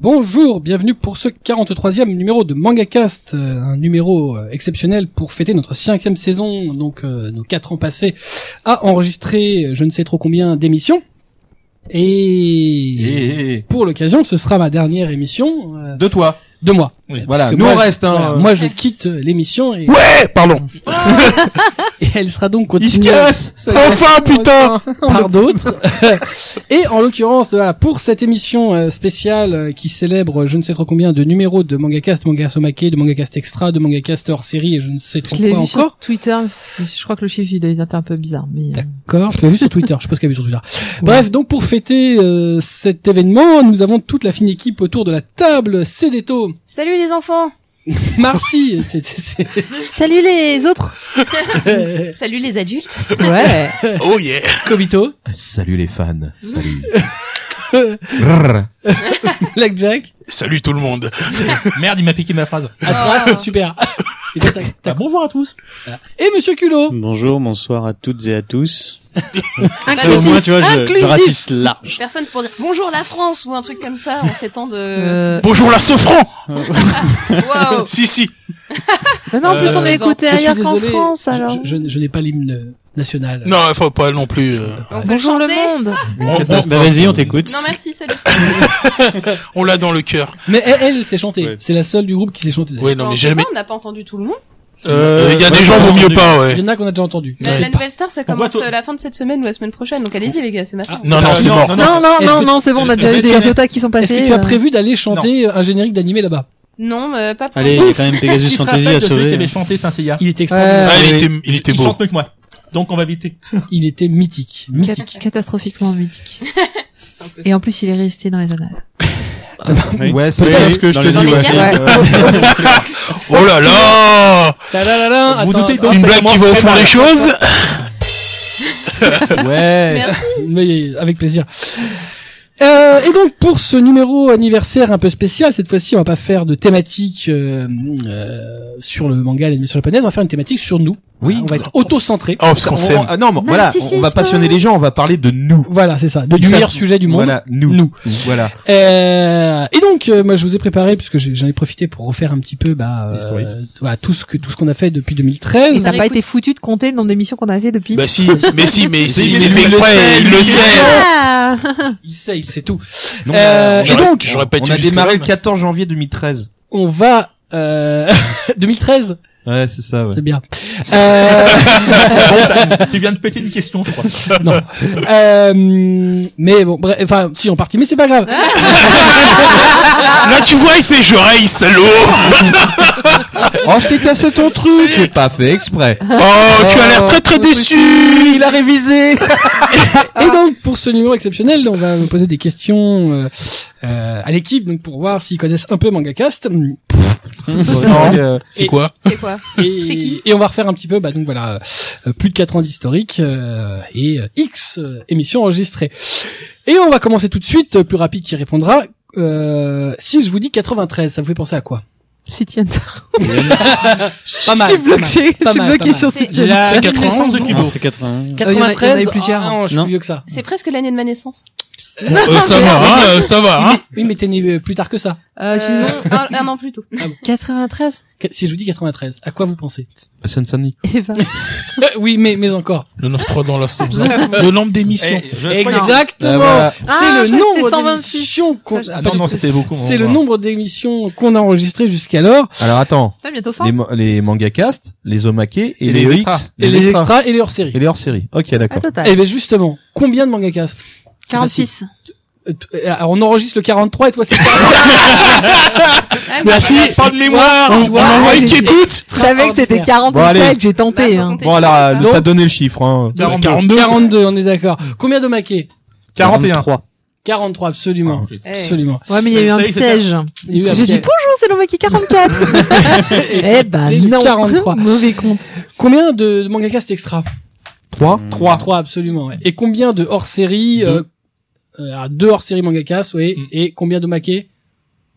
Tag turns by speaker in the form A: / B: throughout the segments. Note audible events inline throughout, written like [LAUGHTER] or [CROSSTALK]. A: Bonjour, bienvenue pour ce 43e numéro de MangaCast, euh, un numéro euh, exceptionnel pour fêter notre cinquième saison, donc euh, nos quatre ans passés, à enregistrer euh, je ne sais trop combien d'émissions. Et
B: Et
A: pour l'occasion, ce sera ma dernière émission euh,
B: de toi.
A: de moi.
B: Oui, voilà,
A: Parce que
B: nous
A: moi,
B: on
A: je-
B: reste. Hein,
A: voilà,
B: euh,
A: moi, je quitte l'émission et,
C: Eh, pardon.
A: [LAUGHS] et elle sera donc
B: il se
A: continuée
B: casse. ça y est.
C: Enfin, putain.
A: [LAUGHS] par d'autres. et en l'occurrence, voilà, pour cette émission euh, spéciale euh, qui célèbre euh, je ne sais trop combien de numéros de MangaCast, MangaSomake, de MangaCast Extra, de MangaCast hors série et je ne sais trop
D: Je l'ai
A: quoi
D: vu
A: encore.
D: sur Twitter, mais c- je crois que le chiffre il était un peu bizarre, mais euh,
A: D'accord, je l'ai vu sur Twitter, je sais pas ce qu'il y a vu sur Twitter.
D: [LAUGHS]
A: Bref, donc pour fêter euh, cet événement, nous avons toute la fine équipe autour de la table. Cédéto,
E: Salut les enfants
A: Marcy, [LAUGHS] c'est- c'est- c'est-
E: [LAUGHS] Salut les autres
A: euh,
E: Salut les adultes
D: ouais.
E: [LAUGHS]
C: Oh yeah.
A: Kobito,
B: Salut les fans.
A: [LAUGHS]
B: Salut.
A: euh,
B: Rrr.
A: Blackjack,
C: Salut tout le monde.
F: [LAUGHS] Merde, il m'a piqué ma phrase.
A: Ah,
D: Ah.
A: Atlas,
F: [LAUGHS]
A: super. Et t'as- t'as-
F: Ah, bonjour à tous.
A: Et Monsieur Culot
G: Bonjour, bonsoir à toutes et à tous.
E: Inclusif,
G: au moins, tu vois, je- je,
E: Bah, inclusif.
G: ratisse large.
E: Personne pour dire bonjour la France ou un truc comme ça en ces temps de...
D: Euh,
C: Bonjour la Sofran.
E: Wow
C: Si si.
D: mais bah non, en plus on est
A: Euh,
D: écouté
A: je suis
D: ailleurs qu'en
A: désolé,
D: France,
A: je-
D: alors.
A: Je, je, je n'ai pas l'hymne national.
C: Non, faut pas non plus. euh,
E: On peut
D: Bonjour le
E: chanter
D: monde.
C: on
G: Bah, vas-y, on t'écoute.
E: Non merci, salut
C: on l'a dans le cœur.
A: Mais elle, elle s'est chantée.
G: Ouais.
A: C'est la seule du groupe qui s'est chantée.
C: Oui, non
E: Bon,
C: mais
E: je sais
C: jamais.
E: pas, On n'a pas entendu tout le monde.
C: Il y a des gens vaut mieux pas,
A: Il y
C: Euh, ouais.
A: en a qu'on a déjà entendu.
E: La- La nouvelle star, ça
F: Pourquoi
E: commence
F: toi-
E: euh, la fin de cette semaine ou la semaine prochaine, donc allez-y les gars, c'est maintenant.
C: Non, Euh, non, c'est mort.
D: Non, non,
A: Ah Est-ce
D: non,
A: que-
D: non, c'est bon, on a déjà
F: est-ce
D: eu
F: que tu
D: des
F: as-
D: otas qui sont
A: Est-ce
D: passés.
A: que tu as
D: euh,
A: prévu d'aller chanter un générique d'animé là-bas
E: Non, mais pas pour
G: Allez, il y a quand même Pegasus
F: Qui se
G: Fantasy
F: rappelle
G: à
F: de celui qui
G: sauver.
F: avait chanté Saint-Seiya
A: Il était
D: Ouais.
A: extraordinaire.
C: Ah, il
G: oui.
C: était, il était
F: Il
C: beau.
F: chante mieux que moi. Donc on va éviter.
A: Il était mythique. mythique.
D: [LAUGHS] cat- catastrophiquement mythique.
E: C'est impossible.
D: Et en plus, il est resté dans les annales.
G: Oui.
B: Ouais,
G: Dans
B: c'est
G: les-
B: ce que je
G: dans
B: te
G: les
B: dis.
E: deux
B: ouais.
E: tiers.
H: [LAUGHS]
C: [LAUGHS] Oh là là
A: Tadadadin,
F: Vous
A: attends,
F: doutez
A: attends.
F: donc
C: Une blague
F: commence
C: qui va au
F: très
C: fond
F: mal.
C: des choses.
B: Ouais.
E: Merci.
A: Mais avec plaisir. Euh, et donc pour ce numéro anniversaire un peu spécial, cette fois-ci on va pas faire de thématique euh, euh, sur le manga et l'animation japonaise, on va faire une thématique sur nous.
B: Oui.
A: on va être auto-centré.
C: Oh parce qu'on s'aime.
B: Ah non, mais voilà, on- on va passionner les gens, on va parler de nous.
A: Voilà, c'est ça, de- du
B: Ça-
A: meilleur sujet du monde.
B: Voilà, nous.
A: Nous.
B: Voilà.
A: Euh, et donc, euh, moi, je vous ai préparé puisque j'ai- j'en ai profité pour refaire un petit peu, bah,
B: L'historique.
A: euh, voilà, tout ce que tout ce qu'on a fait depuis
D: Et
A: 2013.
D: t'as pas
E: Ils écoutent.
D: été foutu de compter le nombre d'émissions qu'on a fait depuis.
C: Bah si, mais si, [LAUGHS] mais si,
B: Si,
C: il
B: mais
C: est
B: lui,
C: fait
B: il le
C: exprès,
B: sait,
C: il le
B: lui,
C: sait.
D: Ah [LAUGHS]
A: Il sait, il sait tout.
B: Non,
A: Euh,
B: on a-
A: et
C: J'aurais-
A: donc,
C: j'aurais pas été
B: on a
C: jusque-là,
B: démarré le
C: mais-
B: 14 janvier 2013.
A: on va euh, [LAUGHS] 2013,
B: Ouais, c'est ça, ouais.
A: c'est bien. Euh, [LAUGHS]
F: Tu viens de péter une question, je crois.
A: non. Euh, mais bon, bref, enfin, si en partie, mais c'est pas
E: [LAUGHS]
A: grave.
C: Là tu vois, il fait je raille, salaud.
B: Oh, je t'ai cassé ton truc, j'ai pas fait exprès.
C: Oh, tu as l'air
B: Euh,
C: très très déçu.
B: Il a révisé.
A: Et donc, pour ce numéro exceptionnel, on va vous poser des questions euh, euh, à l'équipe, donc pour voir s'ils connaissent un peu MangaCast. Hmm.
C: C'est quoi
E: C'est quoi
A: Et,
E: C'est qui
A: et on va refaire un petit peu, bah donc voilà, euh, plus de 4 ans d'historique euh, et euh, X euh, émissions enregistrées. Et on va commencer tout de suite, euh, plus rapide qui répondra. Euh, si je vous dis 93, ça vous fait penser à quoi
D: City Hunter.
A: Pas
D: Je
A: mal.
D: suis
A: pas mal.
D: bloqué, je
A: Pas
D: suis
A: mal,
D: bloqué
A: pas
D: sur Euh,
E: mal.
D: City
A: C'est
D: Hunter.
F: La
C: C'est 80
F: naissance de Kubo.
G: Non, c'est 80.
D: il y en a- il y en a eu
A: 93,
D: plusieurs.
A: ah non, je suis
G: Non.
A: vieux que ça.
E: C'est presque l'année de ma naissance.
C: Euh, Ça va, hein, euh, ça va, hein.
A: Oui, mais t'es né euh, plus tard que ça.
D: Euh,
E: Euh,
D: sinon,
E: un, un an plus tôt.
D: 93.
A: Que- Si je vous dis 93, à quoi vous [LAUGHS] pensez
B: Sansani.
D: Eva.
A: Euh, Oui, mais mais encore.
C: Le 9-3 dans la sauce.
B: [LAUGHS]
C: hein. Le nombre d'émissions.
F: Eh, je crois que-
A: Exactement.
B: Ah, voilà.
A: C'est
D: Ah,
A: le
D: je crois que c'était
A: nombre
D: 126.
A: d'émissions qu'on.
D: Ça,
A: Ah,
D: je-
A: pas
F: Non,
A: du
F: non,
A: tout.
F: c'était beaucoup.
A: C'est le
F: nom.
A: nombre d'émissions qu'on a enregistrées jusqu'alors.
B: Alors attends,
D: Putain, bientôt 100.
B: les, mo- les mangakast, les omake et,
G: Et
B: les,
G: les
B: extras.
G: extras.
A: Et les extras et les hors-séries.
B: Et les hors-série. Ok,
D: Ah,
B: d'accord.
A: Eh
D: total.
A: ben justement, combien de mangacast
D: 46.
A: Euh, t- euh, alors, on enregistre le 43 et toi [LAUGHS] c'est
E: Ah,
C: Merci.
F: Pas de mémoire.
C: On
D: Ouais,
C: envoie
D: j'ai-
C: qui écoute.
D: Je savais que c'était 40
B: Bon, allez.
D: j'ai tenté.
E: Bah, faut
D: hein.
E: compter.
B: Bon alors,
E: Non.
B: l'autre a donné le chiffre. Hein.
C: 42.
A: 42, on est d'accord. Combien de maquets
F: 41.
G: 43.
A: 43 absolument.
E: Eh.
A: absolument.
D: Ouais, mais il y a eu
F: Ça
D: un
F: y est,
D: petit
F: c'est
D: siège. J'ai
A: Il y a eu un
D: dit
A: siège.
D: bonjour, c'est le mec qui 44. [LAUGHS] eh ben
A: Dès le
D: non.
A: 43.
D: [LAUGHS] Mauvais compte.
A: Combien de, de mangacast extra
B: 3.
G: Mm.
A: 3 3 absolument. ouais. Et combien de hors-série euh, euh, alors, deux hors-série mangacast, oui.
F: Mm.
A: Et combien de maquets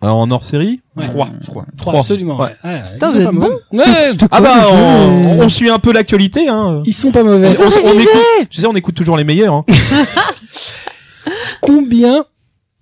B: Alors en hors-série
A: Ouais.
B: 3, je crois.
A: 3
B: Trois.
A: absolument.
B: Ouais.
A: ouais. Ouais, ouais,
D: Putain,
A: ils
D: vous
A: sont
D: êtes
A: pas mauvais. Ouais,
B: Ah
D: quoi,
B: bah,
D: les
B: on,
D: jeux
B: on suit un peu l'actualité. Hein.
A: ils sont pas
B: On,
A: mauvais.
B: on- on
D: révisé
B: écoute, tu sais, on écoute toujours les meilleurs. Hein.
A: Combien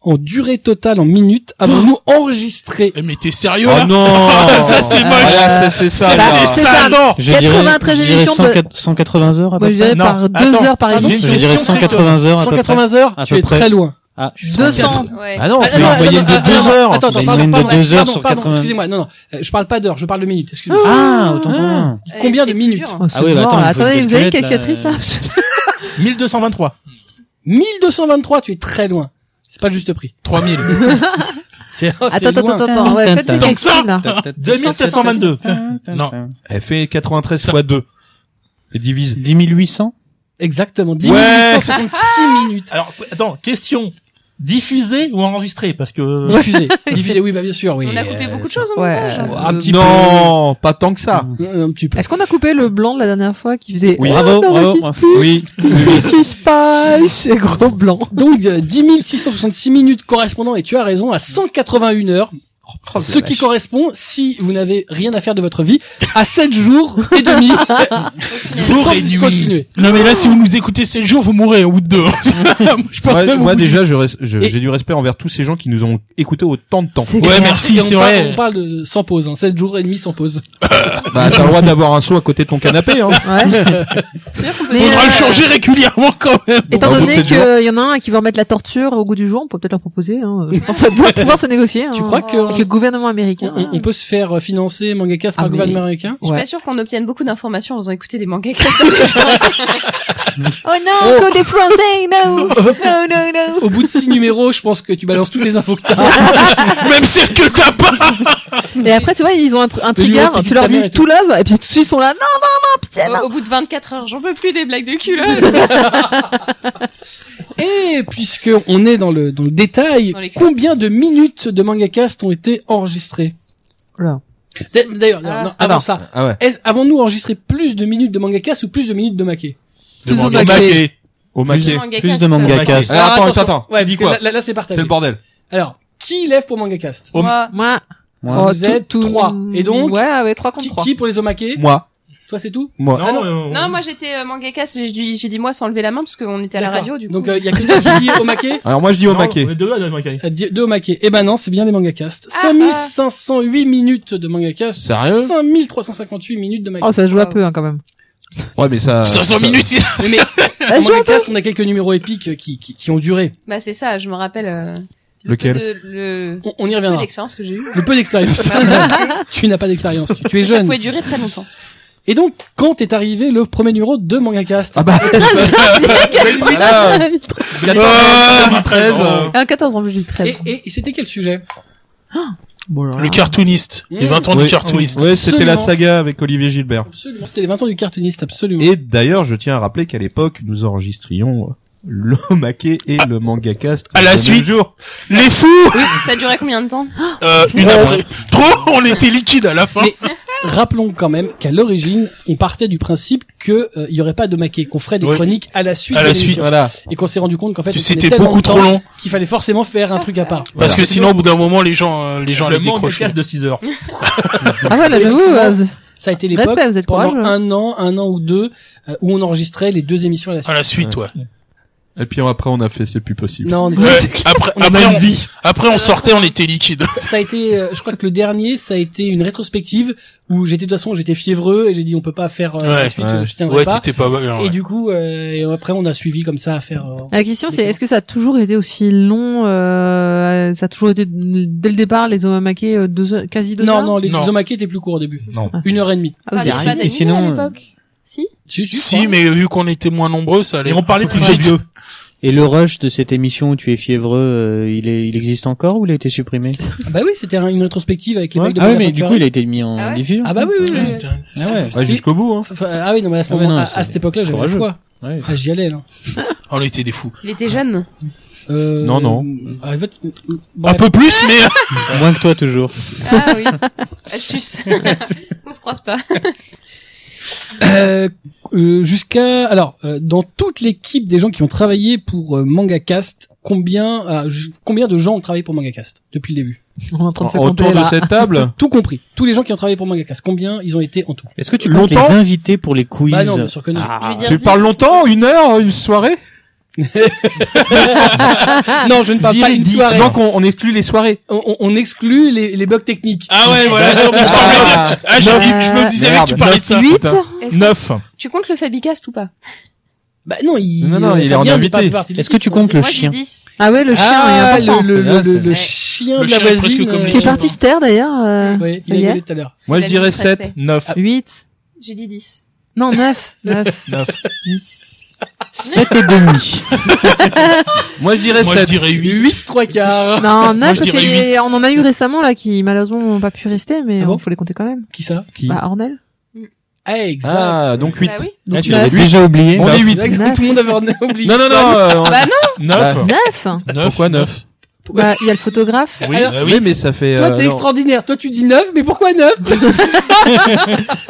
A: en durée totale en minutes avons-nous
G: Oh
A: enregistré
C: Eh, Mais t'es sérieux
B: Oh
C: là
B: non
C: Ça, c'est moche.
B: Voilà, ça, c'est ça,
C: C'est
B: là.
D: bah,
C: c'est
D: c'est ça.
C: ça, non
G: Je dirais,
D: 93
G: je dirais
D: émissions
G: 104 180 heures à
D: Moi,
G: peu
D: je dirais
G: près.
F: Non,
D: par deux
F: attends.
D: heures par
G: Je
D: émission.
G: Ah, je dirais 180 heures à peu près.
A: 180 heures,
G: À
A: tu
G: peu
A: es
G: près.
A: très loin.
G: Ah, je suis
D: 200.
E: Ouais.
B: Ah non,
A: Ah,
B: on fait
A: non,
B: une
A: attends,
B: moyenne
A: attends,
B: de deux
A: attends,
B: heures.
A: Attends, attends, pardon,
G: Une moyenne de
A: pardon,
G: deux heures
A: pardon,
G: sur
A: pardon,
G: 80.
A: excusez-moi, non, non, euh, je parle pas d'heures, je parle de minutes, excusez-moi.
G: Ah, autant pour moi.
E: Euh,
A: Combien
E: c'est
A: de
E: plus
A: minutes
E: dur.
D: Oh, c'est
G: Ah oui, bah,
D: mort,
G: attends,
D: là.
G: il faut
D: attendez,
G: une
D: vous avez une
G: calculette,
D: calculatrice là
G: là.
F: 1223.
A: 1223, tu es très loin. C'est pas le juste prix.
C: 3000.
A: C'est, oh, c'est
D: Attends, attends,
A: loin.
D: attends, attends, ouais, faites des
C: Tant que ça.
D: calculs, là.
F: 2722.
C: Non.
B: Elle fait 93 fois 2. Et divise.
G: 10 800
A: Exactement, 10
B: Ouais.
A: 866 minutes.
F: Alors, attends, question. Diffusée ou enregistrée Parce que...
C: [LAUGHS]
A: Diffusé, diffusé, oui, bah bien sûr, oui.
E: On a coupé
A: Euh,
E: beaucoup de choses au
D: Ouais,
E: montage.
D: euh,
E: hein.
A: Un petit
B: Non, pas tant que ça.
A: peu. Un petit peu.
D: Est-ce qu'on a coupé le blanc de la dernière fois qui faisait
G: Oui.
D: Ah,
G: Bravo,
D: on
G: bravo.
D: n'enregistre plus.
G: Oui.
D: Qu'est-ce qui se passe C'est gros blanc.
A: Donc, euh, 10 666 minutes correspondant, et tu as raison, à 181 heures.
D: Oh,
A: ce qui correspond, si vous n'avez rien à faire de votre vie, à 7 jours et
C: [LAUGHS]
A: demi.
E: hein.
A: C'est
C: Jour et
A: sans
C: nuit.
A: continuer.
C: Non, mais là, si vous nous écoutez 7 jours, vous mourrez au bout de deux. Je pense
B: Moi,
C: même au
B: moi
C: bout de-
B: déjà, je res- je-
A: Et-
B: j'ai du respect envers tous ces gens qui nous ont écoutés autant de temps.
D: C'est
C: Ouais,
D: clair.
C: merci,
A: Et on
C: c'est
A: parle-
C: vrai.
A: On parle de sans pause, hein, 7 jours et demi sans pause.
B: Bah, t'as le droit d'avoir un seau à côté de ton canapé, hein.
D: Ouais. Mais,
C: Faudra le
D: euh,
C: changer régulièrement quand
B: [LAUGHS]
C: même.
D: Étant
A: bah,
B: Bravo,
D: donné
B: c'est dur.
D: qu'il y en a un qui veut remettre la torture au goût du jour, on peut peut-être leur proposer.
A: [LAUGHS]
D: Hein. Je pense que ça doit pouvoir se négocier.
A: Tu
D: hein,
A: crois que
D: avec le gouvernement
A: on,
D: américain
A: on- on peut se faire euh, financer mangaka par
D: Ah,
A: le
D: mais-
A: gouvernement américain
E: Je suis
D: Ouais.
E: pas sûre qu'on obtienne beaucoup d'informations en faisant écouter des mangas.
D: Oh non, que les Français,
A: [LAUGHS]
D: non, non, non, non.
A: Au bout de 6 numéros, je pense que tu balances toutes les infos que t'as.
C: Même celle que t'as pas.
D: Et après, tu vois, ils ont un, tr- un trigger.
A: numéro de
D: Tu leur
A: sécurité
D: dis tout love, et puis tout de suite ils sont là. Non, non, non, putain. non.
E: Au bout de 24 heures, j'en peux plus des blagues de cul hein. là.
A: Et puisque on est dans le dans le détail,
E: Dans les culottes.
A: combien de minutes de mangacast ont été enregistrées
D: Oula.
A: D'a- D'ailleurs, d'ailleurs,
E: Ah.
A: non, avant ça,
B: Ah ouais.
A: est-ce- avons-nous enregistré plus de minutes de mangacast ou plus de minutes de maquet
B: Eh,
D: Plus
B: Demande
D: de
B: au
D: maquet.
B: maquet. Au maquet.
E: Mangaka,
G: Plus
E: c'est-
G: de manga
B: Ah, attends,
A: attention.
B: attends, attends.
A: Ouais, parce
B: Dis
A: que
B: quoi
A: Là, là, là, c'est partagé.
B: C'est le bordel.
A: Alors, qui lève pour mangacast
E: Moi,
D: Moi, oh,
G: Moi.
A: Vous êtes trois. Et donc,
D: Ouais, ouais, trois contre
A: qui,
D: trois.
A: qui pour les omakés
B: Moi.
A: Toi, c'est tout
B: Moi.
A: Ah, non.
F: euh, on-
E: Non, moi j'étais euh, mangaka, j'ai dû- j'ai dit moi sans lever la main parce qu'on était à la
A: D'accord.
E: radio du coup.
A: Donc, il y a quelqu'un qui dit omaké
B: Alors moi je dis au
F: non,
B: maquet.
F: On est deux à la maquet.
A: Euh, di- Deux omakés. Eh ben non, c'est bien les mangacast.
E: Ah,
A: 5508 minutes de mangacast.
B: Sérieux
A: 5358 minutes de maquet.
D: Oh, ça se joue un peu hein,
A: [LAUGHS]
D: quand même. [LAUGHS]
B: Ouais mais ça.
C: 500
B: Ah, ça-
C: minutes.
A: Mais, mais
D: Ça
A: en
D: se joue un peu.
A: mangacast, on a quelques numéros épiques qui, qui, qui ont duré.
E: Bah c'est ça, je me rappelle euh,
B: Lequel
E: de- le
A: On, on y
E: peu
A: reviendra.
E: d'expérience que j'ai eue.
A: Le peu
D: [LAUGHS]
A: d'expérience.
D: Bah
A: [LAUGHS] tu n'as pas d'expérience. tu- Tu es
E: Ça
A: jeune.
E: pouvait durer très longtemps.
A: Et donc, quand est arrivé le premier numéro de mangacast
B: Ah bah. Voilà.
C: Euh,
F: 2013. euh,
D: Et Ah, en 14 ans, je dis 13.
A: Et, et- et c'était quel sujet
D: Bon, alors là.
C: Le cartooniste. Les 20 ans
B: Oh Oui.
C: du cartooniste.
B: Ouais, c'était
A: Absolument.
B: la saga avec Olivier Gilbert.
A: Absolument. C'était les 20 ans du cartooniste, absolument.
B: Et d'ailleurs, je tiens à rappeler qu'à l'époque, nous enregistrions le [LAUGHS] maquet et le manga cast
C: à la
B: le même
C: suite.
B: jour.
C: Les fous
E: Ça durait combien de temps
C: euh, une après. Trop On était liquide à la fin.
A: Mais- [LAUGHS] Rappelons quand même qu'à l'origine, on partait du principe que euh, il y aurait pas de maquet, qu'on ferait des
C: Oui.
A: chroniques à la suite,
C: À
A: de
C: la
A: l'émission.
C: suite.
B: Voilà.
A: et qu'on s'est rendu compte qu'en fait,
C: Tu-
A: on
C: C'était
A: prenait tellement
C: beaucoup
A: de temps
C: trop long.
A: qu'il fallait forcément faire un truc à part.
C: Parce
B: Voilà.
C: que sinon, au bout d'un moment, les gens, euh, les gens
F: Le
C: allaient
F: manga
C: décrocher.
F: casse de 6 heures.
D: Ah ouais, là, j'avoue, euh,
A: Ça a été l'époque
D: respect, vous êtes
A: pendant
D: courageux. hein.
A: un an, un an ou deux, euh, où on enregistrait les deux émissions à la
C: À
A: suite.
C: la suite, ouais.
B: Et puis après, on a fait, c'est plus possible.
A: Non, on était-
C: Ah. Ouais, Après,
A: a
C: après,
A: pas
C: on, après, on sortait, on était liquide.
A: ça, ça a été, euh, je crois que le dernier, ça a été une rétrospective où j'étais de toute façon, j'étais fiévreux et j'ai dit on peut pas faire euh, la
C: Ouais.
A: suite,
B: Ouais.
A: euh, je tiendrai
C: Ouais,
A: pas.
C: t'étais pas mal.
A: Et
C: ouais.
A: du coup, euh, et après on a suivi comme ça à faire. euh,
D: La question, c'est est-ce que ça a toujours été aussi long euh, Ça a toujours été dès le départ les omamakés euh, deux heures, quasi deux
A: Non,
D: heures.
A: non, les
C: Non.
A: omakés étaient plus courts au début.
B: Non.
A: Une heure et demie.
D: Ah,
E: Enfin,
D: oui,
E: il y
D: j'ai
E: avait
D: rien.
E: pas d'animé
G: sinon,
E: à
G: euh,
E: l'époque. Si
A: Si, si,
C: Si, mais vu qu'on était moins nombreux, ça allait.
F: Et on parlait plus
C: Ouais.
F: de vieux.
G: Et le rush de cette émission où tu es fiévreux, euh, il, est, il existe encore ou il a été supprimé
A: Ah bah oui, c'était un- une rétrospective avec les
G: Ouais.
A: mecs de
G: Ah oui,
A: Manga
G: mais du
A: Factory.
G: coup, il a été mis en
E: Ah ouais
G: diffusion.
A: Ah bah oui, oui, oui.
C: Ouais, c'était un-
G: Ah ouais.
B: Ouais, jusqu'au bout, hein.
A: Enfin, ah oui, non, mais à ce
G: Ah bah
A: moment,
G: non,
A: à,
G: c'est
A: à cette époque-là, j'avais le
G: courageux.
A: choix.
G: Ouais.
A: [LAUGHS] Ah, j'y allais, là.
C: On était des fous.
E: Il était jeune.
A: Euh,
B: Non, non.
A: ah, votre-
C: Un
A: bref.
C: peu plus, mais
G: Moins que toi toujours.
E: Ah oui. [LAUGHS] Astuce. [LAUGHS] on se croise pas.
A: Euh, euh, jusqu'à alors euh, dans toute l'équipe des gens qui ont travaillé pour euh, Mangacast, combien ah, ju- combien de gens ont travaillé pour Mangacast depuis le début
D: On est en train de se compter
B: Autour de
D: là.
B: cette table.
A: Tout compris, tous les gens qui ont travaillé pour Mangacast, combien ils ont été en tout
G: Est-ce que tu comptes les
B: Longtemps
G: invités pour les quiz
E: Ah.
A: Bah non, bien sûr que non.
E: Je vais dire
B: Tu
E: dix.
B: parles longtemps? Une heure? Une soirée?
D: Ah.
A: Non, je ne parle pas d'une soirée.
B: Donc on, on exclut les soirées.
A: On, on- on exclut les, les bugs techniques.
C: Ah ouais, voilà, ça me semblait bien. Ah, j'ai- je me disais bien que tu parlais de ça.
D: 8
E: Est-ce que
C: 9.
E: tu comptes le Fabicast ou pas
A: Bah non, il,
B: Non, non, il est
A: Fabien
B: en
A: n'est
B: invité.
A: pas fait partie de
G: Est-ce que tu comptes le
E: Moi j'ai
G: chien
E: 10.
D: Ah ouais, le chien
A: ah,
D: est important.
A: Le, le,
G: Parce que
A: le-
G: là,
A: le
E: c'est-
A: chien
C: Le
A: de
C: chien
A: la
C: est presque
A: voisine.
C: comme
A: euh,
C: les
D: Qui est
C: chien.
D: parti se taire d'ailleurs. euh,
A: Ouais, il
D: Ça
A: a
D: y est.
A: gueulé tout à l'heure.
E: Moi, je dirais 7.
D: Ah.
C: 9.
D: 8.
E: J'ai dit 10.
D: Non, 9. 9. 10.
G: 7 et demi.
B: Moi je dirais
C: Moi, je
B: 7.
C: dirais 8.
A: 8 3 quarts.
D: Non,
C: Moi,
D: 9
C: je
D: parce
C: dirais
D: qu'il y a- on en a eu récemment là qui malheureusement n'ont pas pu rester mais
A: Ah
D: il
A: bon
D: faut les compter quand même.
A: Qui ça
B: Qui
D: Bah Ornel.
A: Ah, exact.
B: Ah donc 8.
E: Bah oui.
D: Donc
G: tu
D: neuf.
G: l'avais déjà oublié.
B: On
G: bah,
B: est
A: C'est
B: 8.
A: vrai que
D: Neuf.
A: Tout le monde [LAUGHS] avait oublié.
B: Non non non. euh, on-
E: Bah non,
C: 9.
D: 9
C: 9.
B: Pourquoi neuf
D: Bah il y a le photographe.
C: Oui,
A: Alors,
C: bah
B: Oui
C: oui.
B: mais ça fait.
A: Toi,
B: euh,
A: t'es
B: non.
A: extraordinaire. Toi, tu dis 9, mais pourquoi 9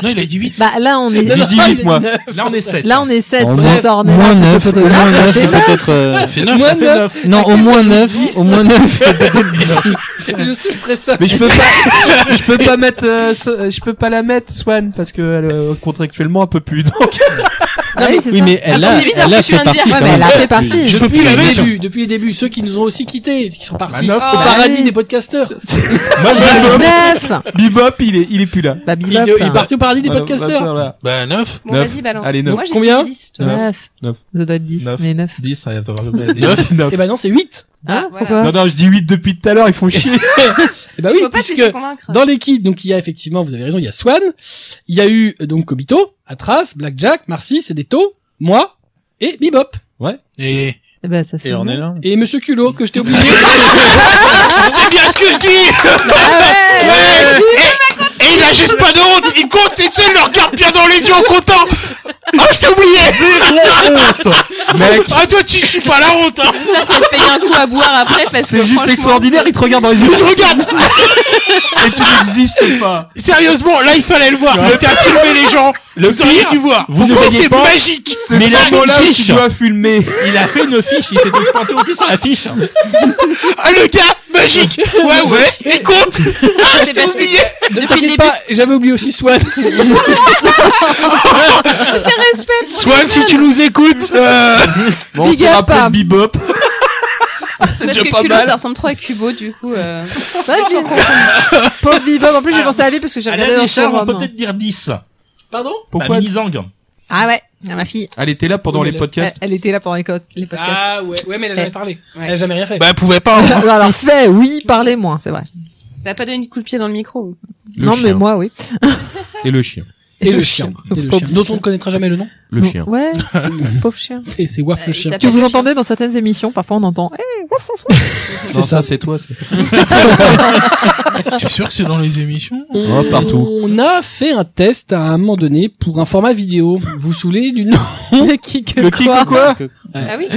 C: Non, il a dit 8.
D: Bah là on
B: Je
D: est
B: dis huit, moi.
F: Là, on est 7.
D: là on est 7
G: Au
D: plus
G: moins-
D: Ornel
G: moins
D: plus le
G: 9, au moins
D: photographe. ça
G: 9,
D: fait
G: c'est
D: neuf.
G: peut-être, euh,
C: Ça fait 9.
A: Moi, 9.
G: non, au moins 9, au moins 9,
A: [LAUGHS]
G: c'est peut-être 10.
A: Je suis stressé.
B: Mais je peux pas, je peux pas mettre, euh, so- euh, je peux pas la mettre, Swan, parce que euh, contractuellement un peu plus. [LAUGHS] Donc,
D: Ah oui, c'est
G: Oui,
D: ça.
G: mais elle
E: Attends,
G: a,
E: c'est bizarre
G: elle
E: ce
G: a
E: que tu viens
G: fait
E: de
G: partie.
E: dire.
D: Ouais,
G: quand
D: mais elle
G: même.
D: a fait partie.
A: Je-
C: Depuis la
A: depuis les
C: maison.
A: débuts, depuis les débuts, ceux qui nous ont aussi quittés, qui sont partis
C: neuf,
A: au
E: faut
A: paradis
D: aller.
A: des podcasteurs.
B: moi, je-
D: 9.
B: Bebop, il est, il est plus là.
D: Bah
A: Il, il est
D: Bebop.
A: parti au paradis des
B: Voilà,
A: podcasteurs.
B: voilà.
C: Bah 9.
E: Bon,
B: Neuf.
E: vas-y, balance.
B: Allez, neuf.
E: Moi, j'ai
A: Combien
E: dit 10. toi.
D: 9.
B: Neuf.
D: Ça doit être 10
B: Neuf.
D: mais 9.
F: 10, ça
A: [LAUGHS] Et ben non, c'est 8.
D: Ah,
E: voilà.
D: pourquoi
B: Non, non, je dis 8 depuis tout à l'heure, ils font chier.
A: Et ben oui,
E: Faut pas se
A: puisque
E: laisser convaincre.
A: dans l'équipe, donc il y a effectivement, vous avez raison, il y a Swan, il y a eu euh, donc Kobito, Atras, Blackjack, Marcy, Sedeto, moi et Bebop
C: Et
D: Eh ben ça fait
G: Et on est
D: neuf.
G: là.
A: et Monsieur Culot que je t'ai oublié.
C: c'est bien ce que je dis
D: Ah ouais.
C: Ouais. Et, et il a juste pas de honte Il compte, et tu sais, il le regarde bien dans les yeux en comptant Ah, je t'ai oublié
B: Mec,
C: Ah, toi, tu je suis pas la honte hein.
E: J'espère qu'elle paye un coup à boire après parce
B: c'est
E: que
B: juste
E: franchement-
B: extraordinaire, ils te regardent dans les yeux.
C: Je regarde
B: Et tu n'existes pas.
C: Sérieusement, là, il fallait le voir C'était à filmer les gens Vous auriez dû voir
F: vous ne
C: Franchement,
F: voyez
C: c'est
F: pas,
C: magique
B: C'est
F: Mais
B: ce
F: il a
B: moment-là
F: une
B: où tu
F: fiche.
B: dois filmer.
F: Il a fait une fiche, il s'est fait pointer aussi sur la fiche.
C: Ah, le gars Magique Ouais, ouais Il compte
E: Ah, c'est parce que
C: oublié.
E: depuis le
A: T'inquiète
E: début,
A: pas, j'avais oublié aussi Swan.
E: t'as respect [LAUGHS] pour
C: Swan, si tu nous écoutes euh,
B: Bon, on
D: Big
B: se
D: up,
B: rappelle
D: Pam.
B: Bebop.
E: C'est parce
C: déjà
E: que
C: pas
E: Culot,
C: mal.
E: ça ressemble trop à Cubo, du coup. euh,
D: C'est vrai que j'ai- Pauvre Bebop. En plus, j'ai
F: Alors,
D: pensé à lui parce que j'ai
F: À
D: regardé
F: la
D: dans le
F: décharge, on peut
D: forum.
F: peut-être dire 10.
A: Pardon
F: Pourquoi
B: Pourquoi
F: bah, Minizang.
D: Ah ouais. Ah, ma fille.
B: Elle était là pendant
A: Oui, mais
B: les
A: là-
D: Elle
B: podcasts.
D: elle était là pour les co- les podcasts.
A: Ah ouais, ouais mais elle a jamais
D: Eh.
A: parlé.
E: Ouais.
A: Elle a jamais rien fait.
C: Bah, elle pouvait pas hein.
D: Alors fait, oui, parlez moins, c'est vrai.
E: T'as Bah, pas donné de coup de pied dans le micro.
B: Le
D: non, mais
B: chien.
D: moi, oui.
B: Et le chien.
A: et le chien, Et le
D: Pauvre
A: chien, dont on ne connaîtra jamais le nom.
B: Le chien.
D: Ouais, pauvre chien.
A: Et c'est Waf
E: Euh,
A: le
E: il
A: chien.
E: s'appelle
D: Que vous
E: le
D: entendez dans certaines émissions, parfois on entend. Eh,
B: Non, ça, c'est toi. ça.
C: T'es sûr que c'est dans les émissions
B: Oh, partout.
A: On a fait un test à un moment donné pour un format vidéo. Vous vous saoulez du nom
D: le kick,
B: Le kick
D: quoi.
B: ou quoi
E: Ah oui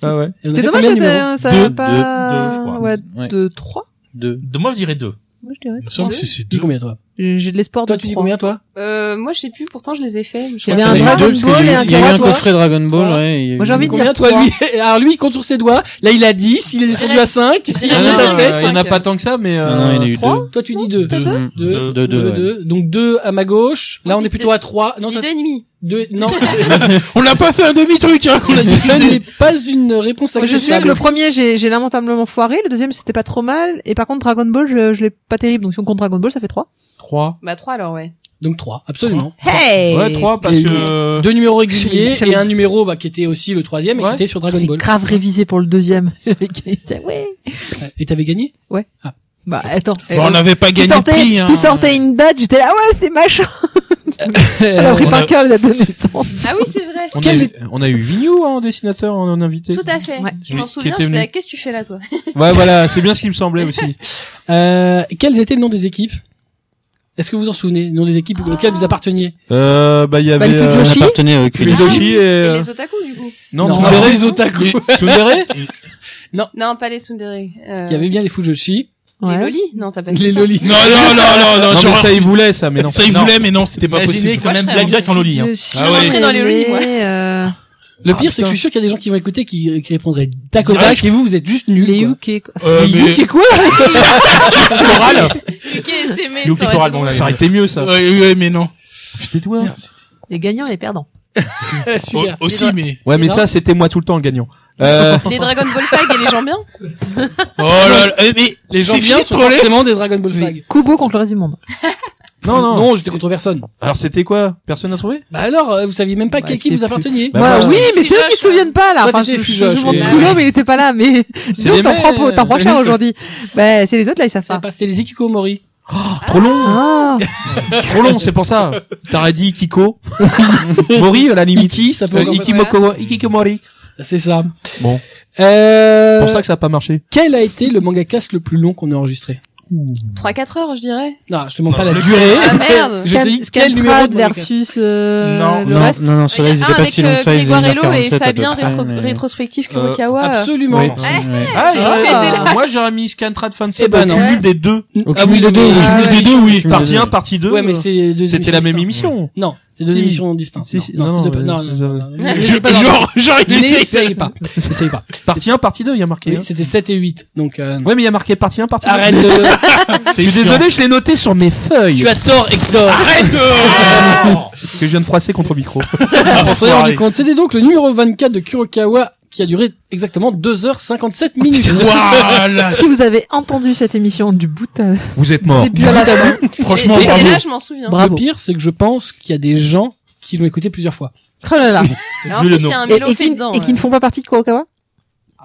B: Ah ouais.
A: Et on a
D: C'est
A: fait
D: dommage,
A: combien de numéros
D: c'était- ça
C: Deux,
D: va pas.
G: deux, je crois.
D: ouais,
G: Ouais.
D: deux, trois.
G: Deux.
F: De moi, je dirais 2.
D: Moi, je dirais.
C: Il me
D: trois.
C: semble que c'est- c'est
A: Tu dis
C: deux.
A: combien toi
D: J'ai j'ai de l'espoir de
A: Toi tu dis
D: trois.
A: combien toi
E: Euh, moi, je sais plus, pourtant, je les ai fait.
D: Il y avait un
G: Il y en a eu
D: Dragon
G: deux, parce
D: Ball
G: qu'il y
D: et
G: a
D: un
G: eu- Il y a eu un
D: Carrasco.
G: coffret Dragon Ball,
A: Voilà.
G: ouais. il y a
D: Moi, j'ai
G: eu-
D: envie de
A: Combien
D: dire
A: toi
D: trois.
A: lui Eh, Alors lui il compte sur ses doigts. Là il a 10, il est sur
E: dirais-
A: du à 5.
E: je
A: Euh, Il
E: dirais
A: en
E: deux,
A: a
E: ouais.
A: fait.
E: cinq.
B: il y en a pas tant que ça, mais.
G: Non, non, il y en a eu
B: trois
G: deux.
A: Toi tu dis 2.
C: Deux.
G: Deux,
F: Deux.
G: deux, deux, ouais.
A: Donc 2 à ma gauche. Là
E: Moi,
A: on
E: je
A: est
E: dis
A: plutôt
E: deux.
A: à 3. Non,
E: Non,
A: toi-
E: deux et demi.
A: deux. Non,
C: On n'a pas fait un demi-truc hein
A: ça n'est pas une réponse
D: Moi, je suis que
A: acceptable.
D: le premier, j'ai j'ai lamentablement foiré. Le deuxième, c'était pas trop mal. Et par contre, Dragon Ball, je, je l'ai pas terrible. Donc, si on compte Dragon Ball, ça fait trois.
B: Trois.
E: Bah, trois alors, ouais.
A: Donc 3, absolument.
D: Hey!
B: Ouais, trois, parce
A: Et-
B: que.
A: Deux numéros réguliers
D: J'avais-
A: et un numéro bah, qui était aussi le troisième et
B: Ouais.
A: qui était sur Dragon
D: J'avais
A: Ball.
D: grave révisé pour le deuxième. [LAUGHS] J'avais gagné. Ouais.
A: Ouais. Et t'avais gagné
D: Bah, attends.
C: Bon, on n'avait pas
D: Tu
C: gagné de
D: sortais,
C: prix, hein.
D: tu sortais une date, j'étais là, ouais, c'est machin. J'avais appris
C: Eh, on
D: par
C: a-
D: cœur la date de naissance.
E: Ah oui, c'est vrai.
B: On,
A: Quel
B: a eu, on a eu Vigneault hein, en dessinateur, en, en invité.
E: Tout à fait.
D: Ouais.
E: Je m'en
B: Oui,
E: souviens,
B: qui était
E: j'étais là,
B: venu.
E: qu'est-ce que tu fais là, toi
B: Ouais, voilà, c'est bien ce qui me semblait
E: [LAUGHS]
B: aussi.
A: Euh, quels étaient le nom des équipes Est-ce que vous en souvenez Le nom des équipes auxquelles vous appartenez
B: Euh, bah, il y
D: Bah,
B: avait.
D: le
B: euh,
D: Fujoshi.
G: On appartenait à aucune.
E: Fujoshi.
B: Fujoshi et.
E: [LAUGHS] Et
B: euh,
E: les otaku, du coup
B: Non,
A: Non.
B: Tsundere.
A: les otaku.
B: Tsundere
E: Non, pas les Tsundere. Euh,
A: Il y avait bien les Fujoshi,
E: les Loli Non, t'as pas fait
A: les
E: ça.
A: Loli.
C: Non, non, non, non, non,
B: [LAUGHS] Non,
C: tu
B: mais
C: vois,
B: ça, il voulait, ça, mais non.
C: ça, il
B: Non.
C: voulait, mais non, c'était pas
F: Imaginez
C: possible.
F: quand même
E: Moi, je serais
F: Blackjack en Loli. Hein.
C: Ah
D: Je
C: ouais.
D: suis
E: Je suis rentrée dans les Loli, moi.
D: euh,
A: Le pire, c'est
B: Ah,
A: que
B: putain.
A: je suis sûr qu'il y a des gens qui vont écouter qui, qui répondraient tac au
C: Direct.
A: tac et vous, vous êtes juste nuls.
D: les
A: quoi.
D: UK, quoi.
C: Euh,
A: Les
C: mais-
A: Yuki quoi
B: Choral
E: Yuki et Semé,
B: Yuki
E: ça aurait
B: Choral,
E: été
B: bon,
E: drôle.
B: ça aurait été mieux, ça.
C: Ouais, ouais, mais non.
B: C'était toi.
C: Merde,
D: Les gagnants et les perdants.
A: [LAUGHS]
C: Au-
A: Super.
C: aussi, mais.
B: Ouais,
A: Et
B: mais
A: là
B: ça, c'était moi tout le temps le gagnant. Euh,
E: Les Dragon Ball Fag et les gens bien.
C: Oh là là, eh, mais.
A: Les gens
C: c'est
A: bien
C: fini de
A: sont
C: troller
A: forcément des Dragon Ball Fag.
D: Kubo contre le reste du monde.
B: Non, non.
A: Non, j'étais contre personne.
B: alors c'était quoi Personne n'a trouvé
A: Bah alors, euh, vous saviez même pas
D: Bah,
A: à qui
D: je sais
A: vous
D: plus.
A: apparteniez.
B: Bah,
D: Voilà,
B: moi,
D: oui,
E: j'étais
D: mais c'est eux qui
E: fusoche,
D: se souviennent pas, là.
A: Toi,
D: Enfin, je,
A: t'étais
D: je, je,
A: fusoche,
D: montre
A: et-
D: Kulo, mais il était pas là, mais
B: des
D: [LAUGHS] disons, t'en
B: mecs,
D: prends, pour- t'en prends cher
B: c'est-
D: aujourd'hui. Bah, c'est les autres, là, ils savent
A: Ça
D: pas.
A: passe, C'était les Ikiko Mori.
B: Trop
D: [LAUGHS]
B: long,
D: Ah,
B: trop long, c'est pour ça. T'aurais dit [LAUGHS] Kiko, Mori à la limite.
A: Iki, ça peut
B: Euh,
A: encore
B: Ikimoko- Ikikomori.
A: passer. C'est ça.
B: Bon.
A: Euh,
B: Pour ça que ça a pas marché.
A: quel a été le manga casse le plus long qu'on a enregistré
E: 3-4 heures, je dirais.
A: Non, je te demande pas la durée.
E: Ah merde.
A: je te dis quel numéro de
D: Scamprad
A: manga casse
D: versus, euh,
F: Non,
D: le
G: Non,
D: reste.
G: non, non, ceux-là, ils
E: Ah,
G: étaient pas
E: avec,
G: si longs que ça, ils
E: euh,
G: faisaient
E: Grégoire
G: 1h47
E: Hello et
G: à peu
E: Fabien,
G: près,
E: rétro-
G: mais-
E: rétrospectif
B: Euh,
E: Kurokawa.
A: Absolument.
B: Ouais.
G: Ouais.
B: Ah,
E: j'aurais-
B: moi j'aurais mis Scantrad Fan
A: Eh ben
B: au
A: non.
B: cumul des deux.
A: Ah oui, les deux,
D: oui. Ah,
A: les deux, oui.
B: Partie 1, partie 2.
A: Ouais, mais c'est deux
B: euh, c'était
A: émissions
B: la même
A: distinctes.
B: émission.
A: Non, c'est deux
B: Si.
A: émissions distinctes.
B: Si, si,
A: non,
B: non,
A: c'était deux-
B: euh,
A: non,
B: c'est-
A: non, non, non,
C: Je-
A: n'essaye pas.
C: Genre, genre, il essaye.
A: N'essaye pas. N'essaye pas.
B: Partie 1, partie 2, il y a marqué.
A: Oui, C'était 7 et 8. Donc, euh,
B: Ouais, mais il y a marqué partie 1, partie 2.
A: arrête de...
B: Je suis désolé, je l'ai noté sur mes feuilles.
A: Tu as tort, Hector.
C: Arrête euh,
D: [LAUGHS]
B: Que je viens de froisser contre le micro.
A: On s'en est rendu compte. C'était donc le numéro 24 de Kurokawa qui a duré exactement
B: Ah,
A: 2h57 minutes.
C: Voilà.
D: Si vous avez entendu cette émission du bout à,
B: Vous êtes
D: du
B: mort.
D: début à la fin,
C: Franchement,
E: Et- et
C: bravo.
E: là, je m'en souviens.
D: bravo.
A: Le pire, c'est que je pense qu'il y a des gens qui l'ont écouté plusieurs
B: [LAUGHS]
A: fois.
D: Oh là là.
E: Et en
F: Vu le
E: plus, il y a un
D: Et, et
E: mélo
D: qui,
E: fait dedans.
D: et qui ne font pas partie de Kurokawa?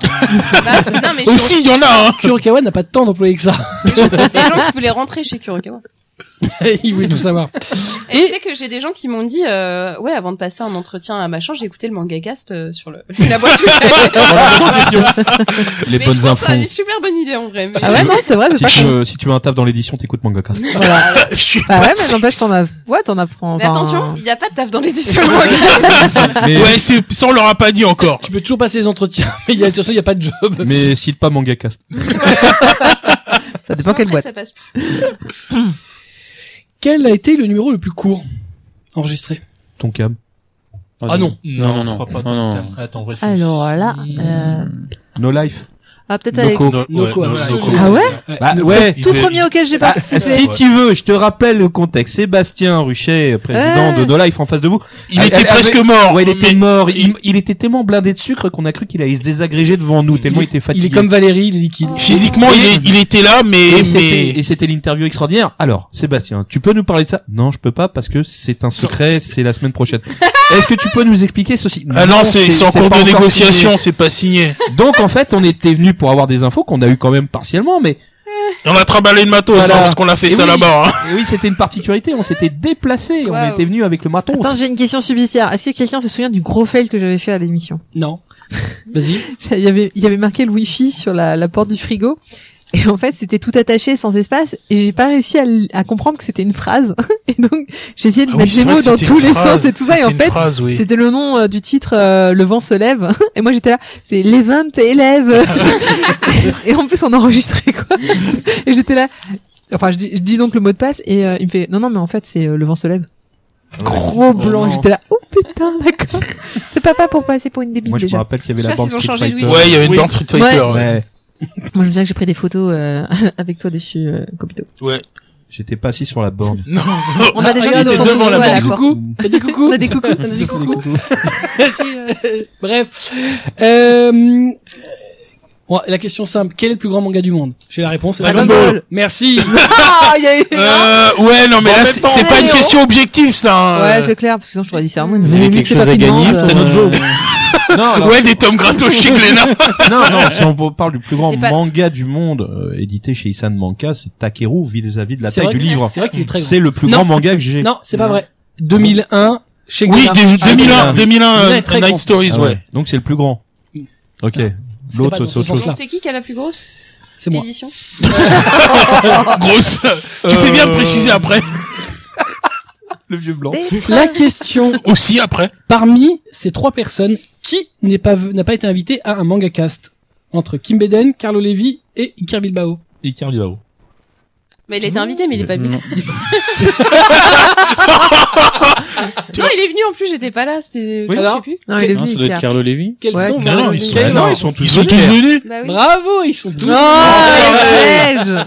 E: ouais. Bah, Non, mais je
C: Aussi, il y en a, hein.
A: Kurokawa n'a pas de temps d'employer que ça. [LAUGHS]
E: des gens qui voulaient rentrer chez Kurokawa.
A: Il voulait tout savoir.
E: Et, je sais que j'ai des gens qui m'ont dit, euh, ouais, avant de passer un entretien à machin, j'ai écouté le manga cast sur le, [LAUGHS] la boîte aux lettres.
B: Les
E: Mais je pense que c'est une super bonne idée en vrai. mais-
D: Ah ouais, non, c'est vrai, c'est
B: Si
D: pas
B: tu,
D: con.
B: veux, si tu veux un taf dans l'édition, t'écoutes Mangacast.
D: Voilà.
C: Je suis
D: Bah ouais,
C: pas
D: mais
C: sûr.
D: n'empêche, t'en as, ouais, t'en apprends.
E: Mais
D: enfin,
E: attention, il n'y a pas de taf dans l'édition du manga.
B: Mais,
C: Ouais, c'est, ça, on leur a pas dit encore.
A: Tu peux toujours passer les entretiens, [LAUGHS] mais il y a, de toute façon, il n'y a pas de job.
B: mais cite pas Mangacast.
D: Ça dépend quelle
E: Après,
D: boîte.
E: ça passe plus.
A: Quel a été le numéro le plus court enregistré
B: Ton cam. Oh,
A: Ah non.
G: Non, non,
F: je crois pas.
G: non, non.
F: Attends, Ah, réfléchis.
D: Alors là,
F: Hmm.
D: euh...
B: No life.
D: ah, peut-être
B: No
D: avec...
B: co.
C: No-
A: No
C: ouais,
A: co,
C: no- no
A: absolument.
C: co.
D: Ah ouais?
B: Bah,
A: No-
B: ouais.
C: Il
D: Tout
C: devait-
D: premier auquel j'ai
B: Ah,
D: participé.
B: si tu veux, je te rappelle le contexte. Sébastien Ruchet, président
D: Ouais.
B: de No Life en face de vous.
C: Il
B: Ah,
C: était
B: ah,
C: presque
B: oui.
C: mort.
B: ouais, il était
C: mais-
B: mort. Il, il était tellement blindé de sucre qu'on a cru qu'il allait se désagrégé devant nous, tellement il, était
A: Il
B: fatigué.
A: est comme Valérie, il est liquide.
B: [LAUGHS]
C: Physiquement, il, est- il était là, mais,
B: Et c'était-
C: mais...
B: et c'était l'interview extraordinaire. Alors, Sébastien, tu peux nous parler de ça Non, je peux pas parce que c'est un secret, c'est la semaine prochaine. [LAUGHS] Est-ce que tu peux nous expliquer ceci
C: Ah non, c'est, c'est en cours
B: pas
C: de
B: encore
C: négociation, c'est pas signé.
B: signé. Donc en fait, on était venu pour avoir des infos qu'on a eu quand même partiellement, mais
C: On a traballé le matos,
B: Voilà.
C: hein, parce qu'on a fait
B: Et
C: ça
B: oui.
C: là-bas, hein.
B: et oui, c'était une particularité. On s'était déplacé, on
E: Waouh.
B: était venu avec le maton.
D: Attends, j'ai une question subsidiaire. Est-ce que quelqu'un se souvient du gros fail que j'avais fait à l'émission?
A: Non. Vas-y.
D: [LAUGHS] Il y avait, il y avait marqué le wifi sur la, la porte du frigo. Et en fait, c'était tout attaché sans espace et j'ai pas réussi à, l- à comprendre que c'était une phrase. [LAUGHS] Et donc, j'ai essayé de
C: Ah oui,
D: mettre
C: c'est
D: les
C: vrai
D: mots
C: que
D: dans
C: c'était
D: tous
C: une
D: les
C: phrase,
D: sens et tout ça. Et en
C: c'était une
D: fait,
C: phrase, oui.
D: c'était le nom euh, du titre euh, Le vent se lève. [LAUGHS] Et moi, j'étais là, c'est Les vents élèves. [LAUGHS] et en plus, on
C: [LAUGHS]
D: enregistrait quoi. Et j'étais là. Enfin, je dis, je dis donc le mot de passe et euh, il me fait non non mais en fait c'est euh, le vent se lève. Gros blanc,
B: non.
D: j'étais là oh putain [LAUGHS] d'accord. C'est papa pour passer pour une débile
B: Moi, je me
D: déjà.
B: rappelle qu'il y avait la
E: J'espère
B: bande
E: qu'ils ont
B: Street
E: changé de
B: Fighter.
E: Wii.
C: Ouais, il y avait une
F: Oui.
C: bande Street Fighter,
B: Ouais.
C: ouais.
D: Moi, je me souviens que j'ai pris des photos euh, [LAUGHS] avec toi dessus, euh, Copito.
C: Ouais.
B: J'étais pas assis sur la borne.
C: Non.
D: On a déjà
A: regarde, ah, il
D: mis des
A: est
D: photos
A: devant la
D: à
A: banque.
D: porte.
A: Coucou. T'as dit coucou
D: On a des coucous, on a des coucous.
A: Si, euh, Bref. Euh, bon, la question simple. Quel est le plus grand manga du monde J'ai la réponse.
D: Dragon Dragon Ball. Ball.
A: Merci.
D: Ah, il y a eu.
C: Euh, ouais, non, mais
D: En
C: là,
D: même
C: c'est
D: temps,
C: c'est pas une
D: Léo.
C: question objective, ça. hein.
D: Ouais, c'est clair, parce que sinon je t'aurais dit c'est à moi.
G: Vous avez quelque chose à gagner pour
D: T'as
G: euh,
B: non, alors,
C: Ouais, des tomes gratos [LAUGHS] chez Glénat.
B: non, non, si on parle du plus grand
E: C'est pas-
B: manga du monde, euh, édité chez Isan Manga, c'est Takeru vis-à-vis de la
A: C'est
B: taille
A: vrai
B: du
A: que-
B: livre.
A: C'est vrai qu'il est très grand.
B: C'est Mm. le plus
A: Non.
B: grand manga que j'ai.
A: Non, c'est pas vrai. 2001 chez
C: Oui,
A: Glénat.
C: des-
A: Ah,
C: 2001,
B: oui.
C: 2001,
A: Il est
C: euh,
A: très grand.
C: Night Stories,
B: Ah
C: ouais.
B: Donc c'est le plus grand. Ok.
A: c'est pas
B: L'autre,
A: dans
B: c'est autre
A: ce
B: chose.
A: sens-là.
E: Donc c'est qui qui a la plus grosse
A: C'est moi.
E: édition
C: [LAUGHS] Grosse. Tu fais
G: Euh,
C: bien de préciser après.
B: Le vieux blanc.
A: La question
C: Aussi après.
A: parmi ces trois personnes, qui n'est pas ve- n'a pas été invité à un manga cast entre Kim Beden, Carlo Levi et Iker Bilbao
F: Icar Bilbao.
E: Mais Bah, il était invité, mais il est pas venu.
G: Non.
E: Non, il est venu en plus, j'étais pas là, c'était.
A: Oui,
E: je
A: alors
E: sais plus.
D: Non, il est
G: Non, ça
D: venu,
G: doit être
D: Pierre.
G: Carlo Lévy.
A: Quels
D: Ouais.
A: sont
C: Non, non,
A: vos-
C: ils sont-
A: quels-
B: Ah non, ils sont tous
E: Ah
C: Ils sont tous
B: venus.
C: venus.
E: Bah oui.
B: Ah,
D: Ah,
A: Bravo, ils sont tous.
D: Oh, les
E: ouais.
D: belges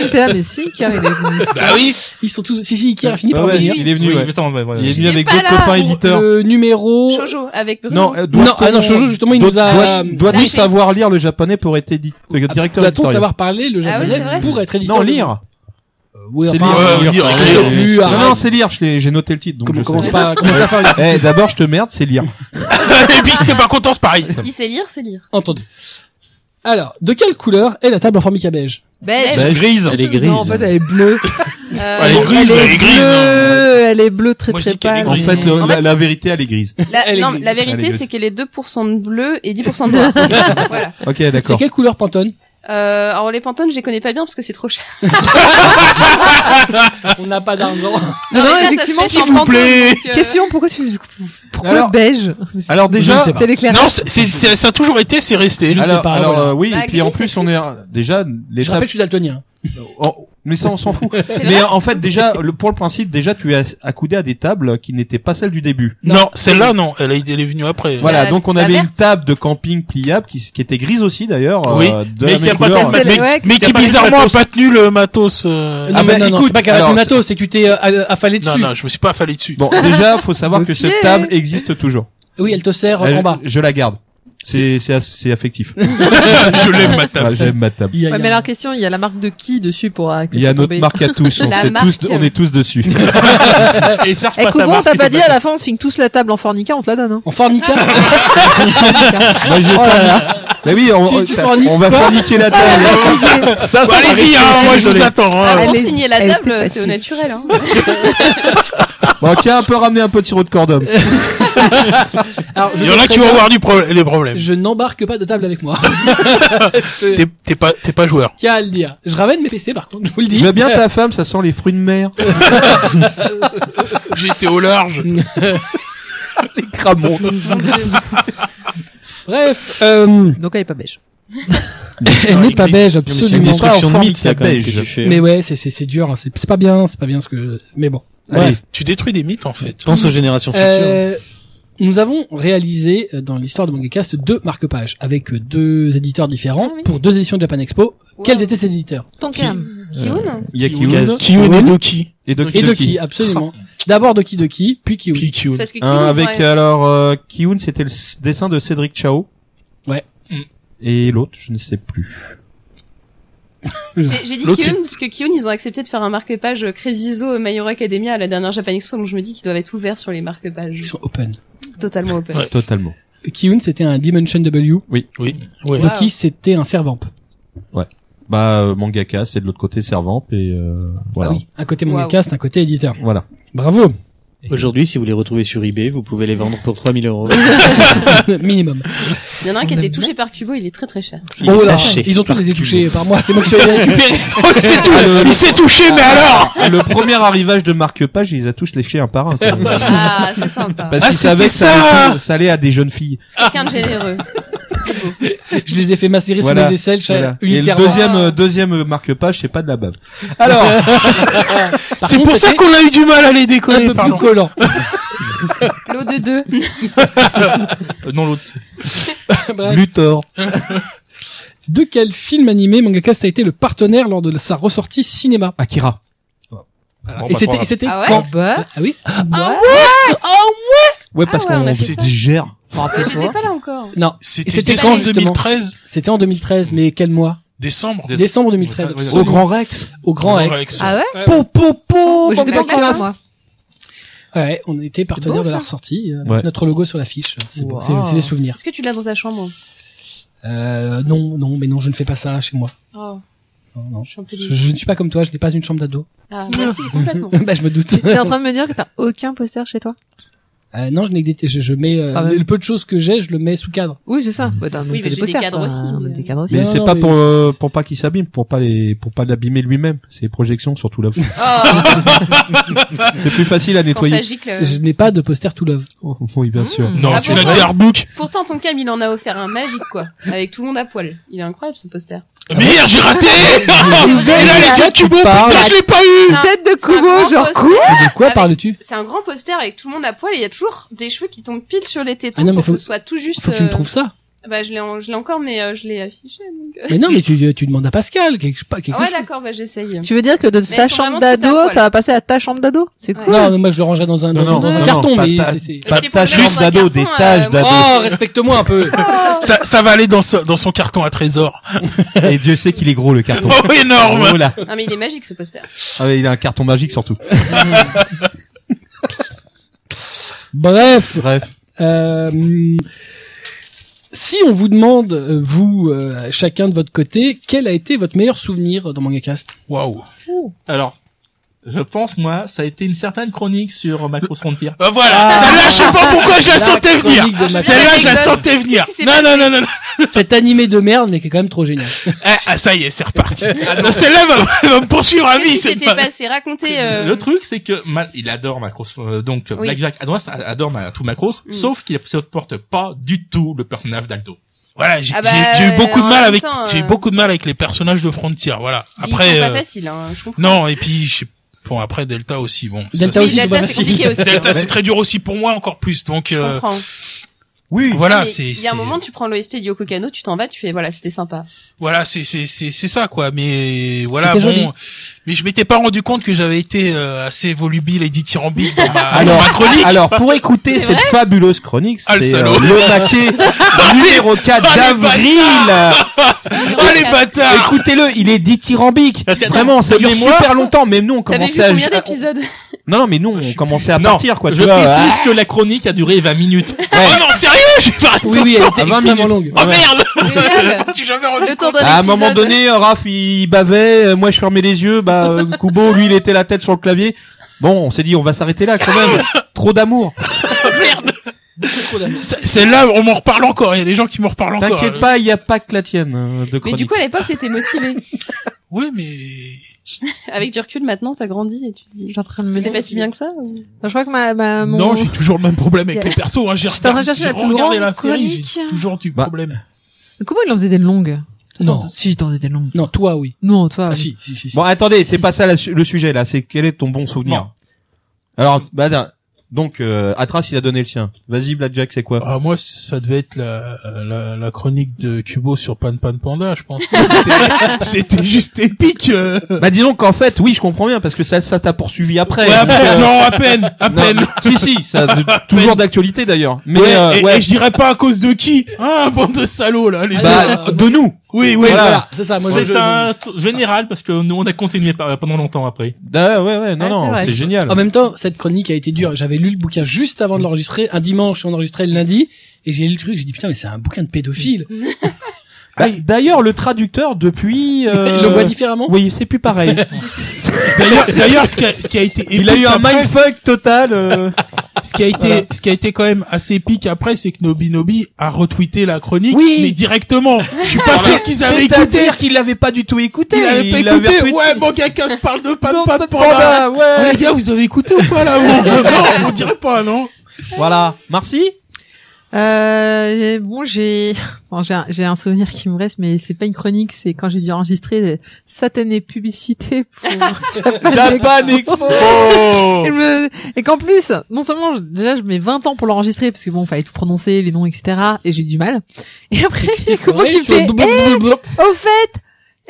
D: J'étais là, mais si, Kier, il est
C: Bah oui.
A: Ils sont tous, si, si, Kier a fini
B: Ah
A: par
B: ouais,
A: venir.
B: Il est venu,
F: Oui,
B: ouais.
F: justement, ouais, voilà.
B: Il est venu
E: est
B: avec
E: pas
B: d'autres
E: là
B: copains
E: pour
B: éditeurs.
A: Le numéro...
E: Shoujo avec Bruno.
B: Non, euh,
A: Non, ah
B: doit-on-
A: non, Shoujo, justement, il nous a... euh,
B: doit- Doit-on
E: lâché.
B: savoir lire le japonais pour être édi- euh, directeur
A: Ah, Doit-on
B: éditorial
A: savoir parler le
E: Ah oui,
A: japonais
E: c'est vrai.
A: pour être éditeur
B: Non,
A: de-
B: lire.
A: Euh, oui,
B: C'est
A: enfin,
B: lire.
C: Ouais, lire,
A: euh,
C: lire.
A: lu,
B: Non,
A: arrête.
B: non, c'est lire. je l'ai- J'ai noté le titre. Donc
A: Comment-
B: je
A: commence
B: sais. [LAUGHS]
A: pas, commence pas à faire une-
B: Eh, d'abord, je te merde, c'est lire.
C: [LAUGHS] Et puis c'était par contre, c'est pareil.
E: Il sait lire, c'est lire.
A: Entendu. Alors, de quelle couleur est la table en formica beige
E: Beige.
B: Bah,
F: Grise.
G: Elle est
D: Non, en
G: grise.
D: fait, elle est bleue.
E: Euh,
C: Elle est grise, elle est grise. hein.
D: bleue, elle est bleue très
C: Moi, je
D: très
C: dis qu'elle est
D: pâle.
B: En
C: Oui.
B: fait, le-
E: En
B: la,
E: fait-
B: la vérité, elle
A: [LAUGHS]
B: est grise.
E: La,
A: Elle est
E: non,
A: grise.
E: la
B: Elle est
E: vérité,
B: grise.
E: c'est qu'elle est 2% de bleu et 10% de noir. voilà.
B: Ok,
A: C'est
B: d'accord.
A: quelle couleur Pantone
E: Euh, alors les pantones, je les connais pas bien parce que c'est trop cher.
A: On n'a pas d'argent.
D: Non, non,
E: mais ça, ça se
D: effectivement,
E: fait
D: s'il
E: sans
D: vous
E: pantone,
C: plaît.
E: donc, euh,
D: Question, pourquoi tu, pourquoi
B: Alors-
D: beige?
B: Alors
A: Je
B: déjà,
A: ne sais pas.
D: C'était l'éclairage.
C: Non, c'est, c'est- c'est- ça a toujours été, c'est resté.
A: Je ne sais
B: alors,
A: pas,
B: alors,
A: voilà.
B: euh, oui,
E: Bah,
B: et puis en
E: gris, c'est
B: plus, on est euh, déjà [LAUGHS] les
A: Je rappelle, je suis daltonien.
B: Oh, mais ça, on s'en fout.
E: C'est
B: mais
E: vrai
B: euh, en fait, déjà, le, pour le principe, déjà, tu es ass- accoudé à des tables qui n'étaient pas celles du début.
A: Non.
C: Non, celle-là, non. Elle, a- elle est venue après.
B: Voilà,
E: La-
B: donc on
E: la
B: avait une
E: verte.
B: table de camping pliable qui, s- qui était grise aussi d'ailleurs. euh,
C: Oui,
B: de
C: mais
B: la
C: qui
B: même
C: a pas
B: couleur.
C: tenu-
D: C'est
C: mais,
D: le- ouais,
C: mais
F: qui a
C: qui
F: pas tenu le
C: bizarrement a
F: matos.
C: pas tenu le matos. euh,
A: non,
B: bah,
A: mais non, non,
B: écoute,
A: c'est pas qu'à la
B: alors,
A: tomato, c'est que tu t'es euh, a- affalé
C: Non,
A: dessus.
C: non, je me suis pas affalé dessus.
B: Bon, déjà, faut savoir que
D: Dossier.
B: cette table existe toujours.
A: Oui, elle te sert euh,
B: Elle-
A: en bas.
B: Je la garde. C'est c'est ass- c'est
C: [LAUGHS]
B: affectif.
C: je l'aime ma table.
B: Ah, J'aime ma table.
A: Il y a-
I: Ouais,
A: il y
I: mais
A: a-
I: alors question, il y a la marque de qui dessus pour euh, que
B: Il y a
I: ça
B: notre
I: tombe
B: marque à tous. On,
E: La
B: sait tous
E: marque.
B: on est tous dessus.
F: Et cherche
D: Eh,
F: pas sa
D: comment on
F: marque.
D: t'a
F: si
D: pas
F: ça
D: dit à la fin, on signe tous la table en fornica, on te la donne, hein.
A: En fornica
B: Moi, je vais faire- Bah oui, on,
A: Tu- tu forniques
B: on va
A: quoi
B: forniquer la
H: [LAUGHS]
A: Ah,
B: table. ça,
C: Bon, allez-y, hein, moi je vous attends. hein.
E: Ah, pour
D: Elle est-
E: signer la
D: elle
E: table,
D: était
E: c'est au
D: facile.
E: naturel. Hein.
B: Bon, tiens, un peu ramener un peu de sirop de cordon.
A: Alors, je
C: Il y en a
A: noterai
C: qui vont
A: bien,
C: avoir du problème, les problèmes.
A: Je n'embarque pas de table avec moi. [LAUGHS]
C: T'es, t'es pas, t'es pas joueur.
A: Tiens à le dire. Je ramène mes PC par contre, je vous le dis.
B: Tu vas bien ta femme, ça sent les fruits de mer.
C: J'étais au large.
B: Les cramons.
A: Bref,
G: [COUGHS]
A: euh,
D: Donc elle est pas beige.
A: elle n'est pas
C: l'église.
A: beige
G: Mais C'est
A: absolument.
B: pas
G: une
B: en
G: destruction de
B: forme
G: mythe, là, quand même, que
B: beige.
G: tu fais.
A: Mais ouais, c'est c'est c'est dur, hein. c'est c'est pas bien, c'est pas bien ce que mais bon.
B: Allez,
A: Bref.
C: Tu détruis des mythes en fait.
G: Pense aux générations futures.
A: Euh, nous avons réalisé euh, dans l'histoire de Mangacast deux marque-pages avec euh, deux éditeurs différents
E: Ah oui.
A: pour deux éditions de Japan Expo. Quels étaient ces éditeurs
I: Ton
B: Qui-
I: cam.
E: Kiun
B: il y a Kiwun
G: Kiwun.
C: Kiyun et Doki.
B: et Doki
A: Et de
B: Doki.
A: qui absolument.
E: Oh.
A: D'abord de qui de qui, puis qui
C: Puis
A: oui.
E: C'est
C: Kiyun.
E: parce que
B: Hein,
E: Kiun, ils
B: avec
E: ont-
B: alors euh, Kiwun, c'était le s- dessin de Cédric Chao.
A: Ouais.
B: Et l'autre, je ne sais plus.
E: J'ai j'ai dit
C: L'autre,
E: Kiun parce que Kiun, ils ont accepté de faire un marque-page Crazy Zoo My Hero Academia à la dernière Japan Expo, donc je me dis qu'ils doivent être ouverts sur les
A: Ils
E: marque-pages.
A: sont open.
E: Totalement open.
C: Ouais.
B: Totalement.
A: Kiun c'était un Dimension W,
C: Oui. Ouais.
E: Wow.
A: Doki c'était un Servamp.
B: Bah euh, mangaka, c'est de l'autre côté Servamp et euh, voilà.
A: Ah oui, un côté
E: Wow.
A: Mangacast, un côté éditeur.
B: Voilà.
G: [LAUGHS]
A: Bravo, [LAUGHS]
G: Aujourd'hui, si vous les retrouvez sur eBay, vous pouvez les vendre pour 3000 euros.
A: minimum.
E: Il y en a un qui a été touché par Kubo, il est très très cher.
G: Il est
A: Oh là,
G: taché
A: ils ont tous
G: par
A: été
G: Kubo.
A: touchés par moi, c'est moi qui suis allé
G: [LAUGHS]
A: récupérer.
C: c'est
A: Ah,
C: tout. Oh, Il s'est touché, mais alors
B: le premier arrivage de marque-page, ils a tous léché un par un. quoi.
E: [LAUGHS] Ah, c'est
B: [LAUGHS]
E: sympa.
B: Parce
C: Ah,
B: qu'ils savaient que ça,
C: c'était
B: allait
C: ça
B: tout- ça allait à des jeunes filles.
E: C'est quelqu'un de généreux. C'est beau.
A: Je les ai fait macérer
B: Voilà,
A: sous mes aisselles,
B: Voilà.
A: voilà.
B: Et le
A: unitairement.
B: deuxième euh, deuxième euh, marque-page, c'est pas de la bave. Alors,
A: Par
C: C'est
A: contre,
C: pour ça
A: c'était
C: qu'on a eu du mal à les décoller.
A: un peu
C: pardon.
A: plus collant. [LAUGHS]
E: L'eau de deux.
F: va. Euh, Non, l'autre.
A: Bref.
B: Luthor.
A: De quel film animé Mangacast a été le partenaire lors de sa ressortie cinéma
B: Akira.
A: Voilà.
F: Bon,
A: Et
F: bah,
A: c'était,
F: voilà.
A: et c'était
E: Ah ouais
A: quand
D: Bah,
A: Ah oui
B: Ouais,
E: Ah
B: parce
E: ouais, on
B: qu'on
E: a fait
B: se
E: ça.
B: digère.
E: Euh, J'étais pas là encore.
A: Non,
C: C'était,
A: Et c'était
E: quand,
C: décembre
A: justement
C: 2013.
A: c'était en 2013, mais quel mois
C: Décembre.
F: Décembre.
A: Décembre 2013.
F: Au
B: Au
A: absolument.
B: Grand Rex.
A: Au Grand
C: Grand
A: Rex.
C: Rex.
I: Ah ouais
A: Po, po, po,
D: moi, j'étais
A: Bangacast.
D: pas là, moi.
A: Ouais, on était partenaire
D: beau,
A: de la
D: ça.
A: ressortie, euh, avec
B: Ouais.
A: notre logo sur l'affiche. C'est beau,
D: Wow.
A: c'est- c'est des souvenirs.
E: Est-ce que tu l'as dans ta chambre
A: Euh, non, non, mais non, je ne fais pas ça chez moi.
E: Oh,
A: Non, non.
E: je suis un peu
A: Je,
E: déçue.
A: je ne suis pas comme toi, je n'ai pas une chambre d'ado. [LAUGHS]
E: Ah, moi si, complètement.
A: bah, je me doute.
D: T'es en train de me dire que t'as aucun poster chez toi?
A: Euh, non, je n'ai que des, je, je mets euh,
D: Ah ouais.
A: le peu de choses que j'ai, je le mets sous cadre.
D: Oui, c'est ça. Bah, t'as-
E: Oui,
D: t'as
E: mais j'ai des
D: posters,
E: cadres
D: quoi.
E: aussi, hein.
D: On a
E: mais-
D: Des cadres aussi.
B: Mais
A: Non,
B: c'est
A: non,
B: pas
A: mais
B: pour
A: c'est-
B: euh,
A: c'est-
B: pour pas qu'il s'abîme, pour pas les pour pas l'abîmer lui-même. C'est les projections surtout là.
E: [LAUGHS] Oh,
B: c'est plus facile à
E: quand ça
B: nettoyer.
E: gicle.
A: Je n'ai pas de poster to love.
B: Oh, [LAUGHS] oui, bien sûr.
C: Non,
E: Ah,
C: tu
E: pour
C: l'as
E: ça
C: des hardbooks.
E: Pourtant, ton cam, il en a offert un magique, quoi. Avec tout le monde à poil. Il est incroyable, ce poster.
A: Ah,
C: Merde, j'ai raté. [LAUGHS] Et là, les yeux de Kubo,
A: parles.
C: putain, je l'ai pas
E: C'est
C: eu.
E: un-
D: Tête de
E: c'est un grand
D: Kubo, genre,
E: poster.
D: quoi?
A: Mais de quoi
E: Avec-
A: parles-tu
E: C'est un grand poster avec tout le monde à poil et il y a toujours des cheveux qui tombent pile sur les tétons
A: Ah non, mais
E: pour
A: faut-
E: que ce soit tout juste.
A: Faut que tu me
E: euh,
A: trouves ça.
E: Bah, je l'ai, en- je l'ai encore, mais euh, je l'ai affiché. Donc... euh.
A: Mais non, mais tu, tu demandes à Pascal quelque, pas- quelque
E: Ah ouais,
A: chose.
E: d'accord, bah, j'essaye.
D: Tu veux dire que de
E: elles
D: sa
E: sont
D: chambre
E: vraiment toutes à
D: d'ado,
E: poil.
D: ça va passer à ta chambre d'ado C'est cool.
A: Non, mais moi je le rangerai dans un,
B: Non,
A: dans
B: non,
A: un
B: non,
A: carton,
B: non,
A: mais
B: pas-
A: c'est-
E: [LAUGHS]
A: c'est-
E: Et
B: Pas
E: si vous
B: ta
E: le mettez
B: chambre
E: dans un
B: d'ado, des
E: carton,
B: tâches
E: euh,
B: d'ado.
A: Oh, respecte-moi un peu.
H: Ça, ça va aller dans, ce- dans son carcan
A: [LAUGHS]
H: à trésor.
B: Et Dieu sait qu'il est gros le carton.
H: [LAUGHS] Oh, énorme
B: Voilà.
A: [LAUGHS]
E: Ah, mais il est magique, ce poster.
B: Ah ouais, il a un carton magique surtout.
A: Bref,
B: Bref.
A: euh, si on vous demande, euh, vous, euh, chacun de votre côté, quel a été votre meilleur souvenir dans Mangacast
H: Waouh
F: Alors, je pense, moi, ça a été une certaine chronique sur Macros Frontier.
H: Bah voilà Celle-là, je sais pas pourquoi je la, sentais venir
A: chronique de
E: Ah, je
A: Macron.
E: sais.
H: Celle-là, je la
E: Anecdote.
H: sentais venir
E: Qu'est-ce qui s'est
H: Non, non,
E: passé
H: non, non, non
A: Cet animé de merde, mais qui est quand même trop génial.
H: Ah, ah, ça y est, c'est
E: [LAUGHS]
H: reparti
E: Ah,
H: Non, Celle-là va, va me poursuivre
A: Ah
H: à vie
E: Qu'est-ce qui
H: c'est
E: s'était passé Racontez. euh,
F: Le truc, c'est que Mal- il adore Macros. euh, donc,
E: Oui.
F: Blackjack adore, adore ma- tout Macros,
E: Mm.
F: sauf qu'il ne supporte pas du tout le personnage d'Aldo.
H: Voilà, j'ai
E: Ah bah,
H: j'ai- j'ai eu beaucoup
E: en
H: de mal
E: même
H: avec
E: temps,
H: j'ai eu
E: euh,
H: beaucoup de mal avec les personnages de Frontier, voilà.
E: Ils
H: Après
E: sont pas
H: euh,
E: faciles, hein, je comprends.
H: non, et puis je sais- bon après Delta aussi, bon. ça,
A: Delta
H: c'est-
E: Oui,
A: aussi, c'est
E: Delta,
A: pas
E: c'est
A: facile.
E: compliqué aussi.
H: Delta,
E: hein.
H: c'est très dur aussi pour moi encore plus. Donc
E: Je
H: euh,
E: comprends.
H: oui,
E: Non,
H: voilà,
E: mais
H: c'est
E: Il y a un
H: c'est-
E: moment, tu prends l'OST de Yoko Kano, tu t'en vas, tu fais, voilà, c'était sympa.
H: voilà, c'est c'est c'est c'est ça quoi, mais voilà
A: C'était
H: bon
A: joli.
H: mais je m'étais pas rendu compte que j'avais été euh, assez volubile et dithyrambique dans ma,
A: Ah
H: dans
B: Alors,
H: ma chronique.
B: alors pour écouter
E: C'est
B: cette fabuleuse chronique, c'est
H: Ah, le salaud.
B: euh, le paquet numéro 4
H: Ah, le
B: d'avril.
H: [LAUGHS] Oh les bâtards
B: [LAUGHS] Écoutez-le, il est dithyrambique.
F: Parce que, attends,
B: Vraiment, ça
F: de
B: dure
F: mémoire,
B: super
F: ça-
B: longtemps. Même nous, on
E: T'avais vu
B: commençait à.
E: combien d'épisodes
B: Non, non, mais nous, on commençait à partir, quoi.
F: je
B: Tu vois,
F: précise que la chronique a duré 20 minutes.
H: Oh non, sérieux, j'ai pas
A: Oui, oui, elle était
B: à 20
A: extrêmement
B: minutes.
A: longue.
H: Oh merde [LAUGHS]
E: Génial.
H: Si j'avais rendu
E: Le temps
H: compte.
E: d'un épisode.
B: À un moment donné, euh, Raph il bavait, euh, moi je fermais les yeux, bah euh, Kubo lui il était la tête sur le clavier. Bon, on s'est dit on va s'arrêter là quand même. Trop d'amour.
H: C'est c'est là, on m'en reparle encore. Il y a des gens qui m'en reparlent encore.
B: T'inquiète pas, il y a pas que la tienne euh, de
E: Mais
B: chronique.
E: du coup, à l'époque, t'étais motivé.
H: Oui, mais
E: Avec du recul, maintenant, t'as grandi et tu te dis,
D: J'étais en train de me
E: c'était
D: dire.
E: pas si bien que ça ou-
D: Je crois que ma, ma Ah, mon...
H: non, j'ai toujours le même problème avec
D: Yeah.
H: les persos. Hein. J'ai
D: Je suis en train de
H: retard-
D: chercher
H: j'ai
D: la plus
H: regardé
D: grande
H: série, j'ai
D: chronique.
H: toujours du
B: Bah.
H: problème.
D: Comment il en faisait des longues
A: Non.
D: Si, il en faisait des longues.
A: Non, toi, oui.
D: Non, toi.
A: Ah,
D: oui.
A: si, si, si, si.
B: Bon, attendez, c'est pas ça la su- le sujet là, c'est quel est ton bon souvenir Alors, bah attends. donc euh, Atras il a donné le sien. Vas-y Blackjack, c'est quoi
H: Ah, moi, ça devait être la, la, la chronique de Kubo sur Pan Pan Panda, je pense. que c'était- C'était juste épique. euh.
B: Bah disons qu'en fait, oui, je comprends bien parce que ça ça t'a poursuivi après.
H: Ouais, à
B: Donc,
H: peine,
B: euh,
H: non, à peine, à
B: non,
H: peine.
B: si si, ça de-
H: [LAUGHS]
B: toujours d'actualité d'ailleurs. Mais
H: Ouais,
B: euh,
H: et,
B: ouais,
H: et je dirais pas à cause de qui. Ah, bande de salauds là. Les
B: bah
H: [LAUGHS]
A: euh,
B: de nous.
H: oui, oui.
A: Voilà,
B: Voilà.
A: c'est ça. Moi, je- je-
F: C'est un t- général parce que nous on a continué par- pendant longtemps après.
B: Ah, ouais ouais, non
D: Ouais, c'est
B: non,
D: vrai.
B: c'est génial.
A: En même temps, cette chronique a été dure. J'avais lu le bouquin juste avant de l'enregistrer, un dimanche, on enregistrait le lundi, et j'ai lu le truc, j'ai dit putain, mais c'est un bouquin de pédophile.
B: Bah, D'ailleurs, le traducteur [LAUGHS]
A: [LAUGHS]
B: depuis, euh,
A: Il le voit différemment.
B: Oui, c'est plus pareil.
H: D'ailleurs, d'ailleurs, ce qui a, ce qui a été
B: [LAUGHS]
H: épique
B: Il a eu un
H: après-
B: mindfuck total. [LAUGHS] euh.
H: Ce qui a été, ce qui a été quand même assez épique après, c'est que Nobi Nobi a retweeté la chronique,
B: Oui.
H: mais directement. Je suis pas sûr qu'ils avaient écouté.
B: C'est-à-dire qu'il l'avait pas du tout écouté.
H: Ils l'avaient pas
B: Il
H: écouté.
B: retweeté.
H: Ouais, Manga 15 parle de pas
B: Non,
H: de pas de
B: pas de
H: panda.
B: panda,
H: Oh,
B: Ah ouais.
H: les gars, vous avez écouté ou pas là Non, non, on dirait pas, non
B: [LAUGHS] Voilà. Merci.
D: Euh, j'ai- bon, j'ai [LAUGHS] bon, j'ai un, j'ai un souvenir qui me reste, mais c'est pas une chronique, c'est quand j'ai dû enregistrer des satanées publicités
A: [LAUGHS]
D: pour Japan,
B: Japan Expo.
D: Et, me- et qu'en plus, non seulement je- déjà je mets 20 ans pour l'enregistrer, parce que bon, fallait tout prononcer, les noms, etc. Et j'ai du mal. Et après,
A: T'es
D: [LAUGHS] comment
A: foiré
D: tu
A: sur le
D: fais Eh,
A: double- double- double-
D: Au fait,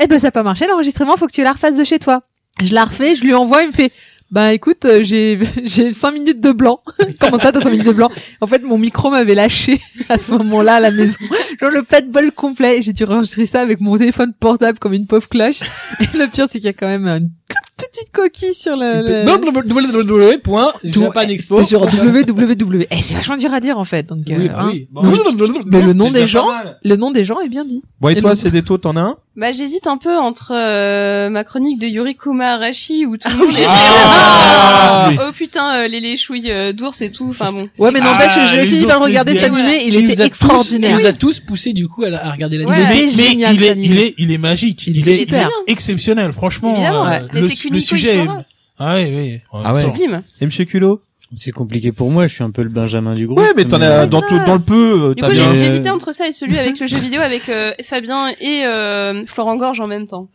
D: eh ben ça a pas marché l'enregistrement, faut que tu la refasses de chez toi. Je la refais, je lui envoie, il me fait bah écoute, euh, j'ai [LAUGHS] j'ai 5 minutes de blanc. Comment ça t'as 5 minutes de blanc En fait, mon micro m'avait lâché [LAUGHS] à ce moment-là à la maison. Genre le pas de bol complet, j'ai dû enregistrer ça avec mon téléphone portable comme une pauvre cloche. Et le pire c'est qu'il y a quand même une toute petite coquille sur le, le-
A: double- double- double- double- double- point,
D: Tout-
A: Japan Expo.
D: C'était sur www. Eh, c'est vachement dur à dire en fait. Donc
A: Oui,
D: euh,
A: bah
D: hein.
A: oui.
D: Bon. mais le nom des gens,
B: Bon
D: le nom des gens est bien dit.
B: et
D: Et
B: toi,
D: donc-
B: c'est des taux, t'en as un
E: Bah, j'hésite un peu entre euh, ma chronique de Yuri Kuma Arashi où tout le monde est-
B: Ah
E: Ah, Oh putain, euh, les léchouilles euh, d'ours et tout, enfin bon.
D: Ouais, mais
H: Ah,
D: n'empêche, que j'ai
H: les
D: fini par
H: ours
D: regarder cet
E: lesbiennes.
D: animé, il
A: Tu nous
D: était
A: as tous-
D: extraordinaire.
A: Tu nous a tous poussé du coup à, la- à regarder l'anime.
E: Ouais.
H: mais,
D: Il est
H: mais
D: génial,
H: il,
D: cet
H: est,
D: anime.
H: il est, il est magique.
D: Il
H: Il,
D: est
H: est,
D: super.
H: exceptionnel, franchement.
E: Évidemment,
H: euh,
E: ouais. Mais
H: le,
E: c'est
H: le
E: qu'une
H: sujet. est-
E: Ikora.
H: Ah ouais, ouais. on
B: Ah ouais.
H: sent.
E: Sublime.
B: Et Monsieur Culot
G: C'est compliqué pour moi, je suis un peu le Benjamin du groupe.
B: Ouais, mais t'en as
G: euh,
B: dans, tout, dans le peu. euh,
E: Du
B: t'as
E: coup,
B: bien-
E: j'ai j'hésitais entre ça et celui avec le jeu vidéo avec euh, Fabien et euh, Florent Gorge en même temps.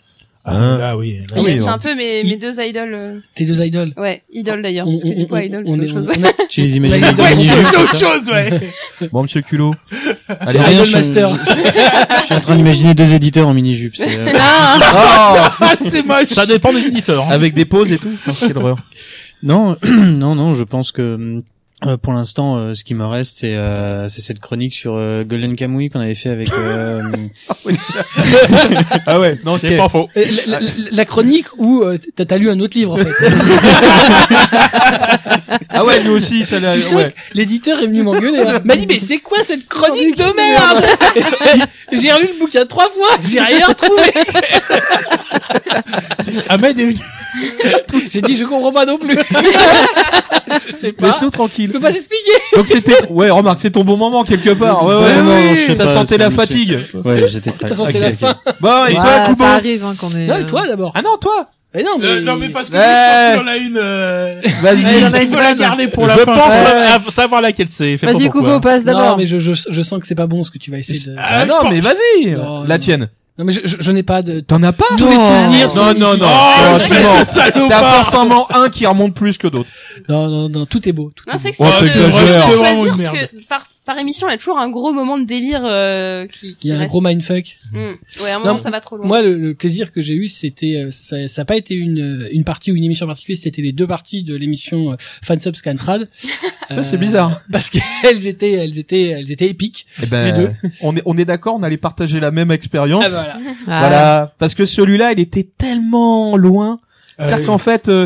B: Hein
H: Ah, Là, oui. là,
E: Il
B: oui,
E: reste
B: non.
E: un peu mes,
A: Il-
E: mes deux idoles. euh,
A: Tes deux idoles.
E: Ouais, idoles d'ailleurs.
A: On-
E: Parce que
A: on-
E: du coup,
A: on-
E: idoles,
A: on
E: c'est
A: est-
E: autre
B: [LAUGHS]
E: chose.
A: on a-
G: Tu les imagines
A: Ouais,
G: avec
A: ouais,
G: des
A: c'est
G: minijeux,
C: C'est
G: comme
C: autre
G: ça
C: chose, ouais.
B: Bon, monsieur [LAUGHS] culot. Allez,
A: Idol
G: rien, je suis-
A: Master.
G: Je suis en train d'imaginer deux éditeurs en mini-jupe. c'est, euh,
B: [LAUGHS]
C: C'est moche.
F: Ça dépend des éditeurs. hein.
B: Avec Oh. des pauses et tout. Oh, Quelle horreur.
G: Non, [CLEARS THROAT] non, non, je pense que euh, pour l'instant, euh, ce qui me reste, c'est euh, c'est cette chronique sur euh, Golden Kamuy qu'on avait fait avec. euh,
B: Ah ouais. Non,
F: C'est pas faux.
A: Euh, la, la- la chronique où euh, t'as t'as lu un autre livre en fait.
B: Ah ouais, nous aussi, ça l'a-
A: tu sais
B: ouais.
A: que l'éditeur est venu m'engueuler. hein. Il [LAUGHS] M'a dit mais c'est quoi cette chronique de merde [LAUGHS] J'ai relu le bouquin trois fois, j'ai rien [LAUGHS] retrouvé.
H: Ahmed est venu.
A: J'ai dit je comprends pas non plus. [LAUGHS] je sais pas.
B: Laisse-nous
A: Je
B: tranquille.
A: peux pas t'expliquer.
B: Donc c'était, ouais, remarque, c'est ton bon moment quelque part. Ouais, ouais,
G: Ouais, non,
B: oui,
G: je sais
B: ça
G: pas,
B: sentait
G: c'est
B: la
G: un mixé.
B: fatigue.
G: ouais, j'étais prêt.
A: Ça sentait
B: Ok,
A: la
B: ok.
A: fin.
B: Bon, et toi, Kubo
D: ça arrive hein, qu'on est.
A: Non et toi d'abord.
B: Ah non, toi.
A: Mais non mais.
H: Euh, non, mais parce que
B: Ouais.
H: je pense qu'il en a une. Euh...
D: Ouais, il y en
B: Vas-y.
D: a
H: Il
D: une
H: faut la
D: bonne.
H: garder pour la
F: je
H: fin.
F: pense
B: Euh,
D: Ouais.
F: à- à savoir laquelle c'est. Fais pas
D: Vas-y,
F: pourquoi.
D: Kubo, passe
A: Non
D: d'abord.
A: mais je, je, je sens que c'est pas bon ce que tu vas essayer de.
H: Ah.
B: Ah
H: je
B: non,
H: pense-
B: mais vas-y.
A: Non,
B: La
A: non.
B: tienne.
A: Non mais je, je, je n'ai pas de.
B: T'en as pas?
A: Tous les souvenirs. sont
B: Non, non,
A: ici.
B: non. Franchement,
H: Oh, espèce de hein.
B: T'as
H: salopard
B: forcément un qui remonte plus que d'autres.
A: Non non non tout est beau. Tout
E: Non,
A: est
E: c'est
B: Oh,
E: que c'est
B: t'exagères.
E: dur de
H: C'est vraiment
E: choisir
H: une
E: parce que par, par émission, il y a toujours un gros moment de délire euh, qui,
A: Il
E: qui
A: y a un
E: reste.
A: gros mindfuck.
E: Mm. Ouais, à un moment,
A: Non,
E: ça va trop loin.
A: Moi, le, le plaisir que j'ai eu, c'était euh, ça, ça a pas été une euh, une partie ou une émission particulière, c'était les deux parties de l'émission euh, Fansub Scantrad. Euh,
B: Ça, c'est bizarre.
A: parce qu'elles étaient [LAUGHS] elles étaient elles étaient épiques.
B: Eh
A: Les deux.
B: on est, on est d'accord, on allait partager la même expérience.
A: Ah, voilà.
D: Ah,
B: Voilà, parce que celui-là, il était tellement loin.
H: Ah
B: C'est-à-dire
H: oui.
B: qu'en fait, euh,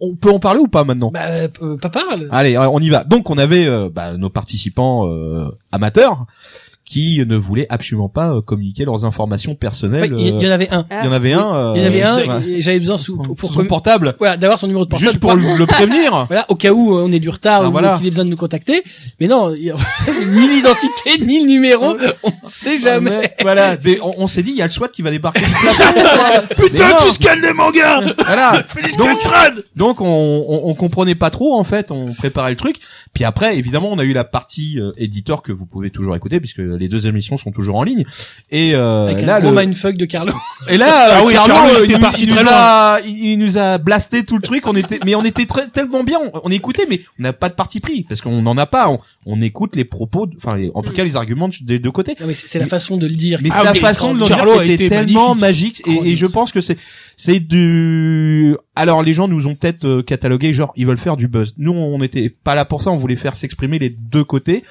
B: on peut en parler ou pas maintenant
A: Bah, euh, p- euh, pas parle.
B: Allez, euh, on y va. Donc, on avait euh, bah, nos participants euh, amateurs qui ne voulaient absolument pas euh, communiquer leurs informations
A: Enfin,
B: personnelles.
A: Il y, il y en avait un.
B: euh, il y en avait un. euh,
A: Il y en avait un.
B: ouais.
A: et J'avais besoin sous,
B: Pour,
A: pour, pour
B: son
A: commu-
B: portable,
A: voilà d'avoir son numéro de portable.
B: juste pour
A: pas-
B: le,
A: [LAUGHS]
B: le prévenir.
A: Voilà, au cas où euh, on est du retard
B: Ah,
A: ou
B: voilà.
A: qu'il ait besoin de nous contacter. Mais non, il- [LAUGHS] ni l'identité ni le numéro,
B: Euh,
A: on ne sait jamais.
B: Ah Ouais, voilà, Des- on, on s'est dit, il y a le SWAT qui va débarquer. du plafond.
A: [LAUGHS]
B: Mais
H: Putain,
B: non.
H: tu scales des mangas
B: voilà,
H: Félix
B: Donc-
H: Conrad
B: Donc on, on, on comprenait pas trop en fait, on préparait le truc. Puis après, évidemment, on a eu la partie euh, éditeur que vous pouvez toujours écouter puisque les deux émissions sont toujours en ligne. Et euh,
A: Avec
B: là,
A: un gros
B: le-
A: mindfuck de Carlo.
B: et là,
H: Ah
B: euh,
H: oui,
B: Carlo,
H: Carlo,
B: il,
H: il était
B: nous-
H: parti
B: il
H: très
B: nous a, il- il nous a blasté tout le truc. On était, mais on était très- tellement bien, on, on écoutait, mais on n'a pas de parti pris parce qu'on n'en a pas. On, on écoute les propos, de- enfin les- en tout
E: Mm.
B: cas les arguments des deux côtés.
A: Non, mais c'est c'est la façon de le dire.
B: Mais
A: qui
B: c'est
H: Ah,
B: la
H: mais
B: façon de le
H: Carlo
B: dire
H: a
B: qui était
H: été
B: tellement magique et, et je
A: Magnifique.
B: pense que c'est c'est du alors les gens nous ont peut-être euh, catalogué genre ils veulent faire du buzz. Nous on n'était pas là pour ça, on voulait faire s'exprimer les deux côtés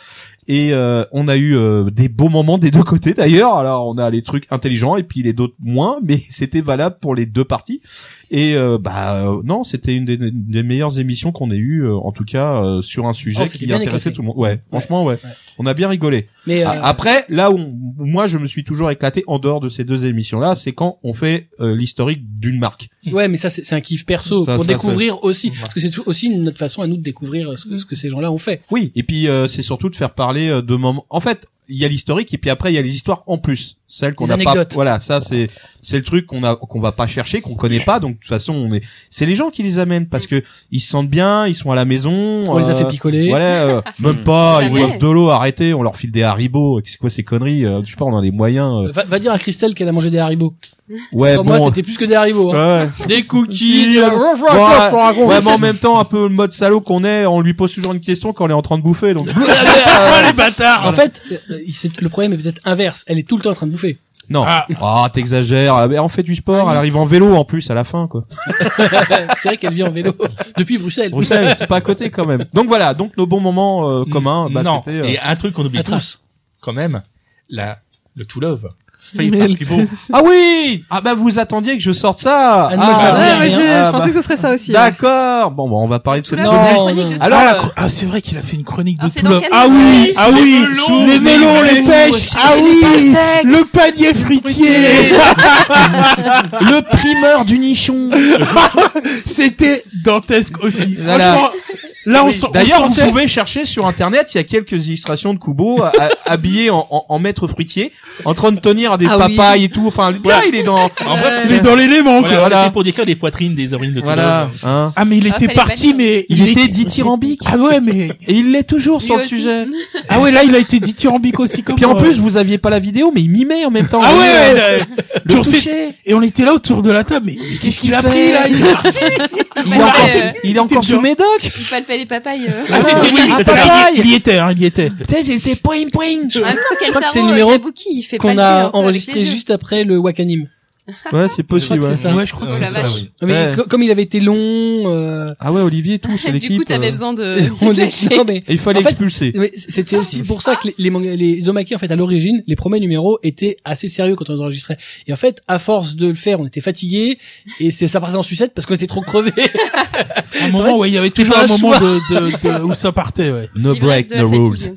B: et euh, on a eu euh, des beaux moments des deux côtés d'ailleurs. Alors on a les trucs intelligents et puis les d'autres moins, [LAUGHS] mais c'était valable pour les deux parties. Et euh, bah euh, non, c'était une des, des meilleures émissions qu'on ait eues euh, en tout cas euh, sur un sujet
A: Oh, c'était
B: qui
A: bien
B: intéressait
A: éclaté.
B: tout le monde. Ouais, franchement ouais.
A: Ouais.
B: On a bien rigolé.
A: Mais euh,
B: Ah, Après, là où on- où moi je me suis toujours éclaté en dehors de ces deux émissions-là, c'est quand on fait euh, l'historique d'une marque.
A: ouais, mais ça c'est c'est un kiff perso
B: Ça,
A: pour
B: ça,
A: découvrir aussi,
B: Ouais.
A: parce que c'est tout- aussi notre façon à nous de découvrir ce que, ce que ces gens-là ont fait.
B: Oui, et puis euh, c'est surtout de faire parler euh, de moments. En fait, il y a l'historique et puis après il y a les histoires en plus, celles qu'on
A: Les
B: n'a pas.
A: anecdotes.
B: Voilà, ça c'est c'est le truc qu'on a qu'on va pas chercher, qu'on connaît pas. Donc de toute façon, on est c'est les gens qui les amènent parce que ils se sentent bien, ils sont à la maison.
A: On les a fait
B: euh,
A: picoler.
B: Voilà,
A: [LAUGHS]
B: euh, même pas, ils
E: Jamais.
B: boivent de l'eau, arrêtez, on leur file des haribots, c'est quoi ces conneries, euh, je sais pas, on a des moyens. euh.
A: Va, va dire à Christelle qu'elle a mangé des haribots.
B: Ouais,
A: Pour
B: Eh bon.
A: moi, c'était plus que des haribots. Hein.
B: ouais.
A: [LAUGHS] Des
B: cookies, euh, Ouais, mais en même temps, un peu le mode salaud qu'on est, on lui pose toujours une question quand on est en train de bouffer. Donc
F: [LAUGHS]
H: Ah,
F: Oh,
H: les bâtards
A: En fait, euh, c'est- le problème est peut-être inverse. Elle est tout le temps en train de bouffer.
B: non. Ah,
H: Ah.
B: t'exagères. Mais on fait du sport. Elle
E: Ah, mais-
B: arrive en vélo en plus à la fin, quoi.
A: c'est vrai qu'elle vit en vélo [LAUGHS] depuis Bruxelles.
B: Bruxelles, c'est pas à côté quand même. Donc voilà. Donc nos bons moments euh, communs, bah,
F: Mm, non.
B: c'était. euh,
F: Et un truc qu'on oublie
A: Attends.
F: tous, quand même, la, le To Love. Fait par
D: mais [LAUGHS] le-
F: Kubo.
B: Ah oui. Ah bah vous attendiez que je sorte ça.
A: Ah, non, je m'attendais
D: Ouais,
A: rien.
D: mais je,
B: Ah,
D: je
B: bah,
D: pensais que ce serait ça aussi. hein. ouais.
B: D'accord. Bon, bah, on va parler de cette.
E: Là,
A: Non,
E: la
A: non.
E: chronique de-
H: Alors, la
B: euh,
H: chro- ah, c'est vrai qu'il a fait une chronique de
E: Alors, c'est
H: tout
E: dans
H: le-
E: quel-
H: Ah oui, ah oui, sous les melons, les pêches, ah oui, le panier fruitier.
B: Le primeur du nichon.
H: [LAUGHS] C'était dantesque aussi.
B: Voilà.
H: Franchement, Là, on s'en- on
B: D'ailleurs, vous
H: sentait-
B: pouvez chercher sur internet, il y a quelques illustrations de Kubo à- [LAUGHS] habillé en, en, en maître fruitier, en train de tenir des
I: Ah oui.
B: papayes et tout. Enfin, le gars, il est dans.
F: En bref,
H: Il est dans l'élément,
F: voilà,
H: quoi.
B: voilà.
F: c'était pour décrire les poitrines des origines de
B: Voilà.
F: Toulouse.
B: Hein.
H: Ah, mais il
E: Ah,
H: était
E: fallait
H: parti,
E: pas le
H: mais
B: Il, était dithyrambique.
H: Ah ouais, mais
B: Et il l'est toujours sur
E: Lui
B: le
E: aussi. Mmh.
B: sujet.
H: ah ouais, là, il a été dithyrambique aussi comme.
B: Puis en
H: euh,
B: plus, vous aviez pas la vidéo, mais il mimait en même temps.
H: ah ouais, ouais,
B: Euh,
H: là,
B: le
H: sur ses-
B: toucher.
H: et on était là autour de la table. Mais, mais qu'est-ce qu'il a pris là Il est parti.
B: Il est
E: Ouais,
B: encore,
E: euh,
B: sous- il est encore
H: t'es
B: sous
H: bien.
B: médoc.
E: Il palpait les papayes. euh.
H: Ah, c'était lui,
B: ah,
H: c'était lui.
B: pareil.
H: Il y était, hein, il y était.
B: Putain, il était poing poing.
E: En même temps,
A: [LAUGHS] Je crois que c'est le
E: Kentaro,
A: numéro
E: euh, Kabuki, il fait
A: qu'on
E: palper un peu
A: a
E: avec les
A: enregistré
E: yeux.
A: juste après le Wakanim.
B: Ouais, c'est
A: possible,
B: possible.
A: ouais. Ça.
H: Ouais, je crois que
E: Oh
H: c'est
E: la
H: ça.
E: vache.
A: Mais
B: Ouais.
A: co- comme il avait été long,
E: [LAUGHS]
A: euh,
B: Ah ouais, Olivier et tout, c'est l'équipe.
E: Du coup, t'avais
B: euh,
E: besoin de, de
A: on
E: te
A: est,
E: lâcher.
A: non, mais,
B: et Il fallait
A: En fait-
B: expulser.
A: mais c'était aussi pour ça que les, les, mangas- les omaki en fait à l'origine, les premiers numéros étaient assez sérieux quand on les enregistrait. Et en fait, à force de le faire, on était fatigués et c'est ça partait en sucette parce qu'on était trop crevés.
H: Un moment, ouais, il y avait toujours
A: pas
H: un
A: un
H: moment de, de, de- où ça partait, ouais.
B: No
E: L'ivresse de la fatigue.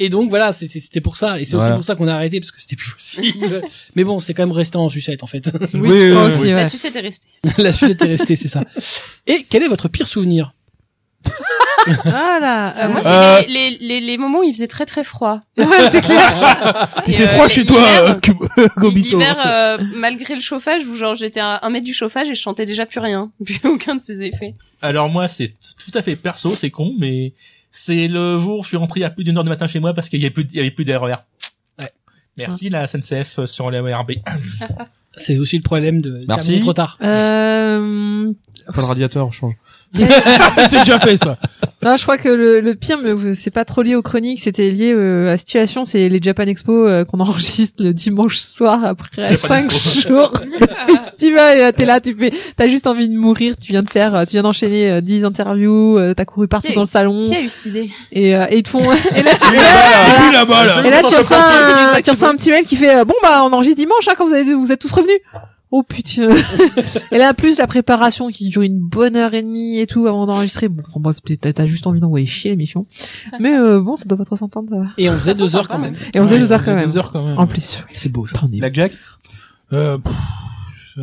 A: Et donc voilà, c'est- c'est- c'était pour ça et c'est aussi
B: Voilà.
A: pour ça qu'on a arrêté parce que c'était plus possible. [LAUGHS] mais bon, c'est quand même resté en sucette en fait. [LAUGHS]
D: Oui,
B: Oui,
D: je
F: Euh,
D: crois
B: oui,
D: aussi,
B: oui.
D: ouais.
E: La sucette est restée.
A: La sucette est restée, c'est ça. Et quel est votre pire souvenir
D: Voilà.
E: Euh, moi, c'est
B: Euh.
E: les, les, les, les moments où il faisait très très froid.
D: Ouais, c'est clair.
H: Ah, Il
E: Et,
H: fait
E: euh,
H: froid
E: les-
H: chez toi,
E: l'hiver,
H: euh, Cube-
E: [LAUGHS]
H: Gobito.
E: L'hiver, euh, malgré le chauffage, où genre j'étais à un mètre du chauffage et je chantais déjà plus rien, [LAUGHS] plus aucun de ses effets.
F: Alors moi, c'est t- tout à fait perso, c'est con, mais c'est le jour où je suis rentré à plus d'une heure du matin chez moi parce qu'il y avait plus, d- il y avait plus d'RER. Merci la SNCF sur la RB.
A: C'est aussi le problème de
B: Merci.
A: terminer trop tard.
D: [LAUGHS] Euh...
B: Pas le radiateur, on change.
H: [LAUGHS] c'est déjà fait, ça.
D: Non, je crois que le, le pire, mais vous- c'est pas trop lié aux chroniques, c'était lié euh, à la situation, c'est les Japan Expo euh, qu'on enregistre le dimanche soir après
F: Japan
D: cinq
F: Expo.
D: [LAUGHS] jours de festival. Et là, t'es là, tu fais, t'as juste envie de mourir, tu viens de faire, euh, tu viens d'enchaîner euh, 10 interviews, euh, t'as couru partout
E: Qui-
D: dans le salon,
E: Qui a eu cette [LAUGHS] idée
D: et, euh, et ils te font, [LAUGHS] et là, tu,
H: C'est lui là-bas, là.
D: et là, tu reçois,
E: c'est
D: un,
E: du
D: tu reçois un petit mail qui fait, euh, bon, bah, on enregistre dimanche, hein, quand vous avez, vous êtes tous revenus. Oh putain. et là, plus la préparation qui dure une bonne heure et demie et tout avant d'enregistrer. Bon, enfin, bref, t'es- t'as t'as juste envie d'envoyer chier l'émission. Mais euh, bon, ça doit pas trop s'entendre. ça va.
A: Et on faisait
E: Ça
A: deux heures
E: sympa,
A: quand même.
D: Et on faisait
H: Ouais,
D: deux heures quand
H: faisait
D: même.
H: Deux heures quand même.
D: En plus.
A: C'est beau ça.
D: Putain, on est-
B: Blackjack
H: Euh, pff, euh,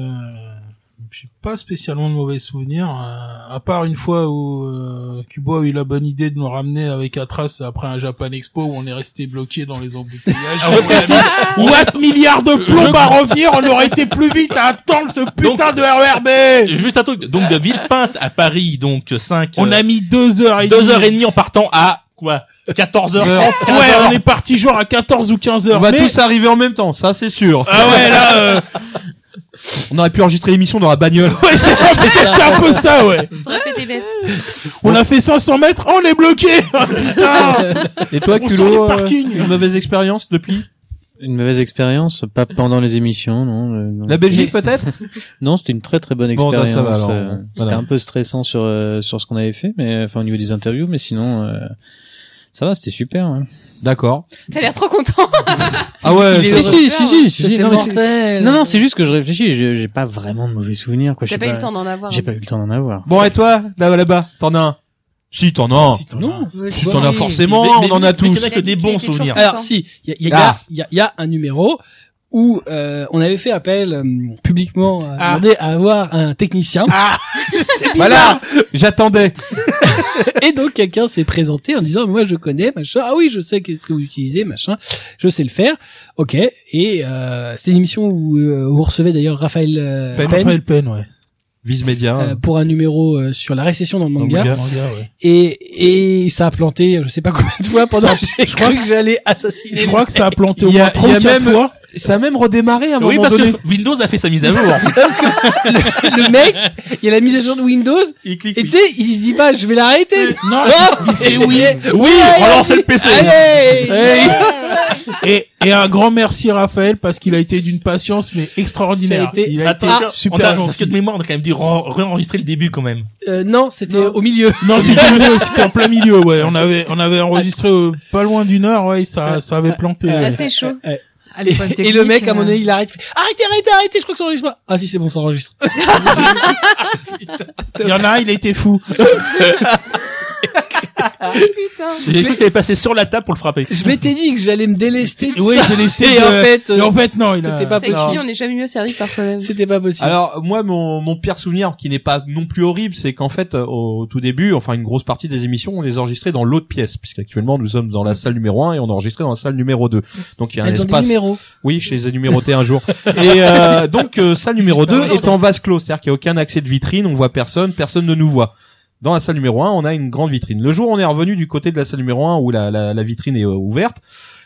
H: j'ai pas spécialement de mauvais souvenirs, euh, à part une fois où euh, Cubo a eu la bonne idée de nous ramener avec Atras après un Japan Expo où on est resté bloqué dans les embouteillages.
F: Ah ouais,
H: [LAUGHS] On a mis What milliards de plombs à revenir, on aurait été plus vite à attendre ce putain de E RERB
F: Juste un truc, donc de Villepinte à Paris, donc 5
H: On a mis deux heures et
F: deux
H: demie.
F: heures et demie en partant à quoi 14h30
H: Ouais, on est parti genre à 14 ou 15
B: On
H: heures.
B: va
H: mais-
B: tous arriver en même temps, ça c'est
H: [LAUGHS]
B: sûr.
H: Ah ouais, là, euh,
B: On aurait pu enregistrer l'émission dans la bagnole.
H: ouais, c'est- c'était un peu ça, ouais.
E: Ça aurait pété bête.
H: On a fait 500 mètres, oh, on est bloqué. Putain.
B: Et toi,
H: On sort
B: Culo,
H: du
B: euh,
H: parking.
B: une mauvaise expérience depuis
G: Une mauvaise expérience, pas pendant les émissions, non. euh, non.
B: La Belgique peut-être
G: Non, c'était une très très bonne
B: Bon, bah,
G: expérience.
B: ça va, alors,
G: euh,
B: voilà.
G: C'était un peu stressant sur euh, sur ce qu'on avait fait, mais enfin au niveau des interviews, mais sinon euh, ça va, c'était super. hein. Euh,
B: D'accord.
E: T'as l'air trop content.
B: Ah
A: Il
B: ouais,
A: est
B: c'est-
G: Si,
A: heureux.
G: si, si, si, si,
A: C'était
G: non, mais c'est-
A: mortel.
G: Non, non, c'est juste que je réfléchis. je- J'ai pas vraiment de mauvais souvenirs, quoi. je
E: J'ai
G: sais
E: pas eu le temps d'en avoir.
I: hein.
G: J'ai pas eu le temps d'en avoir.
B: Bon et toi, là- là-bas, t'en as un Si, t'en as
G: [LAUGHS]
B: un.
A: Non.
B: Si t'en as
A: Oui.
B: forcément,
F: Mais- mais
B: on en a
F: vu- vu
B: tous.
F: qu'il y en a que des bons souvenirs.
A: Alors si, il y a, il y, a,
B: Ah.
A: il y, a, il y a un numéro où euh, on avait fait appel euh, publiquement à
H: Ah.
A: demander à avoir un technicien
B: Voilà, j'attendais.
A: et donc quelqu'un s'est présenté en disant moi je connais machin ah oui je sais qu'est-ce que vous utilisez machin je sais le faire ok et euh, c'était une émission où, euh, où on recevait d'ailleurs Raphaël euh,
B: Pen.
A: Pen,
H: Raphaël Pen, ouais.
B: Vise Média.
A: euh, pour un numéro euh, sur la récession dans le manga
B: manga.
H: Manga, ouais.
A: et et ça a planté je sais pas combien de fois pendant que j'ai cru que j'allais assassiner
H: Je crois que ça a planté au
B: Il y a-
H: moins
B: il y a
H: 34
B: même-
H: fois.
B: Ça a même redémarré à un
F: Oui,
B: moment
F: parce
B: donné.
F: que Windows a fait sa mise à jour.
A: parce que le, le mec il y a la mise à jour de Windows
F: Il clique.
A: Et tu sais, il se dit pas, je vais l'arrêter. [LAUGHS] Ah,
H: Non,
A: c'est Eh oui.
B: Oui, relancer le PC.
A: Allez
B: Hey.
H: et, et un grand merci Raphaël parce qu'il a été d'une patience mais extraordinaire.
A: Ça a été-
H: Il a été
F: Attention, ah, on a,
H: super
F: parce que de
H: gentil.
F: mémoire, on a quand même dû re- réenregistrer le début quand même.
A: Euh, non, c'était au milieu.
H: Non, c'était au milieu, c'était en plein milieu, ouais. On avait, on avait enregistré euh, pas loin d'une heure, ouais, ça, ça avait planté.
A: Euh,
H: ouais.
E: Assez chaud.
A: Euh,
D: à
A: Et,
D: l'époque
A: et le
D: technique,
A: mec, à
D: euh,
A: mon avis, il arrête. il fait, arrêtez, arrêtez, arrêtez, je crois que ça enregistre pas. Ah si, c'est bon, ça enregistre.
H: Il y en a, un, il était fou.
I: Ah,
E: [LAUGHS]
I: Putain.
F: J'ai cru qu'il allait passer sur la table pour le frapper.
A: Je m'étais dit que j'allais me délester de
H: Oui,
A: ça.
H: je l'ai laissé,
A: Et en
H: euh,
A: fait,
H: et en fait, non, il a...
A: c'était pas
E: C'est
A: possible.
E: fini, on n'est jamais mieux servi que par soi-même.
A: C'était pas possible.
B: Alors moi mon, mon pire souvenir qui n'est pas non plus horrible c'est qu'en fait euh, au tout début enfin une grosse partie des émissions on les enregistrait dans l'autre pièce puisqu'actuellement nous sommes dans la salle numéro 1 et on enregistrait dans la salle numéro 2. Donc il y a un
A: Elles ont des
B: espace
A: numéros.
B: Oui, je les ai numérotés un jour. Et euh, donc euh, salle numéro 2 est en vase clos, c'est-à-dire qu'il n'y a aucun accès de vitrine, on voit personne, personne ne nous voit. Dans la salle numéro 1, on a une grande vitrine. Le jour où on est revenu du côté de la salle numéro 1 où la, la, la vitrine est euh, ouverte,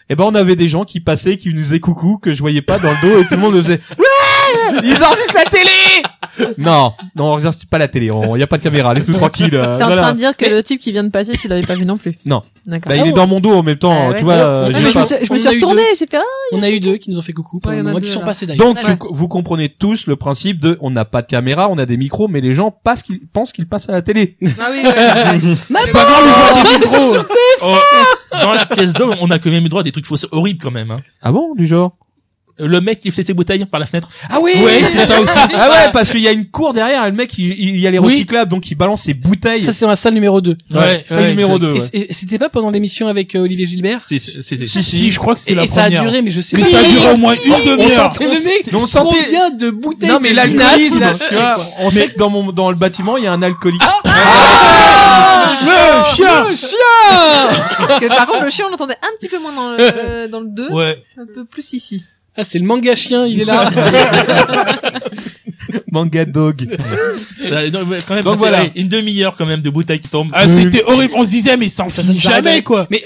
B: eh ben on avait des gens qui passaient, qui nous faisaient coucou, que je voyais pas dans le dos et tout le monde faisait Ouais Ils enregistrent la télé Non, non, on enregistre pas la télé, il n'y a pas de caméra, laisse-nous tranquille. euh,
I: T'es en
B: voilà.
I: train de dire que le type qui vient de passer, tu l'avais pas vu non plus.
B: Non.
I: D'accord.
B: Bah, il est dans mon dos en même temps,
I: Ah ouais.
B: tu vois. euh,
A: Ah,
B: j'ai
I: Ah, mais je
B: pas-
I: me suis, je me
A: On
I: suis
A: a eu
I: retournée, j'ai fait, ah,
A: On a eu deux qui nous ont fait coucou pendant
I: Ouais, il y
A: un
I: en a
A: moment, qui
I: deux,
A: sont
I: là.
A: passés d'ailleurs.
B: Donc
E: Ouais.
B: tu- vous comprenez tous le principe de on n'a pas de caméra, on a des micros, mais les gens passent qu'ils pensent qu'ils passent à la télé.
I: Bah
E: Ah oui, ouais.
F: Oh, dans la pièce d'eau, on a quand même eu droit à des trucs faux, horribles quand même. hein.
B: Ah bon du genre
F: Le mec qui fait ses bouteilles par la fenêtre.
B: Ah oui
F: Ouais, c'est ça aussi.
B: Ah ouais parce qu'il y a une cour derrière et le mec il, il y a les
A: Oui.
B: recyclables donc il balance ses bouteilles.
A: Ça, c'était dans la salle numéro 2.
H: Ouais,
B: c'est
H: ouais,
B: numéro
H: exact.
B: 2.
A: Et c- Et c'était pas pendant l'émission avec euh, Olivier Gilbert
F: C'est, c'est, c'est,
H: Si, si, je crois que
A: Et,
H: c'était la
A: et ça a
H: première.
A: duré, mais je sais
H: Mais
A: pas.
H: ça a duré au moins une demi-heure.
A: Et le mec,
B: Mais on
A: trop
B: sentait-
A: bien de bouteilles.
B: Non mais
A: de
B: l'alcoolisme,
A: vinasse,
B: tu
A: quoi.
B: vois, on sait que dans mon dans le bâtiment il y a un alcoolique. Ah,
H: Le chien
A: Le chien
I: parce que par contre, le chien, on l'entendait un petit peu moins dans le, dans le 2,
H: Ouais.
I: un peu plus ici.
A: Ah, c'est le manga chien, il est là.
B: Manga dog.
F: Euh, non, ouais, quand même,
B: Donc
F: c'est-
B: voilà.
F: ouais, une demi-heure quand même de bouteilles qui tombent.
H: Ah, c'était horrible. On se disait, mais ça en
A: Ça,
H: ça,
A: ça nous
H: jamais,
A: arrête.
H: quoi.
A: Mais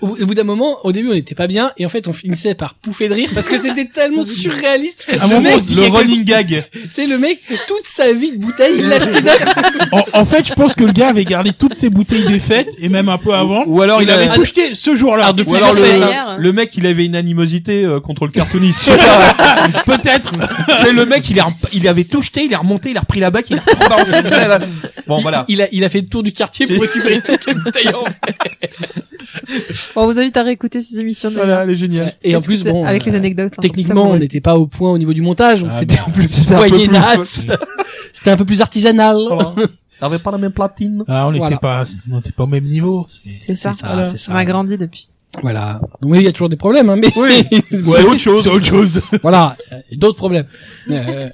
A: au, au bout d'un moment, au début, on n'était pas bien, et en fait, on finissait par pouffer de rire parce que c'était tellement surréaliste.
H: À un moment, on se dit, il y
B: Le
H: a quelque-
B: running gag.
A: Tu sais, le mec, toute sa vie de bouteille, il l'achetait d'un coup.
H: en, en fait, je pense que le gars avait gardé toutes ses bouteilles des fêtes et même un peu avant.
B: Ou alors il,
H: il avait
B: a-
H: tout jeté ce jour-là.
E: de-
B: ou
E: C'est
B: alors
E: ça, c'est
B: le,
E: ailleurs.
B: le mec il avait une animosité euh, contre le cartooniste. Je sais pas.
H: [LAUGHS] Peut-être.
B: C'est le mec, il, est rem- il avait tout jeté, il est remonté, il a repris la bague, il a rebalancé. tout ça, là. Bon, voilà.
A: Il a, il a fait le tour du quartier pour récupérer toutes les bouteilles en
I: Bon, on vous invite à réécouter ces émissions. d'ailleurs.
B: elle est géniale.
A: Et en
I: Parce que
A: plus,
I: c'est-
A: bon.
I: Avec
A: euh,
I: les anecdotes. hein, comme ça,
A: Techniquement,
I: vous
A: on
I: voyez.
A: n'était pas au point au niveau du montage, donc
H: Ah,
A: c'était [LAUGHS] en plus
B: un peu plus- Oh.
A: moyennasse. [LAUGHS] C'était un peu plus artisanal.
B: T'avais pas la même platine.
H: Ah, on n'était
A: Voilà.
H: pas, on n'était pas au même niveau. C'est-
I: C'est ça.
A: C'est ça,
I: Voilà.
A: c'est ça.
I: On a grandi depuis.
A: Voilà. Donc oui, il y a toujours des problèmes, hein, mais [LAUGHS]
H: C'est autre chose. C'est autre chose.
A: voilà, euh, d'autres problèmes. Euh,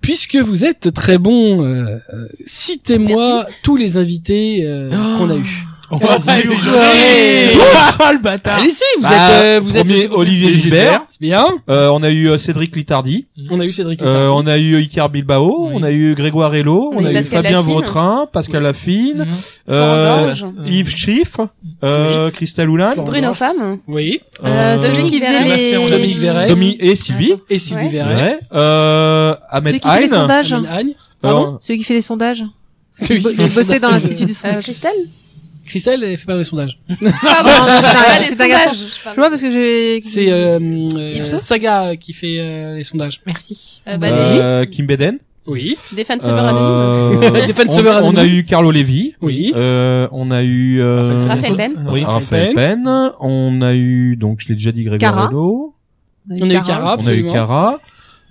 A: Puisque vous êtes très bon, euh, euh, citez-moi tous les invités euh,
I: Oh.
A: qu'on a eus.
H: On
A: Ah,
H: va
A: c'est
H: les
A: horrible.
H: jouer. Ah, le bâtard.
A: Allez-y, vous
B: Bah,
A: êtes, euh, vous êtes
B: premier, Olivier Gilbert.
A: C'est bien.
B: Euh, on a eu euh, Cédric Littardi.
A: On a eu Cédric.
B: Euh,
A: Letard.
B: on a eu Icar Bilbao.
A: Oui.
B: On a eu Grégoire Hello.
E: On
B: On
E: a
B: a
E: eu
B: eu
E: Pascal
B: Fabien
E: Lafine.
B: Vautrin. Pascal Lafine.
F: Mhm.
B: Euh,
E: Florent Gorge.
B: Yves Schiff. Euh, Christelle Houlin.
A: Florent
E: Bruno Femme.
A: Oui.
B: euh,
I: celui qui faisait
E: Sébastien,
I: les...
A: Dominique Verret.
B: Domi et Sylvie.
A: Et Sylvie
E: Ouais.
A: Verret.
B: Ouais. Euh, Ahmed
I: Celui qui fait les
B: Hain.
I: sondages.
A: Amine Agne.
B: Euh,
A: Pardon
I: Celui qui fait les
A: [LAUGHS]
I: sondages.
A: Celui
I: Bo-
A: qui fait
I: Il
A: les
I: bossait dans
A: sondages.
I: l'Institut du
E: Euh,
I: sondage.
E: Christelle
A: Christelle, elle fait pas les sondages.
E: Pardon, c'est un-
I: Ah, c'est
E: les
I: un garçon.
E: sondages, je
I: Je
E: parle.
I: vois parce que j'ai...
A: Euh, C'est euh, euh,
E: Ipsos
A: Saga qui fait euh, les sondages.
I: Merci.
E: Euh, bah, des-
B: Euh, Kim Beden.
A: Oui.
E: Des fans super anonymes.
B: Euh,
A: Des fans de
B: on-
A: Summer
B: on a
A: Anonyme.
B: eu Carlo Levi.
A: Oui.
B: Euh, on a eu euh,
E: Raphaël Ben.
B: Oui,
G: Ah.
A: Raphaël
B: Raphaël Penn. On a eu, donc je l'ai déjà dit
I: Cara.
B: Grégoire Hello.
A: On a eu Cara.
B: On a eu
A: Absolument.
B: Cara.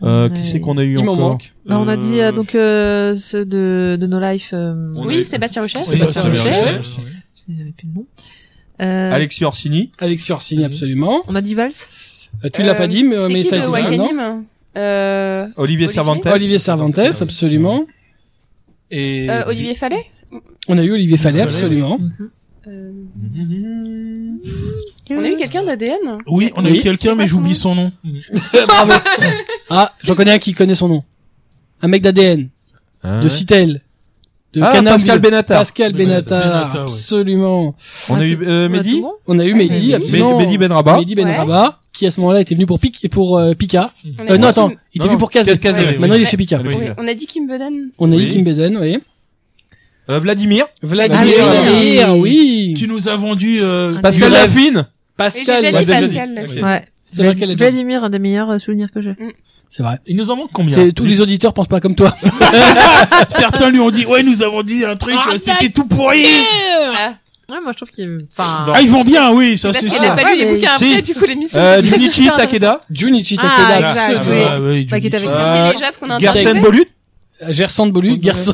B: Euh,
I: On a
B: qui
I: eu-
B: c'est qu'on a eu
A: Il m'en
B: encore
A: manque.
I: Bah, on a dit euh, donc euh, ceux de, de No Life. Euh,
B: On a eu-
E: Oui, Sébastien Rocher.
A: Sébastien
F: c'est bien.
A: Rocher.
I: j'avais plus le nom. Euh,
B: Alexis Orsini.
A: Alexis
I: Mm-hmm.
A: Orsini, absolument.
I: On a dit Valls.
A: Euh, Tu l'as pas dit, mais, mais ça a
E: de
A: été dit, non
E: Wakanim euh,
B: Olivier,
E: Olivier.
B: Cervantes.
A: Olivier Cervantes, absolument.
F: Et
E: euh, Olivier Fallet
A: On a eu Olivier Fallet,
H: Fallet,
B: [LAUGHS]
A: absolument. [LAUGHS]
E: euh,
B: Mhm.
E: On a eu quelqu'un
A: Euh,
E: d'ADN
H: Oui, on a
A: Oui.
H: eu quelqu'un, mais j'oublie son nom.
A: Bravo. Ah, j'en connais un qui connaît son nom. Un mec d'ADN,
B: Ah,
A: de
B: ouais.
A: Citel, de
B: Ah,
A: Canal
B: Pascal Benatar.
A: Pascal
H: Benatar,
A: Benatar,
H: Benatar, ouais.
A: absolument.
B: On a eu euh,
I: On a tout
B: Mehdi.
I: bon
A: On a eu
I: Mehdi.
A: Mehdi, absolument.
B: Mehdi Benrabah.
A: Mehdi Ben
E: Ouais.
A: Rabah, qui à ce moment-là était venu pour Pic et pour euh, Pika.
E: On a
A: Euh,
E: dit
A: non, attends,
E: Kim-
A: il
B: Non,
A: était venu
B: non,
A: pour Kazé.
B: Kazé, oui, oui.
A: Maintenant, il est chez Pika.
B: Oui.
E: oui, On a dit Kim Beden.
A: On a eu
B: Oui.
A: Kim Beden, oui.
B: Euh, Vladimir.
A: Vladimir,
I: Vladimir.
A: oui.
H: Tu nous as vendu, euh,
B: Pascal
A: Oui.
B: Lafine.
E: Et j'ai déjà
A: Pascal, Ah,
E: dit
B: Beden.
E: Pascal. là.
B: Ok.
I: Ouais.
A: C'est vrai qu'elle est bien.
I: Vladimir, un des meilleurs euh, souvenirs que j'ai.
A: c'est vrai.
F: il nous en manque combien
A: C'est tous les auditeurs pensent pas comme toi.
H: [LAUGHS] certains lui ont dit, ouais, nous avons dit un truc,
E: Ah,
H: euh, c'était tout pourri.
E: Ah,
I: Ouais, moi je trouve qu'il. Enfin.
H: Ah, ils vont bien, oui, ça
E: Parce
H: c'est
E: qu'elle n'a
H: ça.
E: pas lu
I: Ouais,
E: les
I: mais-
E: bouquins
B: Si.
E: après, du coup, l'émission.
B: Euh,
E: c'était
B: Junichi
E: super intéressant.
B: Takeda.
A: Junichi
I: Ah,
A: Takeda.
I: exact,
H: Ah,
I: oui.
H: bah, oui,
I: Bah, qui est
A: Ah,
H: Junichi.
I: avec
A: Euh,
E: C'est les Jap qu'on a
B: Garcène
E: interviewés.
B: Bolut.
A: Gersand Bolud, Gersand,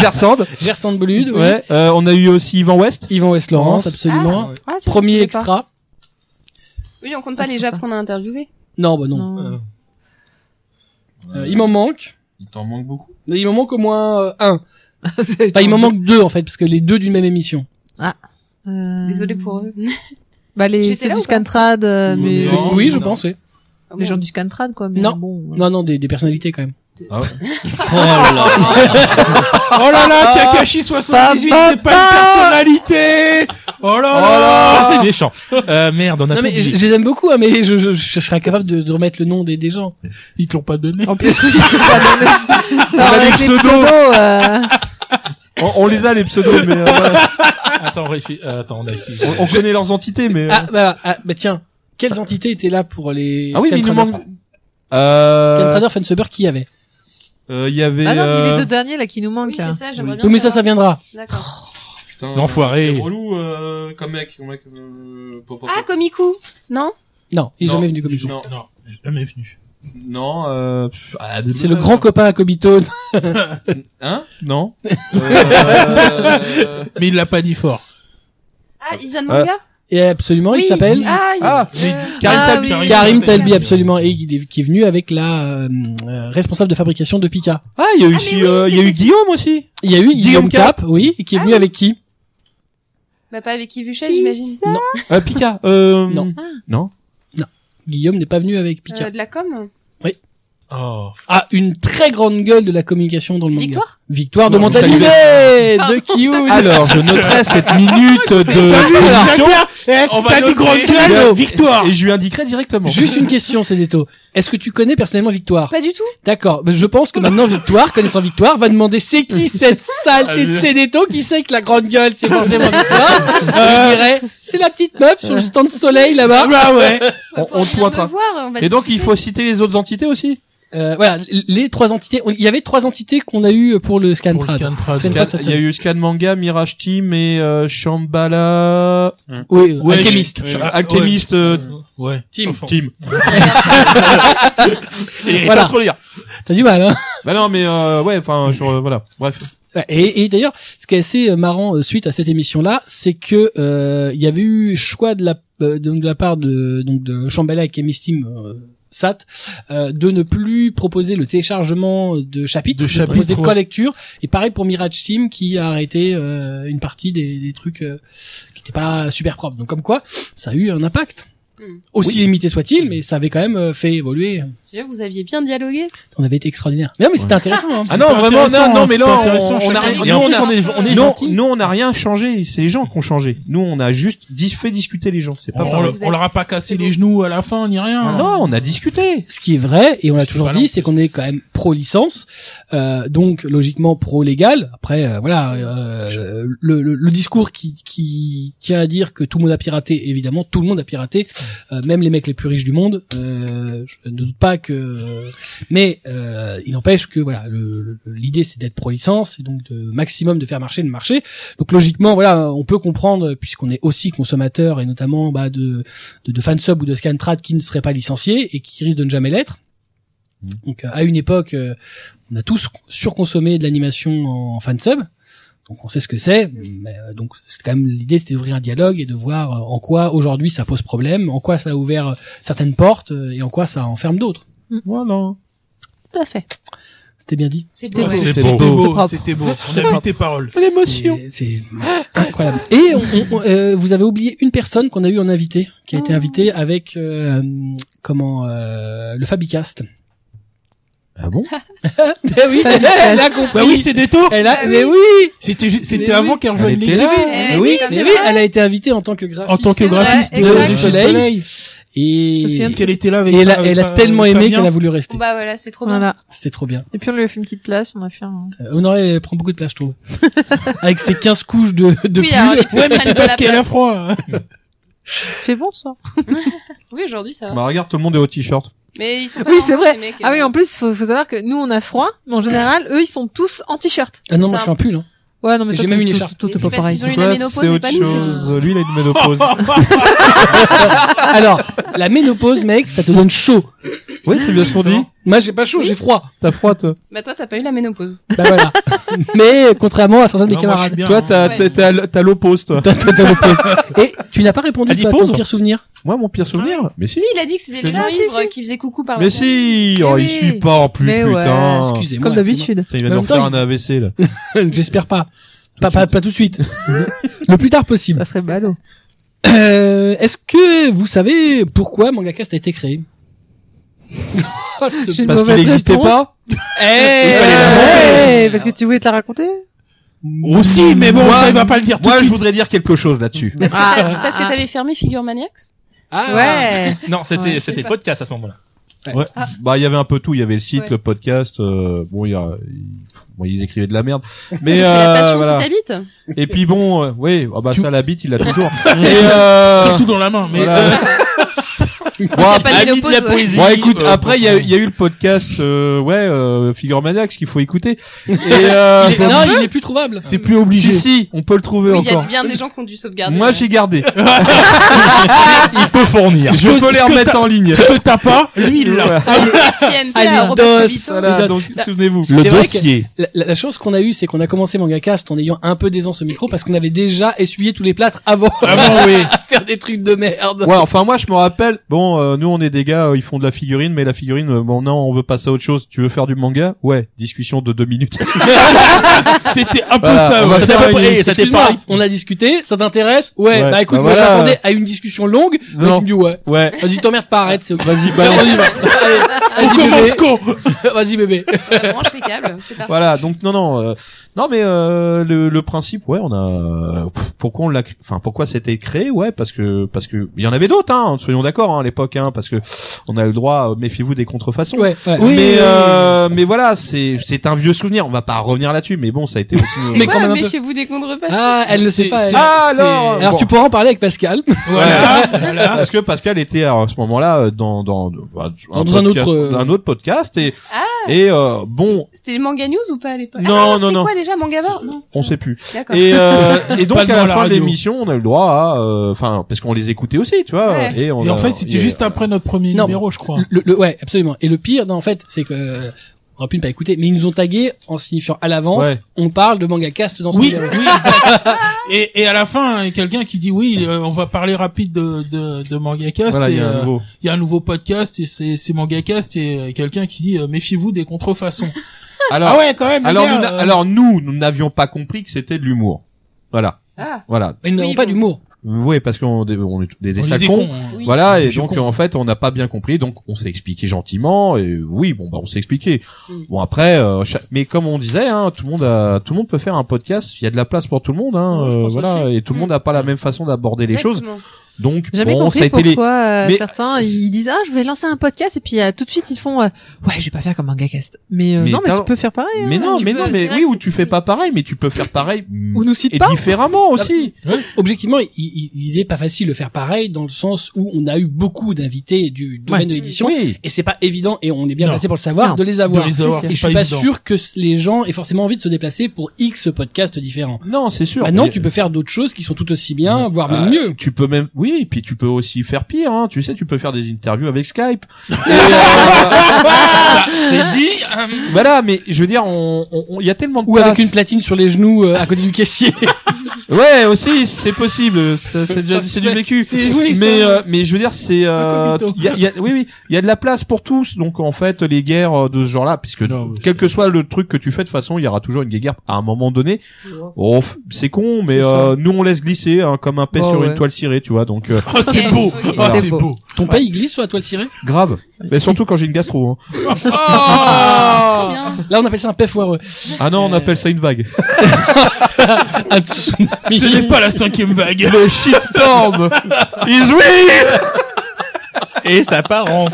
B: Gersand. [LAUGHS]
A: Gersand Bolud, oui.
B: Ouais. Euh, on a eu aussi Yvan West.
A: Yvan West Laurence,
B: Laurence.
A: absolument.
I: Ah, c'est- je
A: Premier
I: sais pas.
A: extra.
E: Oui, on compte pas
D: Ah,
E: les
D: c'est pour
E: Japs qu'on a interviewés.
A: Non, bah non.
I: Non.
A: Euh, il m'en manque.
B: Il t'en manque beaucoup.
A: Mais Il m'en manque au moins euh, un.
I: [LAUGHS]
D: C'est-
A: Enfin, il m'en manque deux en fait, parce que les deux d'une même émission. Hmm.
D: Euh,
E: Désolé pour eux.
D: Bah les
E: J'étais
D: ceux
E: là
D: du
E: ou pas
D: Scantrad, euh, mais
B: Non,
A: oui, je
B: non.
A: pense, oui.
E: Ah
D: les
E: bon.
D: gens du Scantrad quoi. Mais
A: Non.
D: bon.
A: Non, non, des, des personnalités quand même.
H: Oh là là, Kakashi 78, c'est pas une personnalité Oh là là
F: Ah, c'est méchant. Euh, merde, on a
A: Non,
F: tout
A: mais je,
F: oublié.
A: je les aime beaucoup, hein, mais je, je, je serais incapable de, de remettre le nom des, des gens.
H: Ils te l'ont pas donné.
D: En plus, oui, c'est pas donné. Alors,
B: avait
D: avec
B: les
D: les
B: pseudos.
D: pseudos, euh,
B: On, on les a les pseudos, mais euh, voilà.
F: Attends, réfléchis. euh, Attends, on a fini.
B: on, on connaît leurs entités,
A: [LAUGHS]
B: mais. euh,
A: Ah bah, ah, bah tiens, quelles entités étaient là pour les
B: Ah oui, mais il nous
A: Scantrader
B: manque. Euh,
A: Scantrader, Funseber, qui y avait
B: euh, il y avait.
D: Ah non, mais les
B: euh,
D: deux derniers là qui nous
E: Oui,
D: manquent.
E: c'est ça, j'aimerais bien.
A: hein. Oui, mais ça, ça
E: savoir.
A: viendra.
E: D'accord.
B: putain,
F: L'enfoiré.
B: c'est relou, euh, comme mec, comme mec, euh, pop, pop,
E: Ah,
B: pop.
E: Komiku Non
A: Non, il est
B: Non,
A: jamais venu Kobito.
B: Non,
H: Non, il est jamais venu.
B: non, euh, pff, ah,
A: C'est le grand copain à Kobito.
B: Hein Non. [LAUGHS] Euh,
H: Mais il l'a pas dit fort.
E: Ah, Izan Manga
A: Et absolument,
E: Oui.
A: il s'appelle
E: Ah, il-
B: Ah,
E: euh,
D: Ah,
B: Karim Talbi.
D: oui.
A: Karim Talbi, absolument, et il est- qui est venu avec la euh, euh, responsable de fabrication de Pika.
B: Ah, il y a eu
E: Ah,
B: aussi,
E: mais oui,
B: euh, il y a eu
E: c'était-
B: Guillaume aussi.
A: Il y a eu
B: Guillaume
A: Guillaume Cap, oui, et qui est
E: Ah
A: venu
E: oui.
A: avec qui
E: Bah, pas avec Yves Huchel,
D: Si,
E: j'imagine.
B: Euh, Pika. Euh,
A: Non.
B: Non.
A: Guillaume n'est pas venu avec Pika.
E: Euh, De la com
F: Oh.
A: Ah, une très grande gueule de la communication dans le manga.
E: Victoire
A: Victoire de
B: Non,
A: Montalivet de Kiyun. [LAUGHS]
B: Alors, je noterai cette minute de
H: Salut,
B: correction
A: Eh,
F: On va
H: T'as dit
F: noter.
H: grosse
B: Guillaume.
H: gueule, victoire
B: et je lui indiquerai directement.
A: Juste une question, Cédéto. Est-ce que tu connais personnellement Victoire
E: Pas du tout.
A: D'accord. Mais Je pense que maintenant Victoire, connaissant Victoire, va demander c'est
E: [LAUGHS]
A: qui cette saleté de
F: Ah,
A: Cédéto qui sait que la grande gueule c'est forcément Victoire.
B: [LAUGHS]
A: Euh, Je dirais, c'est la petite meuf sur le stand de soleil là-bas.
B: Bah ouais.
E: Bah,
B: On-
E: pour
B: on
E: venir
B: te pointera.
E: me voir, on va
B: Et donc, il
E: discuter.
B: faut citer les autres entités aussi.
A: Euh, voilà, l- les trois entités. on- Il y avait trois entités qu'on a eues pour le
H: Pour le
A: Scantrad.
H: Scantrad.
A: C'est une
B: Scan-
A: fois de
B: Il y a eu Scan Manga, Mirage Team et euh, Shambhala,
A: Oui,
H: Ouais,
A: alchimiste.
H: j'ai- ouais,
B: Alchemist euh,
H: Ouais.
A: Team.
B: Team.
F: Et
A: Voilà.
F: voilà. se relire.
A: T'as du mal, hein
B: Bah non, mais euh, ouais, enfin, je- euh, voilà. Bref.
A: Ouais, Et, et d'ailleurs, ce qui est assez euh, marrant euh, suite à cette émission-là, c'est que euh, il y avait eu choix de la euh, donc de la part de donc de Shambhala et Chemistim euh, Sat euh, de ne plus proposer le téléchargement de chapitres,
H: De
A: de proposer
H: chapitres, ouais.
A: qu'en lecture. Et pareil pour Mirage Team qui a arrêté euh, une partie des, des trucs euh, qui n'étaient pas super propres. Donc comme quoi, ça a eu un impact.
E: Mm.
A: Aussi limité soit-il, mais ça avait quand même euh, fait évoluer.
E: C'est vrai, Vous aviez bien dialogué.
A: On avait été extraordinaire. Mais non, mais c'était intéressant. hein.
B: Ah non,
H: pas
B: vraiment, non,
H: intéressant,
B: non, mais
H: c'est
B: là,
H: pas
B: on,
H: intéressant,
B: on
H: chacun
B: a
E: des
B: rien,
E: goûts.
B: et en plus, on
E: différences,
B: est, on est
E: euh,
B: non,
A: gentils.
B: nous, on n'a rien changé. C'est les gens qui ont changé. Nous, on a juste dis- fait discuter les gens. C'est pas Ah
H: On,
E: Attends,
H: on-
E: vous
H: on
E: êtes-
H: leur a pas cassé les genoux à la fin, ni rien. Ah,
B: Non, on a discuté.
A: Ce qui est vrai, et on l'a
H: C'est
A: toujours
H: pas
A: dit,
H: long.
A: c'est qu'on est quand même pro licence, euh, donc logiquement pro légal. Après, euh, voilà, euh, le, le- le discours qui, qui tient à dire que tout le monde a piraté, évidemment, tout le monde a piraté, euh, même les mecs les plus riches du monde. euh, je ne doute pas que, mais euh, il n'empêche que voilà, le- le- l'idée c'est d'être pro licence et donc de maximum de faire marcher le marché. Donc logiquement, voilà, on peut comprendre puisqu'on est aussi consommateur et notamment bah, de de, de fansub ou de scantrad qui ne seraient pas licenciés et qui risquent de ne jamais l'être. Donc euh, à une époque, euh, on a tous surconsommé de l'animation en, en fansub. Donc on sait ce que c'est, mais, euh, donc c'est quand même l'idée c'était d'ouvrir un dialogue et de voir euh, en quoi aujourd'hui ça pose problème, en quoi ça a ouvert euh, certaines portes euh, et en quoi ça enferme d'autres.
B: Voilà.
D: Tout à fait.
A: C'était bien dit.
D: C'était
H: Ouais,
D: beau.
H: C'était
B: C'est
H: beau,
D: propre.
H: c'était beau. On a
A: propre.
H: vu tes paroles.
B: L'émotion.
A: C'est- C'est incroyable. Et on- on- on- euh, vous avez oublié une personne qu'on a eu en invité, qui a été invitée avec euh, comment euh, le Fabicast.
B: Ah bon?
A: Eh oui, elle a compris.
H: Bah oui, c'est des tours.
A: Elle a,
E: Ah oui.
A: mais oui,
H: C'était ju-
A: Mais
H: c'était avant
A: oui.
H: qu'elle rejoigne
B: Elle était là.
H: l'équipe.
E: Eh,
A: mais oui,
E: c'est
A: mais
E: comme
A: oui,
E: ça.
A: elle a été invitée en tant que graphiste.
H: En tant que
E: C'est vrai,
H: graphiste de-
E: exact.
H: du soleil.
A: Et
D: Je me
H: Parce qu'elle était là avec
A: et elle a,
H: avec,
A: elle a
H: euh,
A: tellement aimé
H: Fabien.
A: qu'elle a voulu rester.
E: Bon, bah voilà, c'est trop bien.
I: Voilà.
A: C'était trop bien.
I: Et puis on lui a fait une petite place, on a fait un...
A: Euh, Honoré elle prend beaucoup de place, je trouve. Avec ses 15 couches de de
E: Oui,
A: pull.
E: alors, les plus
H: Ouais, mais
E: prennent
H: c'est
E: de la
H: parce qu'elle a
E: place.
H: froid.
I: C'est bon ça
E: Oui, aujourd'hui ça va.
B: [LAUGHS] Bah regarde, tout le monde est au t-shirt.
E: Mais ils sont pas
D: Oui,
E: normaux,
D: c'est vrai.
E: ces mecs,
D: Ah oui,
E: euh.
D: en plus, faut, faut savoir que nous, on a froid, mais en général, eux, ils sont tous en t-shirt.
A: Ah non, moi
E: ça.
A: je suis en pull. Hein.
D: Ouais, non, mais
A: Et
D: toi,
A: j'ai
D: t'es-
A: même une
D: toi-
A: écharpe.
D: toi,
E: Mais
D: t'es
E: c'est
D: pas
E: parce
D: pareil.
E: qu'ils ont eu la
B: Toi,
E: ménopause,
B: c'est
E: c'est pas
B: autre
E: nous. c'est
B: chose. Lui, il a une ménopause.
A: Alors, la ménopause, mec, ça te donne chaud.
B: Oui, c'est bien ce qu'on dit.
A: Moi, j'ai pas chaud, j'ai froid.
B: T'as froid, toi.
E: Bah toi, t'as pas eu la ménopause.
A: Bah voilà. Mais contrairement à certains de mes
H: Non, moi, je
A: camarades.
H: suis bien,
B: Toi,
H: hein.
B: t'as
E: Ouais.
B: t'es- t'es à l- t'as l'oppose, toi.
A: Toi, toi, t'as repos- Et tu n'as pas répondu
B: Elle dit
A: toi, à ton
B: pause
A: pire souvenir.
B: Moi, mon pire souvenir. Mais si.
E: Si, il a dit que c'était les
B: Je
E: gens
I: l'ai dit.
E: ivres qui faisaient coucou par
B: Mais
E: la
B: si. Oh,
I: Mais
B: il
I: oui.
B: suit pas en plus,
D: Mais ouais,
B: putain.
A: Excusez-moi.
D: Comme d'habitude.
B: Putain, Il va
A: Mais en
B: nous
A: même temps,
B: refaire un AVC, là.
A: excusez-moi. [LAUGHS] J'espère pas. Pas, pas, pas tout de
D: [LAUGHS]
A: suite. [LAUGHS] Le plus tard possible.
D: Ça serait ballot.
A: Euh, Est-ce que vous savez pourquoi Mangakast a été
D: [LAUGHS]
A: créé
D: J'ai une
B: Parce qu'il
D: mauvaise
B: n'existait
D: réponse.
B: pas. Eh
D: Ouais, parce que tu voulais te la raconter
B: Aussi, mais bon,
H: ça, il va pas le dire tout de
B: Moi, je voudrais dire quelque chose là-dessus.
E: Parce que t'as- parce que t'avais fermé Figure Maniacs
A: Ah,
D: Ouais.
F: Non, c'était
D: Ouais,
E: c'est
F: c'était
E: pas-
F: podcast à ce moment-là.
B: Bah, il y avait un peu tout. Il y avait le site,
E: Ouais.
B: le podcast. euh, bon, il y a, il- bon, ils écrivaient de la merde.
E: Parce
B: Mais
E: que c'est la
B: euh,
E: passion
B: voilà.
E: qui t'habite.
B: Et puis bon, euh, oui, ah bah ça la bite, il l'a toujours.
H: Et,
B: Et euh,
H: Surtout dans la main, mais
B: [LAUGHS] voilà.
E: Quand t'as pas de
F: Amis de
E: ménopause.
F: la
E: ouais.
F: poésie.
B: Bon, écoute,
F: euh,
B: après il y a, il y a eu le podcast, euh, ouais, euh, Figure Maniacs qu'il faut écouter. Et euh,
A: Il est-
D: Ah.
A: non, il est plus trouvable.
H: c'est plus
B: si
H: obligé.
B: si, on peut le trouver
E: Oui, il y a
B: encore.
E: bien des gens qui ont dû sauvegarder.
B: Moi
E: ouais.
B: j'ai gardé.
F: il peut fournir.
B: Je peux les remettre en ligne.
H: Ce que t'as pas, lui, il
B: Voilà.
H: l'a.
E: TNT,
A: Allez,
E: là, repasse le
A: dos,
E: bito.
A: voilà.
B: Voilà, donc souvenez-vous.
A: Le
B: C'est vrai
A: dossier. La, la- la chose qu'on a eue, c'est qu'on a commencé Mangakast en ayant un peu d'aisance au micro parce qu'on avait déjà essuyé tous les plâtres avant
H: Ah bon, oui.
A: à faire des trucs [LAUGHS] de merde.
B: que- Ouais, enfin moi je me rappelle. Bon, euh, nous on est des gars, euh, ils font de la figurine, mais la figurine, euh, bon non, on veut passer à autre chose. Tu veux faire du manga Ouais, discussion de deux [LAUGHS] minutes.
H: C'était un peu
B: Voilà,
H: bah, ça,
B: on
H: ouais.
B: va
F: C'était
B: faire
F: à peu
B: une-
F: près- c'était
A: Excuse-moi,
F: pareil.
A: on a discuté, ça t'intéresse ouais,
B: Ouais,
A: bah écoute,
B: bah
A: moi
B: voilà.
A: j'attendais à une discussion longue, mais
B: Non.
A: tu me dis ouais.
B: Ouais.
A: Vas-y, t'emmerdes pas, arrête, c'est ok.
B: Vas-y,
A: On
B: balance.
A: y va. Allez,
H: On commence
A: vas-y
H: con.
A: bébé. Vas-y bébé.
E: Ça branche les câbles, c'est parti.
B: Voilà, donc non, non, euh, non, mais euh, le, le principe, ouais, on a, euh, pff, pourquoi on l'a, cré- enfin, pourquoi c'était créé, ouais, parce que, parce que, il y en avait d'autres, hein, soyons d'accord, hein, à l'époque, hein, parce que on a eu le droit, euh, méfiez-vous des contrefaçons.
A: Ouais, ouais.
H: Oui,
B: mais,
H: oui,
B: euh, mais voilà, c'est, c'est un vieux souvenir. On va pas revenir là-dessus, mais bon, ça a été aussi.
H: [LAUGHS]
E: C'est
A: Mais
E: quoi,
A: quand même un peu.
E: méfiez-vous des contrefaçons
A: Ah, elle le sait
H: C'est-
A: pas. elle.
H: c'est-
B: Ah,
H: c'est-
B: alors,
A: Alors
B: bon.
A: tu pourras en parler avec Pascal.
H: Voilà, voilà.
B: [LAUGHS] Parce que Pascal était alors, à ce moment-là euh, dans dans bah,
A: Dans un
B: podcast-
A: autre, euh,
B: un autre podcast et
E: Ah.
B: et euh, bon
E: C'était les manga news ou pas à l'époque
B: Non,
E: Ah
B: non,
E: c'était
B: non.
E: quoi déjà Mangavar Non,
B: on sait plus
A: Ah.
E: d'accord.
B: Et, euh,
H: [LAUGHS]
B: et donc
H: Pas
B: à
H: devant
B: la
H: la
B: fin de
H: radio.
B: l'émission, on a eu le droit à, euh, enfin, parce qu'on les écoutait aussi, tu vois.
E: Ouais.
B: Et, on
H: Et en
B: a-
H: fait, c'était
B: et-
H: juste après notre premier
A: Non.
H: numéro, je crois.
A: Le, le- ouais, absolument. Et le pire, non, en fait, c'est que euh, on aurait pu ne pas écouter, mais ils nous ont tagué en signifiant à l'avance.
B: Ouais.
A: On parle de manga cast dans ce
H: Oui, oui,
A: numéro.
H: exact. [LAUGHS] et, et à la fin, il y a quelqu'un qui dit oui, euh, on va parler rapide de, de, de MangaCast.
B: Voilà, il
H: et,
B: y a un
H: euh,
B: nouveau.
H: il y a un nouveau podcast et c'est, c'est MangaCast et euh, quelqu'un qui dit euh, méfiez-vous des contrefaçons.
B: Alors,
H: ah ouais, quand même. les
B: alors,
H: gars,
B: nous, n'a-
H: euh,
B: alors nous, nous n'avions pas compris que c'était de l'humour. Voilà,
E: Ah,
B: voilà.
A: Ils n'ont
E: Oui,
A: pas
E: bon.
A: d'humour.
B: Oui, parce qu'on est- on est tous des, des
H: on est
B: sales
H: des
B: cons.
H: cons, hein.
E: oui.
B: Voilà,
H: Des
B: et
H: vieux
B: donc
H: cons.
B: en fait, on n'a pas bien compris, donc on s'est expliqué gentiment. Et oui, bon, bah, on s'est expliqué.
E: Mm.
B: Bon après, euh, cha- mais comme on disait, hein, tout le monde, a, tout le monde peut faire un podcast. Il y a de la place pour tout le monde, hein,
H: Ouais, je
B: euh,
H: pense
B: voilà. Et tout le
E: Mm.
B: monde n'a pas la même façon d'aborder les choses.
E: Exactement.
B: Donc
D: J'ai Jamais
B: bon, ça a
D: compris
B: été les-
D: pourquoi euh,
B: Mais-
D: certains ils disent ah je vais lancer un podcast et puis euh, tout de suite ils font euh, ouais je vais pas faire comme un gagcast mais, euh,
B: Mais
D: non mais
B: t'as-
D: tu peux faire pareil
B: Mais
D: hein.
B: non,
E: tu
B: mais
E: peux-
B: non,
E: c'est
B: mais
E: vrai
B: oui,
E: que
B: ou
E: c'est-
B: tu fais pas pareil, mais tu peux faire pareil. mm,
D: ou nous cite
B: Et
D: pas Ah,
B: différemment aussi.
A: Objectivement, il, il- il est pas facile de faire pareil dans le sens où on a eu beaucoup d'invités du domaine
D: Ouais.
A: de l'édition.
B: Oui.
A: Et c'est pas évident, et on est bien
H: Non.
A: placé pour le savoir,
D: Non.
A: de les avoir.
H: De les avoir,
A: et
H: c'est
A: je suis
H: pas
A: pas
H: évident.
A: Ah, sûr que s- les gens aient forcément envie de se déplacer pour X podcasts différents.
B: Non, c'est sûr.
D: Bah
A: Maintenant,
B: Mais,
A: Bah tu peux faire d'autres choses qui sont tout aussi bien, voire même
B: euh,
A: mieux.
B: Tu peux même, oui, et puis tu peux aussi faire pire, hein. Tu sais, tu peux faire des interviews avec
D: [LAUGHS]
B: Skype. Et, euh,
F: C'est dit.
B: voilà, mais je veux dire, on, on- on- il y a tellement de
A: Ou avec
B: place.
A: une platine sur les genoux euh, à côté du caissier.
B: Ouais, aussi, c'est possible. Ça, C'est déjà,
H: Ça
B: c'est
H: se
B: du
H: fait.
B: vécu.
H: C'est- oui, ça-
B: mais, euh, mais je veux dire, c'est, euh,
H: Incognito.
B: il y a, il y a- oui, oui, il y a de la place pour tous. Donc, en fait, les guerres euh, de ce genre-là, puisque
H: Non, mais
B: quel que soit le truc que tu fais, de toute façon, il y aura toujours une guerre à un moment donné. Oh, f- c'est con, mais
D: C'est ça.
B: euh, nous, on laisse glisser hein, comme un pet
D: Bah,
B: sur
D: ouais.
B: une toile cirée, tu vois. Donc, euh,
H: Oh, c'est
E: Ok,
H: beau.
E: ok.
H: Oh,
B: Voilà.
H: c'est
D: beau.
H: beau.
A: Ton pain, il glisse sur la toile cirée
D: [LAUGHS]
B: grave. Mais surtout quand j'ai une gastro. hein.
E: Ah, trop bien.
A: Là, on appelle ça un pef foireux.
B: Ah non, on
A: Euh.
B: appelle ça une vague.
A: [LAUGHS]
B: [LAUGHS]
A: Un tsunami.
H: Ce n'est pas la cinquième vague.
B: Le shitstorm is
D: [LAUGHS]
B: real.
F: Et ça part en.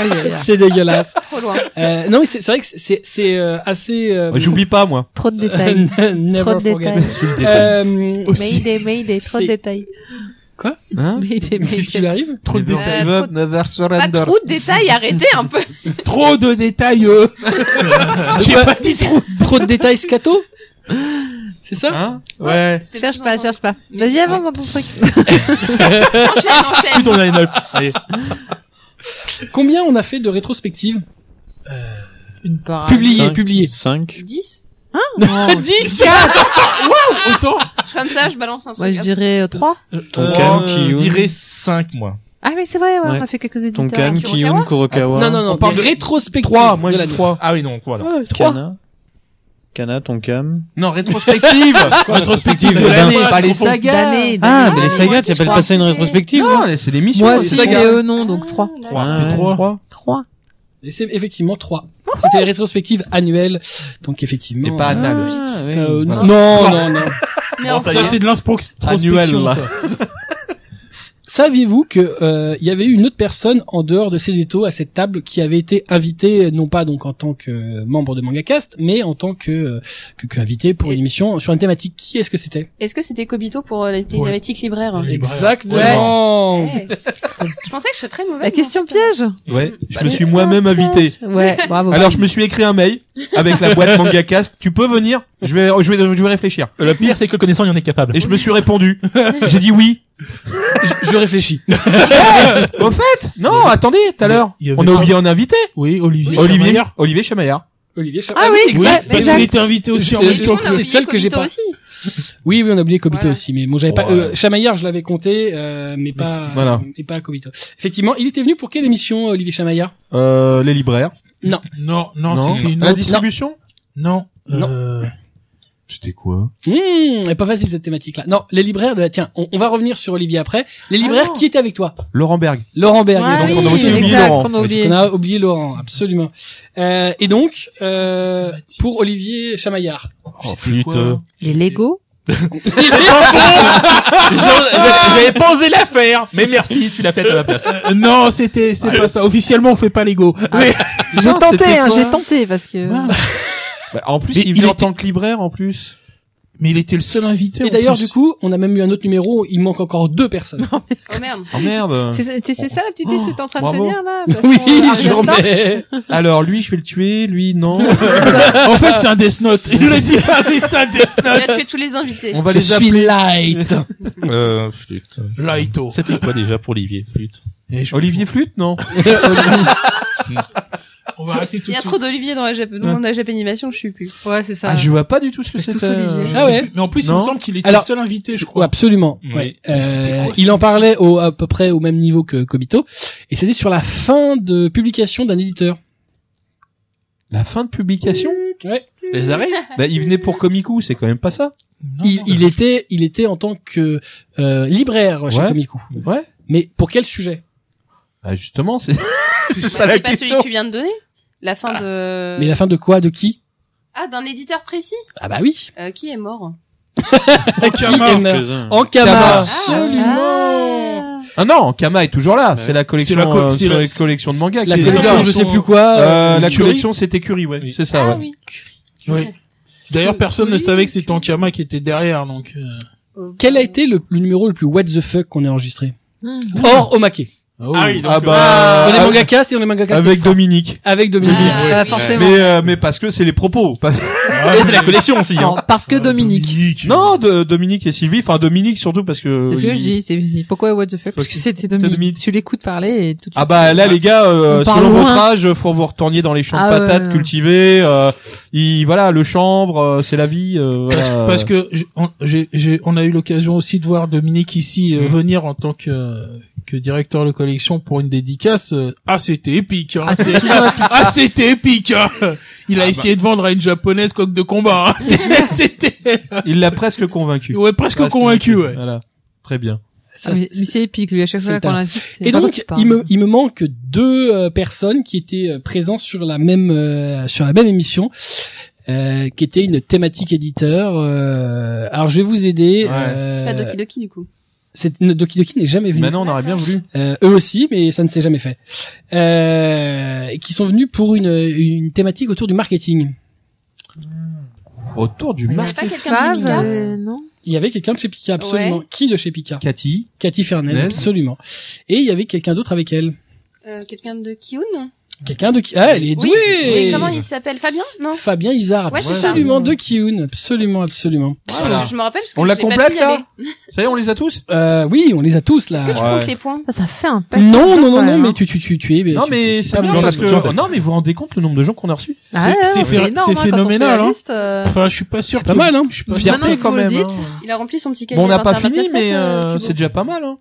D: Aïe, aïe, aïe.
A: C'est dégueulasse.
E: Trop loin.
A: Euh, non, mais c'est c'est vrai que c'est c'est euh, assez. euh, [LAUGHS]
B: J'oublie pas moi.
I: Trop de
B: [LAUGHS]
I: détails.
A: Never
I: Trop de
A: forget.
I: détails.
A: Euh,
H: Aussi.
I: Mayday, mayday, trop de
A: C'est-
B: [LAUGHS]
I: détails.
D: euh,
B: Hein
D: Mayday, mayday.
A: Qu'est-ce qui lui arrive
H: Trop de
B: Never
H: détails.
B: give
E: Euh,
B: up, never
E: Pas de
B: surrender.
E: trou de détails, arrêtez un peu.
H: Trop de détails. euh. J'ai
A: Quoi
H: pas dit trop.
A: Trop de détails scato C'est ça
B: Hein Ouais.
E: C'est
D: Cherche
E: plus
D: pas,
E: important.
D: cherche pas. Vas-y, avance dans ton truc.
E: Enchaîne, enchaîne.
F: Suis ton line-up. Allez.
A: Combien on a fait de rétrospectives
D: [LAUGHS] Une part.
A: Publiées, publiées.
G: 5.
E: 10
A: [LAUGHS] 10
H: Autant
E: Comme ça, je balance un truc.
D: Moi, je dirais 3.
G: Ton
F: Euh,
G: calme,
F: Je
G: Kiyun.
F: dirais 5, moi.
D: Ah, mais c'est vrai, ouais,
G: Ouais.
D: on a fait quelques éditeurs.
G: Tonkan,
E: Kurokawa.
G: Kiyun, Kurokawa.
A: Ah, Non, non, non,
B: On parle
A: des
B: de-
A: rétrospectives.
B: 3, moi
A: de
B: j'ai
A: l'année.
B: 3. Ah oui, non, 3 alors.
A: Ouais, trois.
G: Kana. Kana, Tonkam.
B: Non, [LAUGHS] rétrospective [LAUGHS] Rétrospective
G: de l'année.
B: Pas les sagas
D: D'année,
G: Ah,
D: d'année.
G: mais les sagas,
E: moi
G: tu
E: aussi, je
G: appelles
E: crois
G: pas ça une
E: que c'était-
G: rétrospective
B: Non, mais bah, c'est l'émission.
D: Moi
B: les
D: aussi,
B: sagas.
D: mais eux non, donc 3.
E: Ah, d'accord.
G: Ouais,
H: C'est trois.
G: trois.
D: 3.
A: Et c'est effectivement 3. C'était les rétrospectives annuelles. Donc effectivement.
B: Et pas
A: euh,
B: anal.
G: Ah, oui.
A: euh,
B: Voilà.
A: non, non, non.
E: Mais
F: Bon,
E: en
F: ça
E: fait,
H: Ça, c'est de
B: Annuel,
H: l'introspection,
B: là.
H: ça.
A: Saviez-vous que euh, il y avait une autre personne en dehors de Cédéto à cette table qui avait été invitée non pas donc en tant que euh, membre de MangaCast mais en tant que euh, que, que invité pour une émission sur une thématique qui est-ce que c'était
E: Est-ce que c'était Kobito pour euh, les thématiques libraires
H: Ouais. Libraire.
A: Exactement.
E: Eh. Je pensais que je serais très mauvaise.
D: La
E: moi,
D: question
E: en fait.
D: piège.
B: Ouais, je
E: Bah,
B: me suis moi-même invité.
D: Ouais, bravo.
B: Alors, je me suis écrit un mail avec la boîte Mangacast. Tu peux venir Je vais, je vais, je vais réfléchir.
F: Le pire, c'est que le connaissant, il en est capable.
B: Et je me suis répondu. J'ai dit oui.
A: Je réfléchis.
B: [LAUGHS] Au fait, non, attendez, tout à l'heure,
H: Il y avait
B: on a
H: pas-
B: oublié un invité.
H: Oui, Olivier.
B: Olivier,
H: Chamaillard.
B: Olivier Chamaillard.
A: Olivier. Chap-
D: Ah oui,
H: Oui,
D: exact.
H: parce
D: exact.
H: qu'il était invité aussi en
A: Et
E: Et
H: même
E: du
A: le
E: coup,
H: temps
E: on
A: temps que
E: a
A: c'est
E: oublié
A: le seul que j'ai
E: Kobito
A: pas.
E: aussi.
A: Oui, oui, on a oublié Kobito
E: Voilà.
A: aussi, mais bon, j'avais pas.
B: Ouais.
A: Euh, Chamaillard, je l'avais compté, euh, mais pas.
B: c'est- voilà.
A: Mais pas Kobito. Effectivement, il était venu pour quelle émission, Olivier Chamaillard
B: Euh, les libraires.
H: Non, non,
B: Non.
H: c'était une
B: La
H: autre.
B: distribution
H: Non.
A: Ah, Non.
H: euh,
B: C'était quoi
A: Hum, elle est pas facile cette thématique-là. Non, les libraires. De... Tiens, on, on va revenir sur Olivier après. Les libraires,
D: non.
A: qui étaient avec toi
B: Laurent Berg.
A: Laurent Berger.
D: Ah
A: donc
D: oui,
B: on a aussi oublié
D: exact,
B: Laurent.
D: on a
B: Mais
A: on,
D: oublié.
A: on a oublié Laurent, absolument. Euh, et donc, euh, pour Olivier
H: [LAUGHS]
A: Chamaillard.
F: Oh, flûte.
H: quoi.
F: euh.
D: Les Lego.
F: J'avais pas osé la faire. Mais merci, tu l'as faite à ma place.
H: euh, non, c'était, c'est pas ça. Officiellement, on fait pas l'ego.
A: Ah.
H: Mais
B: [LAUGHS]
D: J'ai
B: Non,
D: tenté,
B: c'était
D: hein,
B: quoi
D: j'ai tenté parce que.
B: Bah, en plus,
H: Mais
B: il,
H: il
B: vient en
H: était-
B: tant que libraire, en plus.
H: mais il était le seul invité.
A: Et
H: en
A: d'ailleurs,
H: plus.
A: du coup, on a même eu un autre numéro. Il manque encore deux personnes.
E: Oh merde.
B: Oh merde.
D: C'est ça- C'est ça la petite liste que t'es en train de
B: bravo.
D: tenir là
A: oui,
D: façon, euh,
A: je
D: Arya
A: vous
D: Stark.
A: remets.
B: Alors, lui, je vais le tuer, lui,
H: [LAUGHS]
B: non.
H: [LAUGHS] en fait, c'est un Death Note. Il l'a dit, ah, mais c'est un Death
E: Il a
H: Note.
E: tué tous les invités.
B: On va
A: Je
B: les
A: suis
B: appeler.
A: light.
F: Euh, flûte.
H: Laito.
F: C'était quoi déjà pour Olivier Flûte.
H: Et
B: [LAUGHS]
H: je-
B: Olivier Flûte, non
H: On va arrêter tout
E: Il y a
H: de
E: trop d'Olivier dans la Jap, dans la Japanimation, je suis plus.
D: Ouais, c'est ça.
B: Ah, je vois pas du tout ce que
D: Tous
B: c'était.
D: Olivier.
B: euh,
A: Ah ouais.
H: Mais en plus,
B: Non.
H: il me semble qu'il était
A: Alors-
H: le seul invité, je
A: Ouais,
H: crois.
A: absolument.
F: Oui.
A: Ouais.
H: Mais c'était
A: Euh,
H: quoi,
A: il
H: cette
A: en parlait au, à peu près au même niveau que Kobito, et c'était sur la fin de publication d'un éditeur.
B: La fin de
E: [LAUGHS]
B: publication
A: Ouais.
B: Les arrêts Bah, il venait pour Komiku, c'est quand même pas ça.
H: Non,
A: Il,
H: non,
A: il était, il était en tant que euh, libraire chez
B: Ouais.
A: Komiku.
B: Ouais.
A: Mais pour quel sujet
B: Bah, justement, c'est [LAUGHS] c'est ça
E: Bah,
B: la
E: C'est pas celui
B: question. Ah.
E: que tu viens de donner La fin de...
D: Euh.
A: Mais la fin de quoi De qui
E: Ah, d'un éditeur précis
A: Ah bah oui.
E: Euh, Qui est mort Ah.
H: Okama.
G: Ah,
A: Qui est mort
G: Quelques-uns.
A: En Kama.
B: Kama.
A: Absolument.
B: Ah non, Kama est toujours là. C'est la collection,
H: C'est la co-
B: euh,
H: c'est
B: sur
H: la-
B: les collections de mangas.
A: La
B: qui est
H: collection-
A: collection,
B: là.
A: je sais
H: sont-
A: plus quoi. euh,
B: Euh, la
H: Curie.
B: collection, c'était Curie, ouais. C'est ça,
E: Ah
B: ouais.
E: oui.
H: Oui. D'ailleurs, personne ne savait que c'était Ankama qui était derrière, donc. euh,
E: Oh,
A: Quel a
E: bah.
A: été le, le numéro le plus what the fuck qu'on ait enregistré Hors Omake.
H: oh.
F: Ah oui, donc,
B: Ah
F: euh,
B: bah,
A: on est
B: avec-
A: mangakast et on est mangakast
B: avec
A: extra.
B: Dominique.
A: Avec Dominique.
D: Ah, bah, forcément.
B: Mais, euh, mais parce que c'est les propos. pas-
H: Ah,
F: Et c'est la collection aussi. Hein.
D: Non, parce que
H: euh,
D: Dominique.
B: Non, de, Dominique et Sylvie. Enfin, Dominique surtout parce que.
D: Parce que
B: il-
D: je dis, c'est pourquoi What the fuck Parce que c'était Dominique.
B: Dominique.
D: Tu l'écoutes parler et tout de suite.
B: Ah bah là les gars, euh,
D: On parle
B: selon votre
D: loin.
B: âge, faut vous retourniez dans les champs
D: Ah,
B: de patates
D: ouais.
B: cultivées. euh, il- voilà, le chambre, euh, c'est la vie. euh, voilà.
H: [LAUGHS] Parce que j'- on, j'ai- j'ai- on a eu l'occasion aussi de voir Dominique ici euh,
B: Mhm.
H: venir en tant que euh, que directeur de collection pour une dédicace. euh, Ah c'était épique. hein.
D: Ah,
H: [LAUGHS]
D: c'est
H: C'est-
D: toujours épique.
H: Ah c'était épique. hein. Il a
A: Ah,
H: essayé
A: bah.
H: de vendre à une japonaise coque
A: [LAUGHS]
H: de combat. hein. C'était- C'était
B: il l'a presque convaincu.
H: ouais presque
B: Presque
H: convaincu. Ouais.
B: Voilà. Très bien.
A: Ça,
D: Ah, mais
A: c'est-
D: mais c'est épique, lui, à chaque
A: c'est
D: fois
A: le
D: qu'on
A: talent.
D: l'invite. c'est
A: Et
D: pas
A: donc,
D: qu'il parle.
A: il me, il me manque deux euh, personnes qui étaient euh, présentes sur la même euh, sur la même émission, euh, qui était une thématique éditeur. euh, alors, je vais vous aider.
B: Ouais.
A: euh,
E: C'est pas Doki Doki, du coup.
A: c'est- no- Doki Doki n'est jamais venu.
B: Maintenant, on aurait bien voulu.
A: Euh, eux aussi, mais ça ne s'est jamais fait. Euh, qui sont venus pour une, une thématique autour du marketing.
B: Autour du
E: Il y
B: Mac.
E: avait pas quelqu'un de
D: Fave,
E: chez Mika
D: euh, non
A: Il y avait quelqu'un de chez Pika, absolument.
E: Ouais.
A: Qui de chez Pika
B: Cathy.
A: Cathy Fernandez,
B: Nel.
A: absolument. Et il y avait quelqu'un d'autre avec elle.
E: Euh, Quelqu'un de Kiun
A: Quelqu'un de qui Ah, elle est
E: Oui.
A: douée.
E: Et comment il s'appelle Fabien Non
A: Fabien Izard,
E: Ouais, c'est ça.
A: absolument, de Kiyun, absolument, absolument.
B: Voilà.
E: Je, je me rappelle parce que
B: On
E: je
B: la
E: l'ai pas
B: complète
E: pu y
B: là
E: aller.
B: Ça y est, on les a tous
A: Euh, oui, on les a tous là.
E: Est-ce que tu
B: Ouais.
E: comptes les points
D: Ça, ça fait un paquet.
A: Non,
D: de
A: non,
D: gens, quand
A: non, non,
D: même,
A: mais
D: hein.
A: tu, tu, tu, tu es. hein.
B: Non
A: tu-
B: mais
A: tu-
B: c'est
A: tu-
B: bien
A: tu-
B: parce
A: tu-
B: que
A: tu- tu-
B: non mais vous vous rendez compte le nombre de gens qu'on a reçus
D: Ah
H: C'est-
D: ouais,
H: c'est
D: ouais,
H: phé-
D: énorme,
H: c'est
D: hein, quand on fait la
H: phénoménal, hein.
D: liste, euh,
H: Enfin, je suis pas sûr.
A: C'est pas
H: que-
A: mal, hein.
H: Je suis pas
B: Fierté
H: sûr.
D: maintenant que
B: quand
D: vous le
B: même.
D: dites.
B: hein.
E: Il a rempli son petit cahier.
B: Bon, on n'a pas
E: 21,
B: fini
E: 27,
B: mais
E: euh,
B: euh,
E: Thibaut.
B: c'est déjà pas mal. Hein.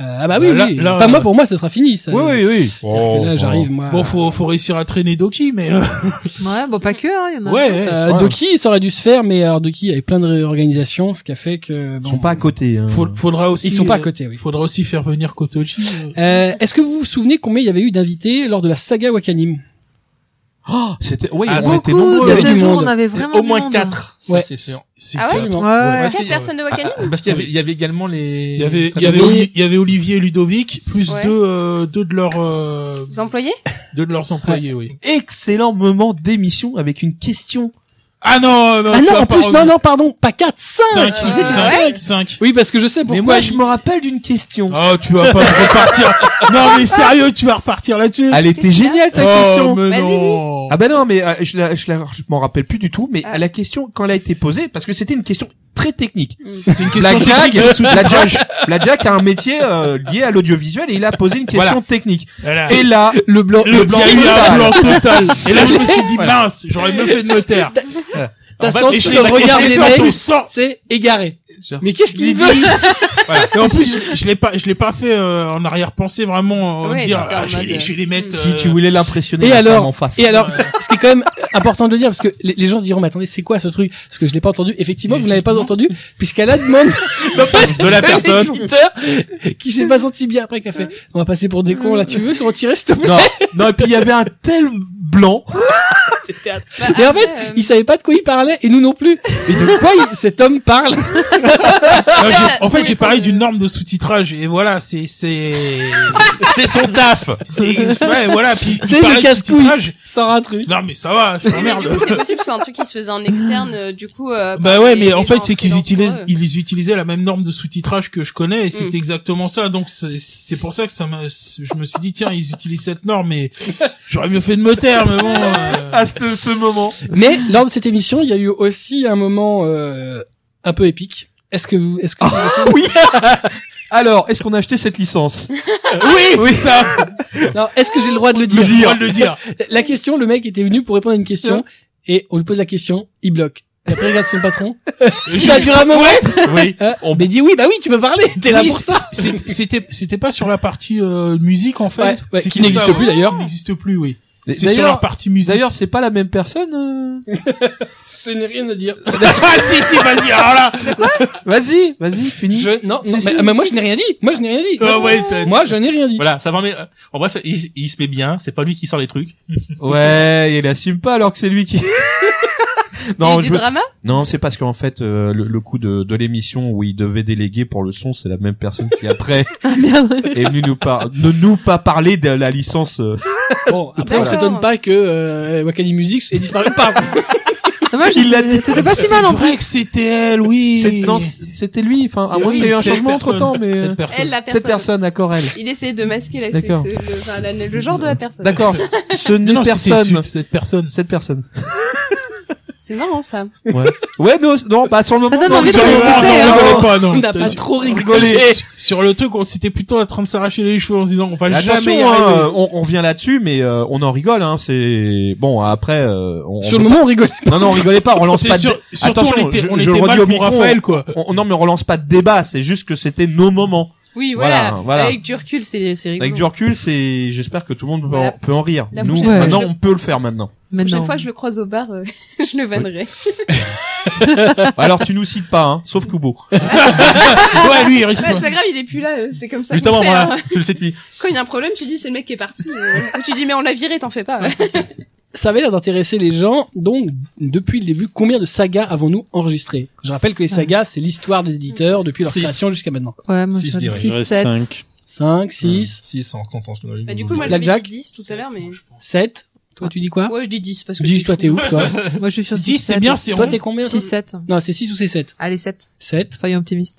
A: Euh, ah bah oui,
H: Là-
A: oui.
H: là,
A: enfin
H: euh,
A: moi pour moi ce sera fini. Ça.
B: oui.
A: C'est-à-dire que Là j'arrive moi.
H: Bon, faut, faut réussir à traîner Doki, mais euh,
D: Ouais, bon, pas que, hein, il y en a.
H: ouais.
A: Euh,
B: Ouais.
A: Doki ça aurait dû se faire, mais alors Doki avait plein de réorganisations, ce qui a fait que
B: Ils
A: bon,
B: sont pas à côté. hein.
H: Faut- faudra aussi.
A: Ils sont pas à
H: euh,
A: côté, oui.
H: Faudra aussi faire venir Kotoji. euh.
A: Euh, Est-ce que vous vous souvenez combien il y avait eu d'invités lors de la saga Wakanim
B: Oh, c'était oui,
F: Ah,
B: on était
D: Beaucoup,
A: nombreux, il y
D: de
A: avait
D: deux
A: du
D: jours,
A: monde.
D: on avait vraiment
F: Au
D: du
F: moins
D: monde.
F: quatre. Ça,
A: Ouais.
F: c'est sûr.
H: C'est
E: Ah
H: ça.
A: Absolument.
D: Ouais, ouais.
F: Ouais.
E: Quatre personnes de
B: Ah,
E: Wakanim
F: Parce qu'il y avait, il y avait également les.
H: Il y avait, il y
F: Ah,
H: avait,
A: oui.
H: Oli- il y avait Olivier et Ludovic, plus
E: Ouais.
H: deux, euh, deux de leurs, euh,
E: Vous employés
H: deux de leurs employés, oui.
B: excellent moment d'émission avec une question.
H: Ah non, non,
A: Ah non,
H: pas-
A: en
H: pas
A: plus
H: revenu.
A: non non pardon, pas 4, 5
H: Cinq,
A: Ils étaient
E: Ah
A: cinq.
H: cinq, cinq.
A: Oui parce que je sais pourquoi.
B: Mais moi,
A: ils-
B: je me rappelle d'une question.
H: Oh, tu vas pas me repartir. non, mais sérieux, tu vas repartir là-dessus.
B: Elle était
E: Qu'est-ce
B: géniale ta
H: Oh,
B: question.
H: mais
E: Vas-y,
H: non.
B: Ah bah non, mais euh, je la, je, la- je m'en rappelle plus du tout. Mais
E: Ah.
B: la question quand elle a été posée, parce que c'était une question très technique.
A: Mm.
H: C'est une
B: La
H: question
B: Jack,
H: technique. elle est sous-
B: [LAUGHS] la Jack, la Jack a un métier euh, lié à l'audiovisuel et il a posé une question
H: Voilà.
B: technique.
H: Elle a-
B: Et là,
A: le blanc
H: Le
B: blanc
H: blanc, il y a un
B: total.
H: blanc total. Et là, je me suis dit, mince, j'aurais mieux fait de me taire.
A: t'as
H: bas,
A: senti
H: et je
A: le
H: les
A: regard
H: ai
A: des
H: fait en
A: mecs,
H: plus sans.
A: c'est égaré.
B: Genre,
A: Mais qu'est-ce qu'il veut
H: Et en plus, je- je l'ai pas, je l'ai pas fait euh, en arrière-pensée vraiment. euh,
E: Ouais,
H: dire,
E: t'étais en
H: ah, je vais
E: mode,
H: les- je vais les mettre.
B: si
H: euh,
B: tu voulais l'impressionner
A: Et
B: la
A: alors
B: femme en face.
A: Et alors, ce qui est quand même important de le dire, parce que les, les gens se diront, mais attendez, c'est quoi ce truc Parce que je l'ai pas entendu. Effectivement, vous l'avez pas entendu, puisqu'elle a demandé
B: de la personne.
A: qui s'est pas senti bien après, qui a fait, on va passer pour des cons, là, tu veux se retirer, s'il te plaît
B: Non, non, et puis il y avait un tel blanc.
E: Bah,
A: Et en
E: après,
A: fait,
E: euh,
A: il savait pas de quoi il parlait, et nous non plus. Et de quoi il- cet homme parle
H: Ah, j'ai-
E: ça-
H: en
E: ça
H: fait, j'ai
E: dépend
H: parlé
E: de-
H: d'une norme de sous-titrage et voilà, c'est
E: [LAUGHS]
H: c'est
B: C'est son taf.
H: c'est ouais, voilà. Puis
A: C'est
H: il parlait
A: le
H: de
A: casse-couille
H: sous-titrage.
A: sort un truc.
H: Non mais ça va, je
E: mais du coup,
H: m'emmerde.
E: c'est possible que ce soit un truc qui se faisait en externe, euh, du coup. euh,
H: [LAUGHS] Bah
E: par
H: ouais,
E: des-
H: mais
E: des
H: en
E: gens
H: fait, c'est qu'ils
E: freelance
H: utilisent
E: pour eux.
H: ils utilisaient la même norme de sous-titrage que je connais et
E: Mm.
H: c'était exactement ça. Donc c'est- c'est pour ça que ça m'a je me suis dit tiens, ils utilisent cette norme mais j'aurais mieux fait de me taire mais bon. euh,
B: à ce, ce moment.
A: Mais, lors de cette émission, il y a eu aussi un moment, euh, un peu épique. Est-ce que vous, est-ce que
B: Oui. Alors, est-ce qu'on a acheté cette licence
H: Oui, oui ça,
A: non, est-ce que j'ai le droit de le
H: le
A: dire
H: dire, le
A: [LAUGHS]
H: dire.
A: La question, le mec était venu pour répondre à une question, et on lui pose la question, il bloque. Et après, il regarde son patron. [LAUGHS] Ça a duré un moment.
B: Oui.
A: Hein on m'a dit oui, bah oui, tu peux parler, t'es là
H: Oui,
A: pour ça.
H: c'est- c'est- C'était c'était pas sur la partie euh, musique en
A: Ouais,
H: fait,
A: ouais,
H: C'était
A: qui n'existe
H: ça,
A: plus,
H: ouais,
A: d'ailleurs.
H: qui n'existe plus oui. C'est sur la
B: D'ailleurs,
H: partie musique. [LAUGHS]
B: d'ailleurs, c'est pas la même personne. euh
A: Je n'ai rien à dire.
H: ah si si vas-y alors là
B: Vas-y, vas-y, finis.
A: Je, non,
B: Si,
A: non,
B: si,
A: mais, mais moi
B: si,
A: je n'ai rien dit. Moi je n'ai rien dit.
H: Ah ouais, t'as-
A: Moi je n'ai rien dit.
F: Voilà, ça va, mais, euh, en bref, il, il se met bien, c'est pas lui qui sort les trucs.
B: Ouais, il assume pas alors que c'est lui qui. [LAUGHS]
E: Il y a
B: non,
E: eu
B: je
E: du
B: veux-
E: drama
B: non, c'est parce qu'en fait, euh, le, le coup de, de l'émission où il devait déléguer pour le son, c'est la même personne qui après
D: Ah, merde.
B: est venue nous par, ne nous pas parler de la licence. euh.
A: Bon, après on
E: D'accord.
A: s'étonne pas que euh, Wakani Music ait disparu. Pardon.
D: Non, moi,
B: Il l'a
D: j'ai- C'était pas si mal en
H: Ah, vrai
D: plus.
H: que c'était elle, oui.
B: C'est- Non, c'était lui. Enfin, à moins qu'il y ait eu un changement entre temps, mais euh,
H: Cette personne.
E: Elle, la personne.
B: cette personne, d'accord, elle.
E: Il essayait de masquer la,
B: D'accord.
E: c'est- c'est le, enfin, la- le genre de la personne.
B: D'accord. Ce n'est
H: Non, c'était
B: personne.
H: su- cette personne.
B: Cette personne.
E: C'est marrant ça.
B: Ouais. ouais, non, non, bah sur le
H: Ah,
B: moment.
D: donne
B: non,
D: envie
B: sur
D: de
B: le
D: le
B: moment,
D: raconter,
B: non,
D: hein.
B: non, non.
H: pas, non. [LAUGHS]
A: on n'a
H: T'as
A: pas
H: dû-
A: trop rigolé.
B: Rigoler.
H: Sur- Sur le truc, on s'était plutôt en train de s'arracher les cheveux en se disant, on va
B: Attention,
H: jamais y
B: hein,
H: arriver.
B: euh, on, on revient là-dessus, mais euh, on en rigole. Hein, c'est bon. Après, euh, on,
A: Sur
B: on-
A: le moment on rigolait.
B: non, non, on rigolait pas. On lance
H: [LAUGHS] C'est
B: pas.
H: sur-
B: de...
H: surtout,
B: Attention,
H: on était,
B: je-
H: on
B: je
H: était
B: redis
H: mal
B: au
H: pour
B: micro,
H: Raphaël, quoi.
B: on- non, mais on relance pas de débat. C'est juste que c'était nos moments.
E: Oui,
B: Voilà,
E: voilà.
B: voilà.
E: Avec du recul, c'est c'est rigolo.
B: Avec du recul, c'est. J'espère que tout le monde peut,
E: Voilà.
B: peut en rire.
E: La
B: Nous,
E: prochaine
D: fois,
B: maintenant,
E: je-
B: on peut le faire maintenant.
E: La prochaine
D: Maintenant.
E: fois que je le croise au bar, euh, [LAUGHS] je le vannerai.
B: Alors, tu nous cites pas, hein, sauf Kubo.
H: ouais, lui, il risque
E: Bah, c'est
H: pas.
E: pas grave, il est plus là, euh, c'est comme ça.
F: Justement,
E: qu'on fait,
F: voilà,
E: hein.
F: tu le sais depuis.
E: Quand il y a un problème, tu dis c'est le mec qui est parti. euh, ou tu dis mais on l'a viré, t'en fais pas.
A: Ça avait l'air d'intéresser les gens. Donc depuis le début, combien de sagas avons-nous enregistrées Je rappelle que les sagas c'est l'histoire des éditeurs depuis leur
F: Six.
A: création jusqu'à maintenant.
D: Ouais, moi,
F: Si, je dirais.
D: 6, 7.
G: 5.
A: 5, 6,
F: 6 en comptant ce qu'on a eu.
E: Bah, du coup, moi
A: La
E: j'avais
A: Jack.
E: dit 10 tout à l'heure, mais.
A: 7. Toi tu dis quoi
E: Ouais, je dis 10 parce que.
A: Dis
E: c'est
A: toi t'es ouf
G: [LAUGHS]
A: toi.
D: Moi, je suis sur
H: 10, c'est bien, c'est
A: toi
H: rond.
A: t'es combien toi
D: 6, 7.
A: Non, c'est 6 ou c'est 7
D: Allez, 7.
A: 7,
D: Soyons optimistes.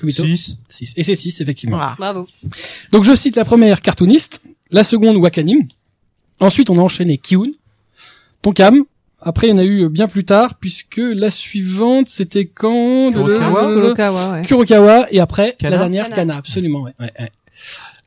A: Kumito
B: 6.
A: 6. Et c'est 6, effectivement.
D: Voilà.
E: Ah, Bravo.
A: Donc je cite la première cartooniste, la seconde Wakanim, Ensuite, on a enchaîné Kiun, Tonkam. Après, il y en a eu euh, bien plus tard, puisque la suivante, c'était quand
B: Kurokawa.
D: Kurokawa, ouais.
A: Kurokawa et après
B: Kana.
A: la dernière
E: Kana.
A: Kana, absolument. Ouais, ouais, ouais.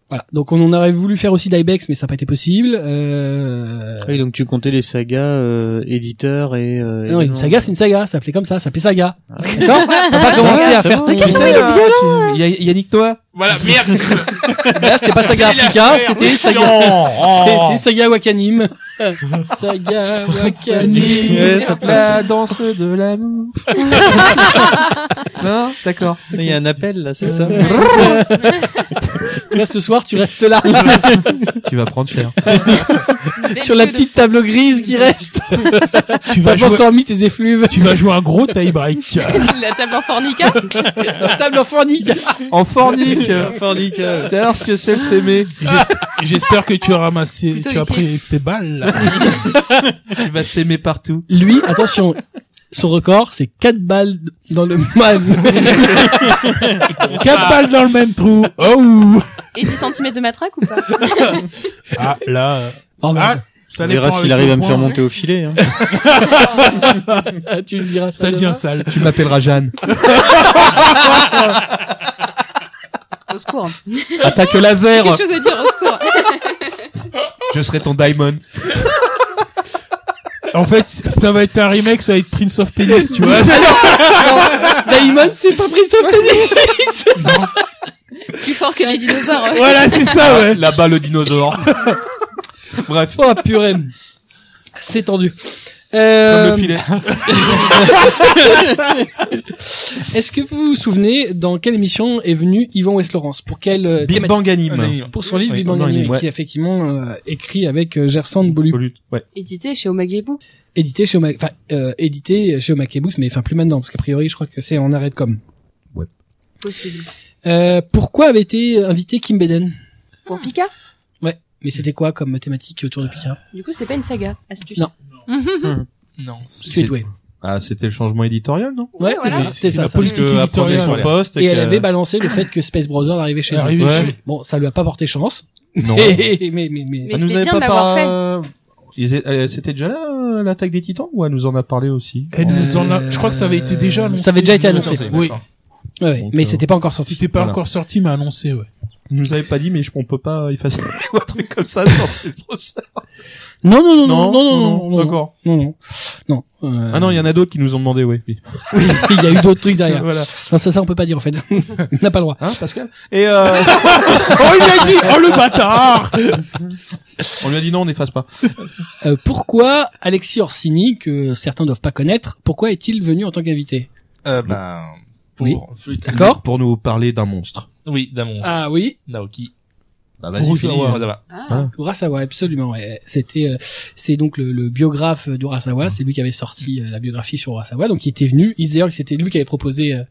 A: Voilà. Donc on en aurait voulu faire aussi d'Ibex, mais ça n'a pas été possible. Euh...
G: Oui, donc tu comptais les sagas euh, éditeurs et.
A: Non,
G: euh,
A: une
G: événements.
A: saga, c'est une saga. Ça s'appelait comme ça, ça s'appelait saga. D'accord T'as pas
G: Ah,
A: commencé
G: ça va,
A: à
G: Ah. ça
A: faire
G: va.
A: ton.
G: Mais quel
A: saga.
G: est le violon
B: euh, Y- y- Yannick Toa
C: Voilà,
F: [LAUGHS]
C: merde.
F: Euh,
A: Là, c'était pas saga
C: Il a
A: africain,
C: fait,
A: c'était saga. C'était
B: Oh.
A: saga Wakanim. [LAUGHS] saga Wakanim.
G: Ouais, ça plaît.
B: La danse de [LAUGHS] l'amour. non, d'accord.
G: Il y a un appel là, c'est [LAUGHS] ça
A: Là, ce soir, tu restes là,
B: Tu vas prendre cher.
A: [LAUGHS] sur la petite table grise qui reste.
H: Tu vas
A: T'as pas
H: jouer,
A: encore mis tes effluves.
H: tu vas jouer un gros tie break.
E: [LAUGHS] la table en fornica.
A: La table en fornique.
B: En fornique. Tout à l'heure, ce que c'est le s'aimer.
H: J'espère que tu as ramassé,
E: Plutôt
H: tu as pris tes balles.
B: Tu vas s'aimer partout.
A: Lui, attention, son record, c'est 4 balles dans le
H: [LAUGHS]
A: man.
G: Ah.
H: 4 balles dans le même trou. Oh!
E: Et 10 cm de matraque ou pas
H: Ah, là. euh,
A: Oh,
H: Ah,
A: merde.
H: ça
G: On verra
H: dépend
G: s'il
H: avec
G: arrive
H: le
G: à me
H: point.
G: faire monter au filet. Hein.
A: ah, tu le diras.
H: Ça
A: demain.
H: devient sale.
B: Tu m'appelleras Jeanne.
E: Au secours.
B: Attaque laser.
E: Quelque chose à dire, au secours.
B: Je serai ton diamond.
H: En fait, ça va être un remake, ça va être Prince of Penis, tu vois.
A: Daimon, c'est pas pris sauf
E: Plus fort que les dinosaures. ouais.
H: [LAUGHS] voilà, c'est ça, ouais.
B: Là-bas, le dinosaure. Bref.
A: Oh purée. C'est tendu.
B: Comme
A: Euh,
B: le filet.
A: Est-ce que vous vous souvenez dans quelle émission est venu Yvan West Laurence Pour quelle euh,
B: Big
A: thématique
B: Bang Anime.
F: Anime.
A: Pour son livre
B: Oui,
A: Big Bang
B: Bang
A: Anime,
B: Anime, ouais.
A: qui est effectivement euh, écrit avec euh, Gerson Bolu,
B: Ouais.
E: Édité chez Omagebu.
A: édité chez Oma- enfin euh, édité chez Omakebus, mais enfin plus maintenant parce qu'a priori je crois que c'est en arrêt de com.
E: Possible.
A: Euh, pourquoi avait été invité Kim Beden
E: Pour Pika
A: Mais c'était quoi comme thématique autour de Pika
B: Euh,
E: Du coup, c'était pas une saga. Astuce.
A: Non.
F: Non.
A: Suédois.
B: Ah, c'était le changement éditorial, non?
A: Ouais,
E: Ouais,
A: c'est ça,
E: voilà.
A: c'est
H: la
A: ça. ça.
H: police- Politique
B: Parce que
H: éditoriale.
B: elle prenait son poste. euh,
A: Et elle
B: que-
A: avait balancé le fait que Space Brothers arrivait chez eux.
H: Arrivé
B: Ouais.
H: chez-
A: Bon, ça lui a pas porté chance.
B: [LAUGHS]
A: [LAUGHS]
B: Non.
A: mais, mais, mais, mais-
H: Ah,
E: Mais c'était bien de l'avoir
B: fait. C'était déjà là, euh, l'attaque des titans, ou elle nous en a parlé aussi?
H: Elle nous en a, je crois que ça avait été déjà
A: Euh,
H: annoncé.
A: ça avait déjà été annoncé.
H: Oui.
A: Ouais, ouais,
B: Donc,
A: mais
B: euh,
A: c'était pas encore sorti.
H: C'était pas
B: Voilà.
H: encore sorti, mais annoncé, ouais.
B: Il nous avait pas dit, mais je, on peut pas effacer ou [LAUGHS] un truc comme ça sur Facebook.
A: Non, non, non, non, non, non, non, non, non,
B: D'accord.
A: non, non. euh,
B: Ah non, il y en a d'autres qui nous ont demandé, oui. oui.
A: [LAUGHS] il y a eu d'autres trucs derrière.
B: [LAUGHS] Voilà.
A: Non, ça, ça, on peut pas dire en fait. [LAUGHS] on n'a pas le droit.
B: Hein, Pascal? Et, euh,
H: Oh, il a dit! Oh, le bâtard!
B: [LAUGHS] on lui a dit non, on n'efface pas.
A: Euh, pourquoi Alexis Orsini, que certains doivent pas connaître, pourquoi est-il venu en tant qu'invité
F: Euh, ben, pour,
A: Oui. D'accord.
B: Pour nous parler d'un monstre.
F: Oui, Damon.
A: Ah oui,
F: Naoki.
B: Bah,
H: Kurosawa.
B: finis.
F: Kurosawa.
E: Ah.
A: Urasawa, absolument. ouais. C'était, euh, c'est donc le, le biographe d'Urasawa, c'est lui qui avait sorti euh, la biographie sur Urasawa, donc il était venu. Il d'ailleurs, c'était lui qui avait proposé euh,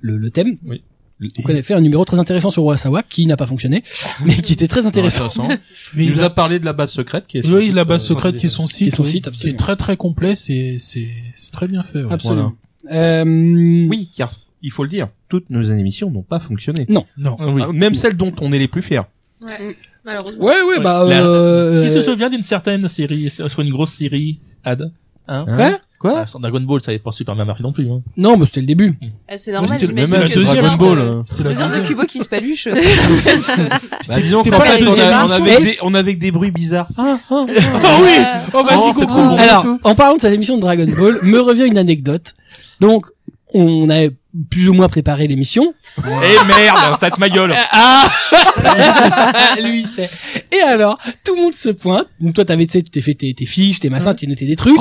A: le, le thème.
B: Oui.
A: Donc on avait fait un numéro très intéressant sur Urasawa qui n'a pas
F: [LAUGHS]
A: fonctionné, mais qui était très intéressant.
H: Mais
B: Il
H: il
B: nous
H: a,
B: a parlé de la base secrète qui est.
H: oui, la base secrète qui est son site.
A: son
H: oui,
A: site,
H: qui
A: absolument.
H: est très très complet, c'est, c'est, c'est très bien fait, ouais.
A: Absolument. Euh,
B: Oui, car il faut le dire, toutes nos émissions n'ont pas fonctionné.
H: Non.
F: Oui.
B: Ah, Même celles dont on est les plus fiers.
E: Ah.
I: Malheureusement.
A: Ouais, ouais, bah.
F: La-
A: Euh,
F: Qui se souvient d'une certaine série, sur une grosse série, Ad? Hein?
A: Quoi
B: Quoi
F: Ah, sans Dragon Ball, ça n'est pas super bien marché non plus, hein.
A: Non, mais c'était le début.
E: Ah, c'est
H: Mais
E: normal,
H: c'était le-
E: j'imagine
H: même
E: que
H: la deuxième
E: deux heures
B: Ball,
E: de-
B: euh,
H: C'était la
E: Deux heures de
H: deuxième.
E: Kubo qui se paluche.
B: Bah, disons
H: c'était
B: qu'en
H: pas la
B: fait, on,
E: deuxième
B: a-
E: marche,
B: on avait des, on avait que des bruits bizarres.
E: Ah
H: Oh oui! Oh,
B: Oh,
H: vas-y,
B: c'est
H: Goku.
B: trop bon.
A: Alors, en parlant de cette émission de Dragon [LAUGHS] Ball, me revient une anecdote. Donc, on a plus ou moins préparé l'émission.
F: Eh merde, ça te ma [LAUGHS] gueule.
A: Ah [LAUGHS] Lui, il sait. Et alors, tout le monde se pointe. Donc, toi, t'avais, tu sais, tu t'es fait tes, tes fiches, tes machins, tu notais des trucs.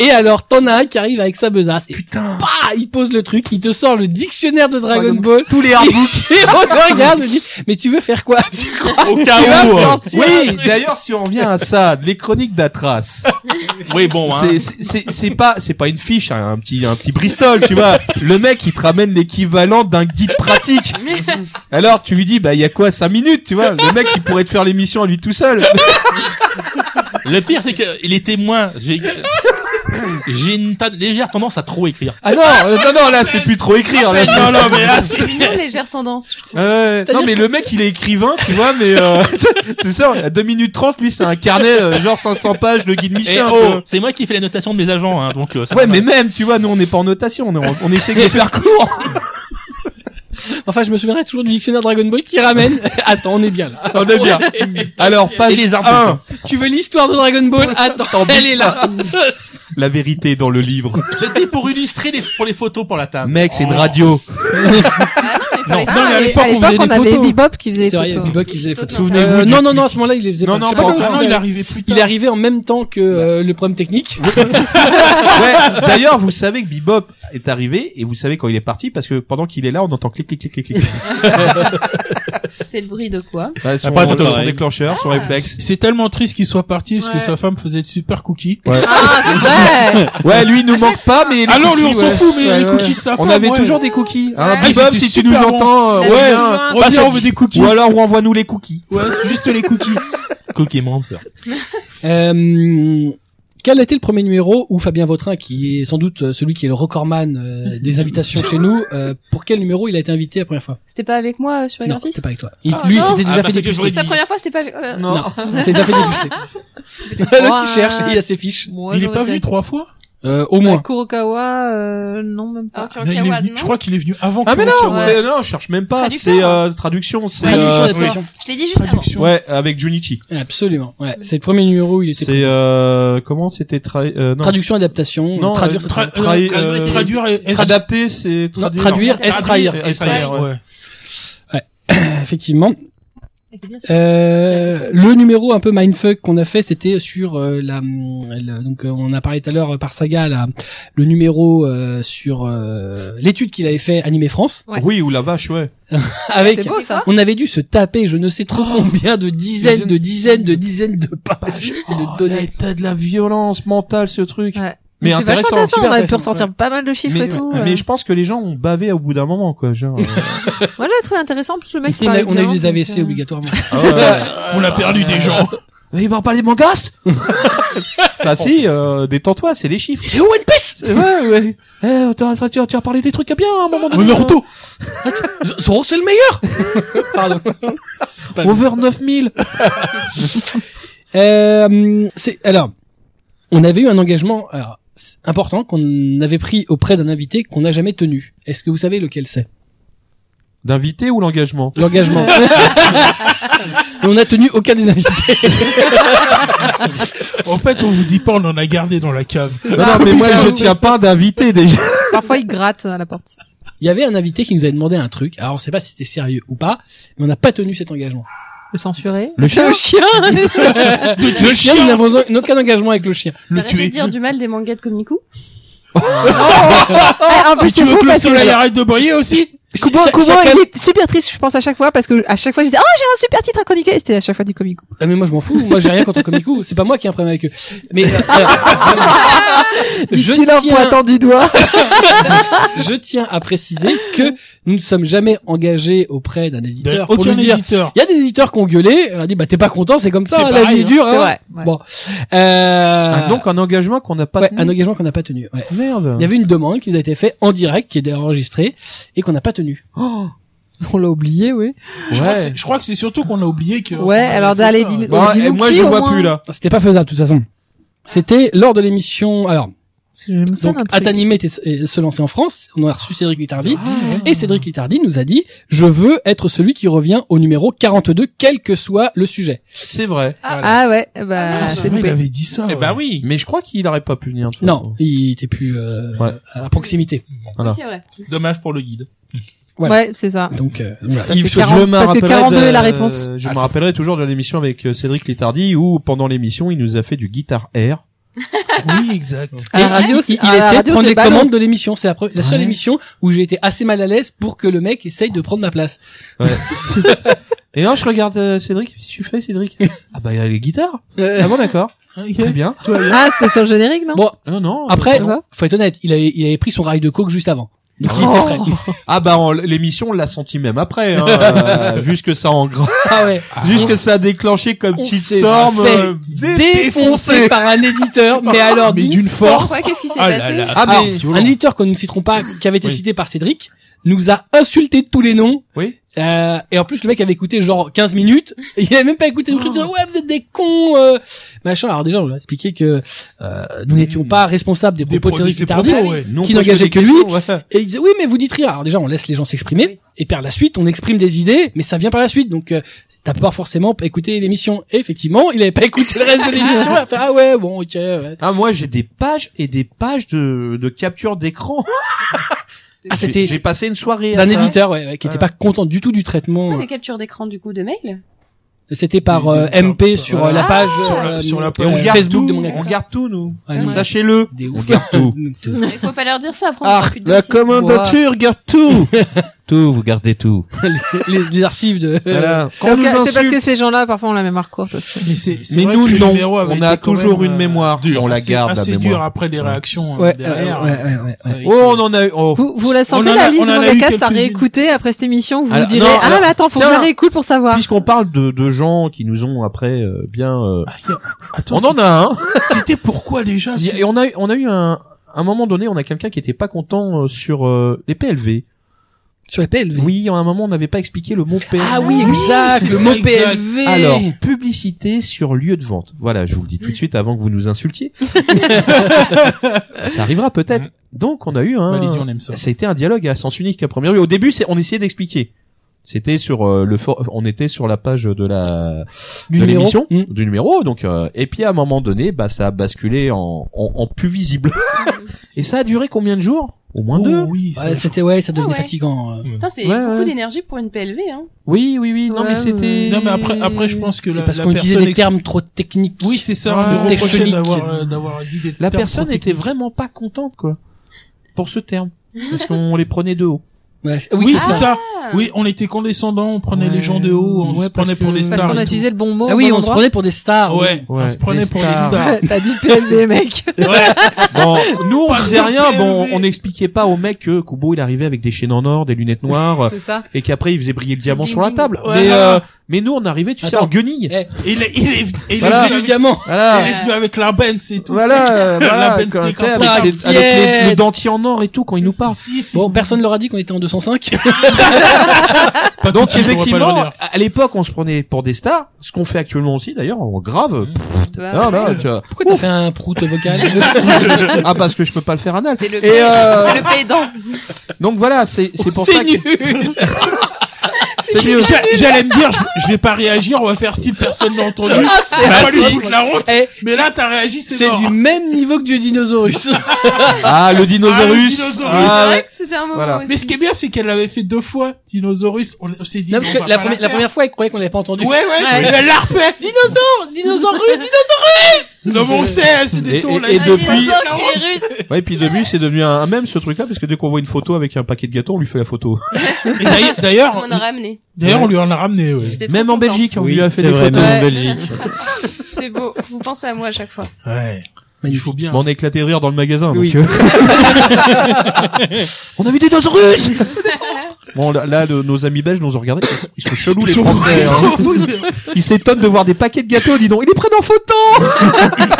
A: Et alors, t'en as un qui arrive avec sa besace. Et Oh. Putain. Bah, il pose le truc, il te sort le dictionnaire de Dragon Ball. Tous les [LAUGHS] hardbooks. Et on le regarde, on dit, mais tu veux faire quoi? Tu crois
H: [LAUGHS]
B: Au
A: que tu vas
B: euh,
A: sortir un
B: Oui,
A: truc
B: d'ailleurs, si on revient à ça, les chroniques d'Atras,
F: [LAUGHS] Oui, bon, hein.
B: c'est- c'est c'est- c'est pas c'est pas une fiche, hein, un petit un petit Bristol, tu vois. Le mec, il te ramène l'équivalent d'un guide
F: [LAUGHS]
B: pratique. Alors, tu lui dis, bah, il y a quoi, cinq minutes, tu vois Le mec, il pourrait te faire l'émission à lui tout seul.
F: Le pire, c'est que il était moins, j'ai- J'ai une ta- légère tendance à trop écrire.
B: Ah non, euh, non, non, là c'est plus trop écrire. Là, c'est-
F: Non, non, mais [LAUGHS] là,
E: C'est une légère tendance, je trouve.
B: Ouais, ouais. non mais le mec il est écrivain tu vois mais [LAUGHS] euh, tout ça à 2 minutes 30 lui c'est un carnet euh, genre 500 pages de guide
F: Eh
B: Michelin un
F: oh,
B: peu.
F: c'est moi qui fais la notation de mes agents, hein, donc euh, ça
B: Ouais,
F: va.
B: mais même, tu vois, nous on n'est pas en notation, on, est en- on [LAUGHS] essaie de les faire court.
A: Enfin, je me souviendrai toujours du dictionnaire Dragon Ball qui ramène. [LAUGHS] Attends, on est bien là.
B: On est bien. [LAUGHS] Alors, page
F: Et les arbres.
B: 1,
A: Tu veux l'histoire de Dragon Ball Attends, elle est là.
B: la vérité est dans le livre.
F: C'était pour illustrer les, pour les photos pour la table.
B: Ah, Mec, c'est une
F: Oh.
B: radio.
E: Non,
D: Ah, à l'époque, on avait Bebop qui
A: C'est
D: faisait des
A: vrai, il y avait
D: photos.
A: Bebop qui faisait les photos.
B: Souvenez-vous
A: Euh,
B: du
A: non, non, non, à ce moment-là, il les faisait
B: Non,
A: pas.
B: non,
A: Je sais
B: pas
A: pas
B: encore. Bah.
A: comment
H: non,
A: ça
H: il
A: s'appelle.
H: arrivait plus tard.
A: Il arrivait en même temps que euh, le problème technique.
B: [LAUGHS] Ouais, d'ailleurs, vous savez que Bebop est arrivé et vous savez quand il est parti parce que pendant qu'il est là, on entend clic clic clic clic. clic.
E: C'est le bruit de quoi
B: Bah, son,
G: Après,
B: son
G: pareil.
B: déclencheur, son réflexe.
H: C'est tellement triste qu'il soit parti parce que
E: Ouais.
H: sa femme faisait de super cookies.
D: Ah, c'est vrai!
B: Ouais, lui il nous manque pas mais les
H: Alors Ah lui, on
B: cookies,
H: s'en
B: ouais.
H: fout, mais
B: Ouais,
H: les
B: ouais.
H: cookies de sa femme.
B: On avait
H: ouais.
B: toujours des cookies. Hein,
E: Ouais.
B: Bebop,
H: Ah,
B: si tu
H: c'était
B: nous
H: super bon.
B: entends, euh,
E: La
B: ouais.
E: maison
B: hein.
E: jointe.
H: Reviens, on veut des cookies.
B: Ou alors renvoie-nous les cookies.
H: Ouais, juste les cookies.
F: [LAUGHS] Cookie Monster.
A: Euh, quel a été le premier numéro où Fabien Vautrin, qui est sans doute euh, celui qui est le recordman
D: [LAUGHS]
A: euh, des invitations chez nous, euh, pour quel numéro il a été invité la première fois
E: C'était pas avec moi euh, sur les
A: Non,
E: graphismes
A: c'était pas avec toi. Il-
E: Ah,
A: lui,
E: non.
A: c'était déjà
G: bah,
F: Ah,
A: fait
F: parce que
A: déguster.
F: j'aurais
E: Sa première fois, c'était pas avec... oh là là.
A: Non, c'est déjà fait déguster. [LAUGHS]
D: [LAUGHS]
A: L'autre,
D: Oh.
A: il cherche, il a ses fiches.
I: Moi,
H: il est
I: j'aurais
H: pas
I: dit-
H: venu trois fois
A: Euh, au
I: Bah,
A: moins.
I: Kurokawa, euh, non, même pas.
E: Alors qu'en
H: Non, il est
E: Kawa,
H: venu- Je
E: non.
H: crois qu'il est venu avant
B: Ah mais non,
H: Kurokawa.
B: mais non, je cherche même pas.
E: Traducteur,
B: C'est euh, traduction, c'est
A: Traduction,
B: euh,
A: la traduction.
E: Je l'ai dit juste avant.
H: Traduction.
B: ouais avec Junichi.
A: Absolument. Ouais, c'est le premier numéro où il était.
B: C'est euh, comment c'était tra... euh, non.
A: Traduction, adaptation,
B: Non,
A: traduire,
B: euh,
A: ça
H: Tra-
A: s'appelle.
B: Tra-
H: euh,
B: euh,
H: Traduire et et-
B: Adapter, c'est
A: Non, traduire, extraire.
B: Extraire, ouais.
H: Ouais.
A: effectivement.
I: Et bien sûr.
A: Euh, le numéro un peu mindfuck qu'on a fait, c'était sur euh, la, hum, le- donc euh, on a parlé tout à l'heure euh, par saga là, le numéro euh, sur euh, l'étude qu'il avait fait Animé France
I: Ouais.
B: Oui ou la vache, ouais.
A: avec.
I: Ah, C'est beau, ça. Oh.
A: On avait dû se taper, je ne sais trop combien de dizaines, de dizaines, de dizaines de pages et de données.
B: t'as de la violence mentale ce truc.
I: Ouais.
B: Mais
I: c'est vachement
B: intéressant,
I: intéressant,
B: super
I: on a pu
B: intéressant,
I: ressortir pas mal de chiffres
B: Mais,
I: et tout.
B: Ah, mais
I: euh.
B: je pense que les gens ont bavé au bout d'un moment quoi, genre. euh,
I: Moi, j'avais trouvé intéressant, en plus le mec
A: On a,
I: parlait
A: on a eu
I: bien,
A: des
I: donc,
A: AVC
I: euh,
A: obligatoirement.
B: ah ouais.
H: On a perdu des gens.
B: Mais il va parler mangas Ça si, euh, détends-toi, c'est les chiffres.
A: Et One Piece,
B: Ouais, ouais. Eh, t'as- t'as- tu as, tu as parlé des trucs bien à un moment donné.
H: Naruto.
A: Zoro c'est le meilleur. Pardon.
B: Over 9000.
A: [LAUGHS] Euh, c'est alors, on avait eu un engagement alors, c'est important qu'on avait pris auprès d'un invité qu'on n'a jamais tenu. Est-ce que vous savez lequel c'est
B: D'invité ou l'engagement
A: L'engagement. Et on n'a tenu aucun des invités.
H: En fait, on vous dit pas, on en a gardé dans la cave.
I: c'est
B: Non,
I: ça.
B: non, mais moi je tiens pas d'invité déjà.
I: Parfois, il gratte à la porte.
A: Il y avait un invité qui nous avait demandé un truc. Alors on ne sait pas si c'était sérieux ou pas, mais on n'a pas tenu cet engagement.
I: Le censurer.
B: Le chien.
I: Le chien.
A: Le chien, nous n'avons aucun engagement avec le chien.
H: Le
E: Arrêtez de
H: tuer.
E: dire du mal des mangas de Komiku.
I: Ah, Oh, en
H: Et
I: plus,
H: tu
I: c'est
H: veux
I: faux
H: que le
I: parce que
H: soleil arrête de briller aussi
I: Kubo,
A: Cha-
I: Kubo,
A: chacun-
I: il est super triste, je pense à chaque fois, parce que à chaque fois, je disais, oh, j'ai un super titre à chroniquer, et c'était à chaque fois du comico.
A: Ah, mais moi je m'en fous. Moi j'ai rien contre Komiku. C'est pas moi qui ai un problème avec eux.
I: [LAUGHS]
A: Mais euh, alors, je
I: Dit-il en
A: tiens
I: pointant du doigt.
A: je tiens à préciser que nous ne sommes jamais engagés auprès d'un éditeur pour lui
H: Aucun
A: dire.
H: éditeur.
A: Il y a des éditeurs qui ont gueulé, on a dit bah t'es pas content, c'est comme ça,
H: C'est
A: hein, la vie
H: pareil,
A: est
I: [LAUGHS]
A: dure.
I: C'est
A: hein.
I: vrai. ouais.
A: Bon, euh,
B: Ah, donc un engagement qu'on n'a pas
A: ouais,
B: tenu.
A: un engagement qu'on n'a pas tenu. ouais.
B: Merde.
A: Il y avait une demande qui nous a été faite en direct, qui est enregistrée et qu'on n'a pas tenue.
I: On l'a oublié, oui.
H: Je crois que
B: Ouais.
H: c'est- je crois que c'est surtout qu'on a oublié que.
I: Ouais, alors d'aller
H: d'aller
I: dîner-
B: Bon,
I: Dis-nous
B: eh, moi
I: qui,
B: je
I: au
B: vois
I: moins.
B: plus là.
A: C'était pas faisable de toute façon. C'était lors de l'émission. Alors,
I: Parce que je me souviens
A: donc
I: d'un truc.
A: Atanime était euh, se lancer en France. On a reçu Cédric Littardi et Cédric Littardi nous a dit je veux être celui qui revient au numéro 42, quel que soit le sujet.
B: C'est vrai.
I: Ah ouais, eh bah, c'est
H: il
I: loupé.
H: avait dit ça.
F: Eh
H: ouais.
F: ben oui.
B: Mais je crois qu'il aurait pas pu venir. de toute
A: Non,
B: façon.
A: il était plus euh,
B: Ouais.
A: à proximité.
B: Voilà.
E: Oui, C'est vrai.
F: Dommage pour le guide.
A: Voilà.
I: Ouais, c'est ça.
A: Donc euh, voilà.
I: Parce que
B: Yves,
I: 40
B: je me
I: parce que
B: rappellerai
I: 42
B: de-
I: est la réponse.
B: Je me rappellerai toujours de l'émission avec euh, Cédric Létardy où pendant l'émission il nous a fait du guitare air.
H: Oui, exact.
I: À la
A: Et
I: radio,
A: il-
I: c'est-
A: il,
I: à la
A: essaie de
I: radio,
A: prendre
I: c'est
A: les
I: ballon.
A: commandes de l'émission. C'est la, pre- la seule
B: Ouais.
A: émission où j'ai été assez mal à l'aise pour que le mec essaye de prendre ma place.
B: Et là je regarde euh, Cédric, qu'est-ce que tu fais Cédric
I: [LAUGHS]
B: Ah bah il a les guitares.
A: Euh,
B: Ah bon d'accord. Très
H: Ok.
B: bien.
D: Bah,
I: Ah, c'était sur le générique, non?
A: Bon,
B: Non non.
A: après,
I: Ça va Oh.
A: faut être honnête, il avait, il avait pris son rail de coke juste avant. Donc il était frais.
B: Ah bah on- l'émission on l'a senti même
I: [LAUGHS]
B: après, hein, euh, vu ce que ça en
A: Ah ouais.
B: vu ce que ça a déclenché comme
A: On
B: petite
A: s'est
B: storm
A: fait
B: euh,
A: Défoncé par un éditeur, mais alors
B: [LAUGHS] Mais d'une force.
E: Pourquoi Qu'est-ce qui s'est
F: Ah là
E: passé
F: là.
B: Ah
A: Alors,
B: mais
A: un éditeur qu'on ne citerons pas, qui avait été
B: Oui.
A: cité par Cédric, nous a insulté de tous les noms.
B: Oui.
A: Euh, et en plus, le mec avait écouté genre 15 minutes. [LAUGHS] et il avait même pas écouté le
B: Oh.
A: truc de ouais, vous êtes des cons, euh, machin. Alors déjà, on lui a expliqué que euh, nous n'étions pas responsables des propos de
H: produits,
A: Cédric
H: propos,
A: Tardy.
H: ouais.
B: non,
A: qui
B: parce
A: n'engageait
B: des
A: que lui.
B: questions, ouais.
A: Et il disait oui, mais vous dites rien. Alors déjà, on laisse les gens s'exprimer.
E: Oui.
A: Et par la suite, on exprime des idées, mais ça vient par la suite. Donc euh, t'as pas forcément pas écouté l'émission. Et effectivement, il avait pas écouté le reste de l'émission. Il a fait ah ouais, bon, ok. ouais.
B: Ah moi j'ai des pages et des pages de de capture d'écran.
A: Ah
B: J'ai-
A: c'était
B: j'ai passé une soirée à
A: d'un
B: ça.
A: éditeur ouais, ouais, qui était
B: Ouais.
A: pas content du tout du traitement.
E: Des captures d'écran du coup de mail
A: C'était par
H: Des-
A: euh,
H: des-
A: MP sur euh, la page euh,
H: Ah, sur la
B: Et on
H: Ouais.
B: garde
A: Facebook
B: tout,
A: de Manga
B: on
A: Class.
B: garde tout nous.
A: Ouais, nous,
B: Sachez-le.
A: Des
B: On
A: ouf. [LAUGHS]
B: garde tout.
E: Il faut pas leur dire ça, après on aura plus de dossier.
B: commandature garde tout. [LAUGHS] tout, vous gardez tout.
A: Euh, [LAUGHS] les, les archives de
B: Voilà.
D: C'est
B: Quand nous
D: parce que
B: insulte,
D: ces gens-là, parfois, on la mémoire courte aussi.
H: Mais, c'est- c'est
B: mais
H: vrai
B: nous
H: que ce
B: non,
H: numéro avait
B: on a
H: été quand
B: toujours
H: même,
B: une
H: euh,
B: mémoire,
H: dur.
B: on la
H: Assez-
B: garde la
H: assez
B: mémoire.
H: dur après les réactions euh,
A: ouais,
H: derrière.
A: euh, ouais, ouais, ouais.
H: Ça a été-
B: Oh, on en a eu. Oh.
D: Vous, vous la sentez,
H: en a-
D: la
H: on
D: liste
H: en
D: de
H: a eu
D: Mangacast à
H: quelques-unes.
D: réécouter après cette émission, vous
B: Alors,
D: vous direz,
B: non,
D: ah,
B: alors,
D: mais attends, faut que je
B: tiens.
D: la réécoute pour savoir.
B: Puisqu'on parle de, de gens qui nous ont après euh, bien, euh,
H: Attends,
B: on en a un.
H: c'est- c'était pourquoi déjà ce-
B: Et on a eu, on a eu un, un moment donné, on a quelqu'un qui était pas content euh, sur euh, les PLV.
A: sur les PLV.
B: Oui, à un moment, on n'avait pas expliqué le mot PLV.
A: Ah oui, exact,
H: c'est
A: le
H: ça,
A: mot
H: exact.
A: PLV.
B: Alors, publicité sur lieu de vente. Voilà, je vous le dis tout de suite avant que vous nous insultiez. ça arrivera peut-être. Donc, on a eu un.
H: Bah, Allez-y, on aime ça.
B: ça a été un dialogue à sens unique à première vue. Au début, c'est, on essayait d'expliquer. C'était sur euh, le for- on était sur la page de la
A: Du
B: de
A: numéro.
B: l'émission
A: Mm.
B: du numéro donc euh, et puis à un moment donné bah ça a basculé en en, en plus visible [LAUGHS] et ça a duré combien de jours au moins
H: Oh,
B: deux
H: oui,
A: Ouais,
H: ça-
A: c'était ouais, ça devenait
E: Ah ouais.
A: fatigant. euh.
E: Putain, c'est
B: Ouais,
E: beaucoup
B: ouais.
E: d'énergie pour une PLV, hein.
B: oui oui oui non
D: Ouais,
B: mais c'était
H: Non mais après après je pense que
A: C'est
H: la,
A: parce
H: la
A: qu'on utilisait
H: personne
A: des termes trop techniques.
H: Oui, c'est ça,
B: Ouais.
H: on lui reprochait
A: Technique.
H: d'avoir euh, d'avoir dit des
B: la
H: termes
B: personne
H: trop
B: était vraiment pas contente quoi pour ce terme
D: [LAUGHS]
B: parce qu'on les prenait de haut
A: Ouais, c'est-
H: techniques.
A: oui,
H: Oui,
B: Ah.
A: c'est
H: c'est
A: ça.
H: ça. Oui, on était condescendant, on prenait les gens de haut, on
B: Ouais,
H: se prenait
B: parce
H: pour
B: que-
H: des
D: Parce
H: stars.
D: qu'on a
H: et tout.
D: utilisé le bon mot.
A: Ah
D: au
A: oui,
D: bon
A: on se
D: endroit.
A: prenait pour des stars.
H: Ouais, on
B: Ouais,
H: se prenait
B: des
H: pour
B: stars.
H: des stars.
B: [LAUGHS]
D: [LAUGHS] T'as dit PLV, mec.
B: Bon,
D: [LAUGHS]
H: Oh,
B: nous on disait rien, bon,
H: PLV.
B: on n'expliquait pas au mec que Kubo il arrivait avec des chaînes en or, des lunettes
D: [LAUGHS]
B: noires,
D: C'est ça.
B: et qu'après il faisait briller le diamant sur la table.
H: Ouais.
B: Mais, euh, mais nous on arrivait, tu sais,
A: Attends.
B: en guenille.
H: Et il est il est et il est
B: Voilà.
A: Voilà.
H: [LAUGHS] venu
A: Du
H: avec-
A: diamant.
B: Voilà,
H: il est venu avec la Benz et tout.
B: voilà, euh, voilà,
H: [LAUGHS] La Benz
B: quand-
H: des
B: tu sais,
H: campagnes.
B: avec, ses- avec
A: T'inquiète.
B: les, le dentier en or et tout quand il nous parle.
H: Si, si.
A: Bon, personne leur a dit qu'on était en 205.
H: Pas
B: Donc
H: tout de suite, on va pas le
B: effectivement,
H: redire.
B: à l'époque on se prenait pour des stars, ce qu'on fait actuellement aussi d'ailleurs, on grave. pff,
E: Bah,
B: ah, là, tu vois.
A: Pourquoi t'as fait un prout [LAUGHS] vocal
B: Ah, parce que je peux pas le faire anal.
E: C'est le,
B: Et, euh,
D: [LAUGHS]
E: c'est le pédant.
B: Donc voilà, c'est c'est pour ça que
A: Oh, nul.
B: c'est mieux.
H: J'a- J'allais me dire, je- je vais pas réagir, on va faire style personne n'a entendu.
B: [LAUGHS]
H: On va pas lui foutre la honte.
A: Eh,
H: Mais là, t'as réagi, c'est
A: C'est
H: mort.
A: du même niveau que du dinosaurus.
B: [LAUGHS] Ah, le
H: Ah, le
B: dinosaurus.
H: dinosaurus.
E: C'est
B: Ah,
E: vrai que c'était un moment
B: Voilà.
E: aussi.
H: Mais ce qui est bien, c'est qu'elle l'avait fait deux fois, Dinosaurus. On, on s'est dit,
A: Non, parce
H: on
A: que
H: va
A: la,
H: pas
A: première- la
H: la faire.
A: première fois, elle croyait qu'on l'avait pas entendu.
H: Ouais, ouais,
E: Ouais.
H: mais elle l'a refait.
A: Dinosaure, dinosaurus,
H: Non, mais on sait, c'est des
B: Et-
H: tons,
B: et-
H: là.
B: et
H: ils
E: Ah,
H: sont
B: depuis-
E: il est
H: pas
E: mort,
H: la honte.
E: il est russe.
B: [LAUGHS] Ouais, et puis début, c'est devenu un, un mème ce truc-là, parce que dès qu'on voit une photo avec un paquet de gâteaux, on lui fait la photo.
H: Et d'ailleurs-
E: On en
H: D'ailleurs,
E: a ramené.
H: d'ailleurs, on lui en a ramené, ouais.
E: J'étais trop
B: Même en
E: contente.
B: Belgique, on
G: Oui,
B: lui a fait
G: c'est
B: des
G: vrai,
B: photos.
G: même
E: Ouais.
G: en Belgique.
E: C'est beau. Vous pensez à moi à chaque fois.
H: Ouais. Il
A: Magnifique.
H: faut bien.
B: Bon, on a éclaté de rire dans le magasin.
A: Oui.
B: Donc, euh. on a vu des dinosaures Bon, là, là, le- nos amis belges nous ont regardé. Ils sont, ils sont chelous, les Français. hein. Ils s'étonnent de voir des paquets de gâteaux, dis donc. Ils les prennent en photo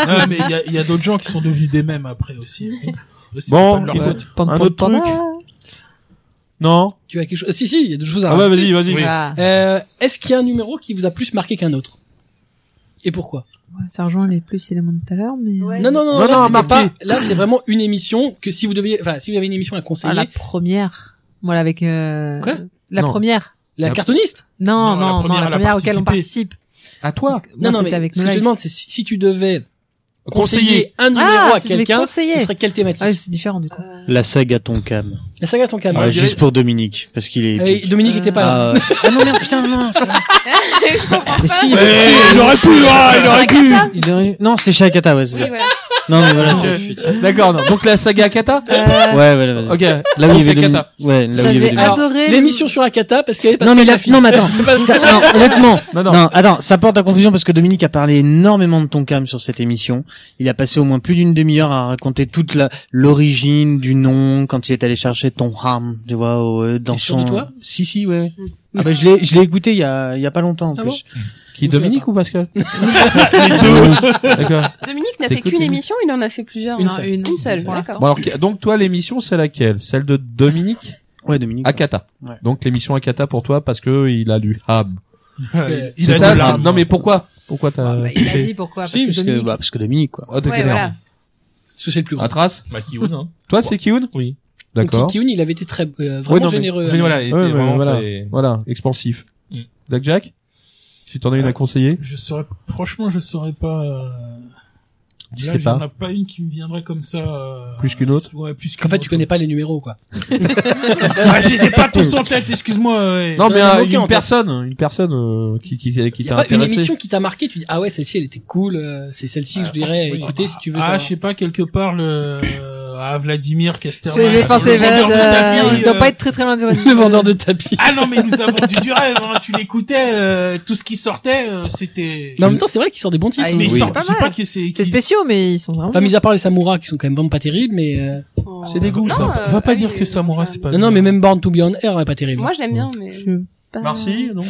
H: Non, mais il y a, il y a d'autres gens qui sont devenus des mêmes après aussi. hein. C'est
B: Bon,
H: pas de leur
B: il-
H: faute.
D: Pam,
B: Un
D: pam,
B: autre
D: pam.
B: truc. Non
A: [LAUGHS] Tu as quelque chose Si si, il y a deux choses à.
B: Ah ouais, vas-y, vas-y.
D: Ah,
A: Euh, Est-ce qu'il y a un numéro qui vous a plus marqué qu'un autre Et pourquoi
D: ouais, Ça rejoint les plus éléments de tout à l'heure, mais.
E: Ouais.
A: Non non non,
B: Non,
A: là
B: non,
A: c'était
B: marqué.
A: pas. Là c'est vraiment une émission que si vous deviez, enfin si vous avez une émission à conseiller,
D: Ah, la
A: la...
D: première. Voilà, avec, euh,
A: Quoi
D: La
B: Non.
D: première.
A: cartooniste.
D: Non, non,
H: Non, la
D: non, la
H: première,
D: première,
H: elle a
D: auquel on
H: participé.
D: participe.
B: À toi
A: Non non,
D: c'était
A: mais
D: avec
A: ce que
D: Nolai.
A: je te demande c'est si, si tu devais conseiller
B: Conseiller.
A: un numéro
D: Ah,
A: à
D: si tu devais
A: quelqu'un,
D: conseiller.
A: ce serait quelle thématique
D: Ouais, c'est différent, du coup.
G: [LAUGHS] La saga Tonkam.
A: La saga ton
G: Ah, juste pour Dominique, parce qu'il Eh, est.
A: Euh,
G: épique.
A: Dominique
D: Euh,
A: était pas là.
G: Ah, [LAUGHS] ah non merde putain non [LAUGHS] c'est-
E: Je comprends
A: Mais
E: pas.
A: si,
H: Eh,
A: mais si,
H: il aurait pu, ah, il
E: Sur la
H: aurait pu.
E: cata
G: il est- non c'est Shakata ouais c'est
E: Oui,
G: ça.
E: voilà.
G: Non, mais voilà, tu vois, je suis... Ouais,
B: D'accord, non. Donc la saga Akata
G: ouais, voilà, vas-y.
B: Ok.
G: Là où il y avait
B: Akata.
G: des... Ouais, là où il y avait
D: J'avais
G: des...
D: adoré.
A: L'émission sur Akata, parce qu'elle est
G: Non, mais la- non, mais attends.
A: [LAUGHS] Parce-
G: Ça- alors, honnêtement,
B: Non,
G: non,
B: non.
G: attends, ça porte à confusion parce que Dominique a parlé énormément de Tonkam sur cette émission. Il a passé au moins plus d'une demi-heure à raconter toute la l'origine du nom quand il est allé chercher Tonkam, tu vois, au, euh, dans
A: T'es sûr
G: son.
A: de toi
G: si, si, ouais. ouais. Ah bah, je l'ai, je l'ai écouté il y a, il y a pas longtemps en
A: Ah
G: plus.
B: Qui Dominique ou Pascal D'accord.
E: Dominique n'a fait
B: T'écoutes,
E: qu'une
B: Dominique
E: émission, il en a fait plusieurs.
A: Une
E: Non,
A: seule.
E: Une seule,
D: Pour
E: d'accord.
B: Bon, alors, donc toi l'émission c'est laquelle Celle de Dominique
G: Ouais, Dominique.
B: Akata.
G: Ouais.
B: Donc l'émission Akata pour toi parce que il a lu Ham.
H: Il- il
B: C'est
H: a
B: ça
H: de
B: c'est-
H: l'âme.
B: Non mais pourquoi Pourquoi t'as
D: Ah,
E: Bah, il a dit pourquoi parce
G: Si,
E: que
G: parce que,
E: Dominique.
G: bah, parce que Dominique, quoi.
B: Oh, t'es
E: Ouais,
B: vénère.
E: voilà.
A: Parce que c'est le plus grand.
B: Atras
F: Bah, qui ou non
B: Toi c'est Kiun
F: Oui.
B: Ah, D'accord.
A: Kiun, il avait été très, euh, vraiment
B: Ouais, non, mais-
A: généreux.
F: Enfin, voilà, il était
B: Ouais, ouais,
F: vraiment
B: voilà.
F: très-
B: Voilà, expansif.
F: Mm.
B: Black Jack Si t'en as une à conseiller
H: Je saurais, franchement, je saurais pas. euh,
B: Je
H: là,
B: sais
H: j'en
B: pas.
H: ai pas une qui me viendrait comme ça. euh,
B: Plus qu'une autre
H: Ouais, plus qu'une
A: En fait, tu connais pas les numéros, quoi.
H: Ah, je les
B: [LAUGHS]
H: ai pas tous en tête, excuse-moi. ouais.
A: Dans
B: Non mais
A: les
B: euh,
A: moquets, en fait.
B: une personne, une personne euh, qui qui qui
A: Il y a
B: t'a
A: pas une
B: intéressé.
A: émission qui t'a marqué, tu dis, ah ouais, celle-ci, elle était cool, euh, c'est celle-ci, que je dirais,
F: oui.
A: écoutez, si tu veux.
H: Ah,
A: savoir.
H: je sais pas, quelque part, le, euh, à Vladimir Casterman.
D: J'ai pensé
H: Le
D: vers
H: vendeur de
D: euh,
H: tapis,
D: ils doivent
H: euh,
D: pas être très très loin
A: [LAUGHS] [LAUGHS]
D: du
A: le vendeur de
H: [LAUGHS]
A: tapis.
H: Ah non, mais il nous a vendu du rêve, hein. Tu l'écoutais, euh, tout ce qui sortait, euh, c'était...
A: Mais en même temps, c'est vrai qu'ils sortent des bons titres.
D: Ah,
H: mais
D: oui.
H: il
D: c'est
H: sort,
D: pas
H: je dis
D: mal.
H: pas que c'est...
D: C'est
H: qu'il-
D: spéciaux, mais ils sont vraiment.
A: Enfin, mis à part les samourás qui sont quand même vraiment pas terribles, mais euh,
B: C'est des goûts,
E: Non,
B: ça.
E: euh,
H: Va pas
E: ah
H: dire
E: oui,
H: que Samoura, c'est pas...
A: non, non, mais même Born to be on Air est pas terrible.
E: Moi, je l'aime bien, mais.
D: Je- pas-
B: Merci, non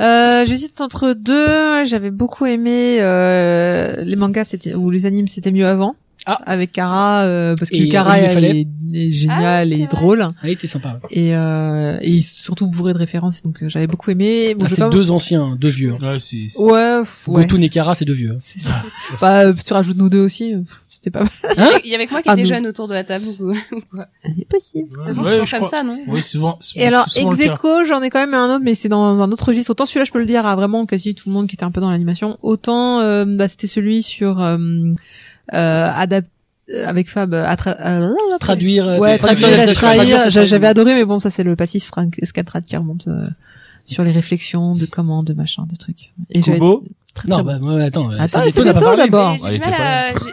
D: Euh, J'hésite entre deux. J'avais beaucoup aimé euh, les mangas, c'était ou les animes, c'était mieux avant.
A: Ah.
D: Avec Kara, euh, parce que
A: Et
D: Kara
A: Olivier
D: elle
A: Fallet.
D: est, est géniale
E: Ah, c'est
D: et
E: vrai.
D: drôle
A: Ah, il était sympa. ouais.
D: et, euh, et surtout bourré de références, donc euh, j'avais beaucoup aimé. Bon,
A: Ah,
D: je vais
A: c'est
D: pas-
A: deux anciens, hein, deux vieux. hein.
H: Ouais, c'est... c'est-
D: Ouais, pff, ouais.
A: Gotoun et Kara, c'est deux vieux. hein.
D: C'est ça. bah, euh, tu rajoutes nous deux aussi, euh, pff, c'était pas mal.
E: Il y avait que moi qui
D: Ah,
E: était
D: non.
E: jeune autour de la table ou quoi. De
D: C'est possible.
E: toute façon,
H: Ouais,
E: c'est toujours
H: je
E: comme
H: crois-
E: ça, non
H: Oui, souvent,
D: Et alors,
H: souvent le cas.
D: Execo, j'en ai quand même un autre, mais c'est dans un autre registre. Autant celui-là, je peux le dire à vraiment quasi tout le monde qui était un peu dans l'animation. Autant, euh, bah, c'était celui sur euh, euh, adap- euh, avec Fab, euh, à tra- euh,
A: Traduire. euh,
D: ouais,
A: traduction
D: traduire, et
A: adaptation, traduire,
D: trahir.
A: c'est
D: J'a-
A: très-
D: J'avais adoré, mais bon, ça c'est le passif Frank Escatrade qui remonte euh, sur les réflexions de comment, de machin, de trucs. Et j'avais
B: Kubo
D: très, très
A: Non,
D: bon.
A: bah, ouais, attends. euh,
D: Ah, Attends,
A: Sadeto
D: c'est
A: n'a pas
D: bientôt
A: parlé.
D: d'abord.
E: J'ai
B: Ouais,
E: du
B: il
E: mal
B: était
E: à, j'ai-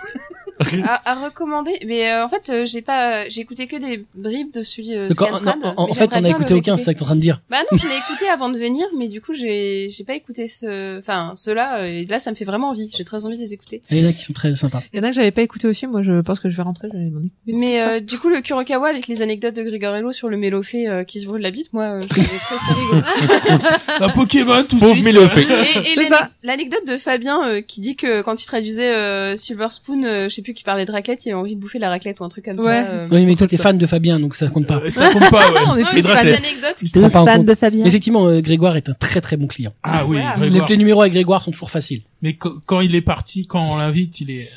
E: à, à recommander, mais euh, en fait, euh, j'ai pas, j'ai écouté que des bribes de celui. Euh,
A: Donc, en,
E: Scantrad,
A: en- en- en
E: mais
A: fait,
E: j'aimerais
A: on a
E: bien
A: écouté
E: le
A: aucun, c'est
E: réécouter.
A: ça que t'es en train de dire.
E: Bah non, je l'ai écouté avant de venir, mais du coup, j'ai, j'ai pas écouté ce, enfin, ceux-là. euh, Et là, ça me fait vraiment envie. J'ai très envie de les écouter.
A: Il y en a qui sont très sympas.
D: Il y en a que j'avais pas écouté aussi. Moi, je pense que je vais rentrer, je vais demander.
E: Mais euh, du coup, le Kurokawa avec les anecdotes de Grigorello sur le mélofé euh, qui se brûle la bite, moi, euh, je l'ai trouvé ça rigolo.
H: Un Pokémon, tout de
B: Pauvre
H: suite.
B: Milofé.
E: Et, et
D: C'est
E: l'ane-
D: ça.
E: l'anecdote de Fabien euh, qui dit que quand il traduisait euh, Silver Spoon, euh, je sais plus qui parlait de raclette, il avait envie de bouffer la raclette ou un truc comme
D: Ouais.
E: ça. euh.
A: Oui, mais toi, t'es fan de Fabien, donc ça compte pas.
H: Euh, Ça compte pas, [LAUGHS] ouais.
D: on est
E: Non,
D: tous
E: mais
B: de
E: c'est pas des
B: raclette.
E: anecdotes.
A: Je prends pas en compte.
D: de Fabien.
A: Effectivement, euh, Grégoire est un très très bon client.
H: Ah oui,
E: Voilà.
A: Les,
H: Grégoire.
A: les numéros avec Grégoire sont toujours faciles.
H: Mais qu- quand il est parti, quand on l'invite, il est...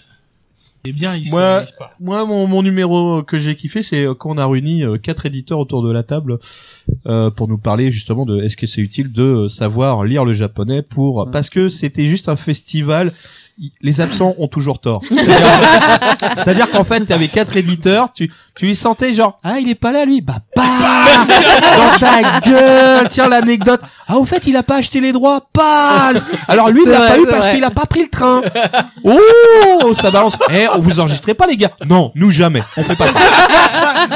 H: Il est bien, il se
B: Ouais.
H: lève pas.
B: [LAUGHS] Moi, mon, mon numéro euh, que j'ai kiffé, c'est euh, quand on a réuni euh, quatre éditeurs autour de la table euh, pour nous parler justement de est-ce que c'est utile de euh, savoir lire le japonais pour parce que c'était juste un festival. i- Les absents ont toujours
D: [LAUGHS]
B: tort. C'est-à-dire- C'est-à-dire qu'en fait, tu avais quatre éditeurs, tu tu les sentais genre ah il est pas là lui, bah
D: [LAUGHS]
B: bah dans ta gueule, tiens l'anecdote. Ah au fait il a pas acheté les droits, pas. Alors lui il
D: C'est
B: l'a
D: vrai,
B: pas eu
D: c'est
B: parce
D: vrai.
B: qu'il a pas pris le train. Oh, ça balance. Eh, on vous enregistrez pas les gars Non, nous jamais. On fait pas ça.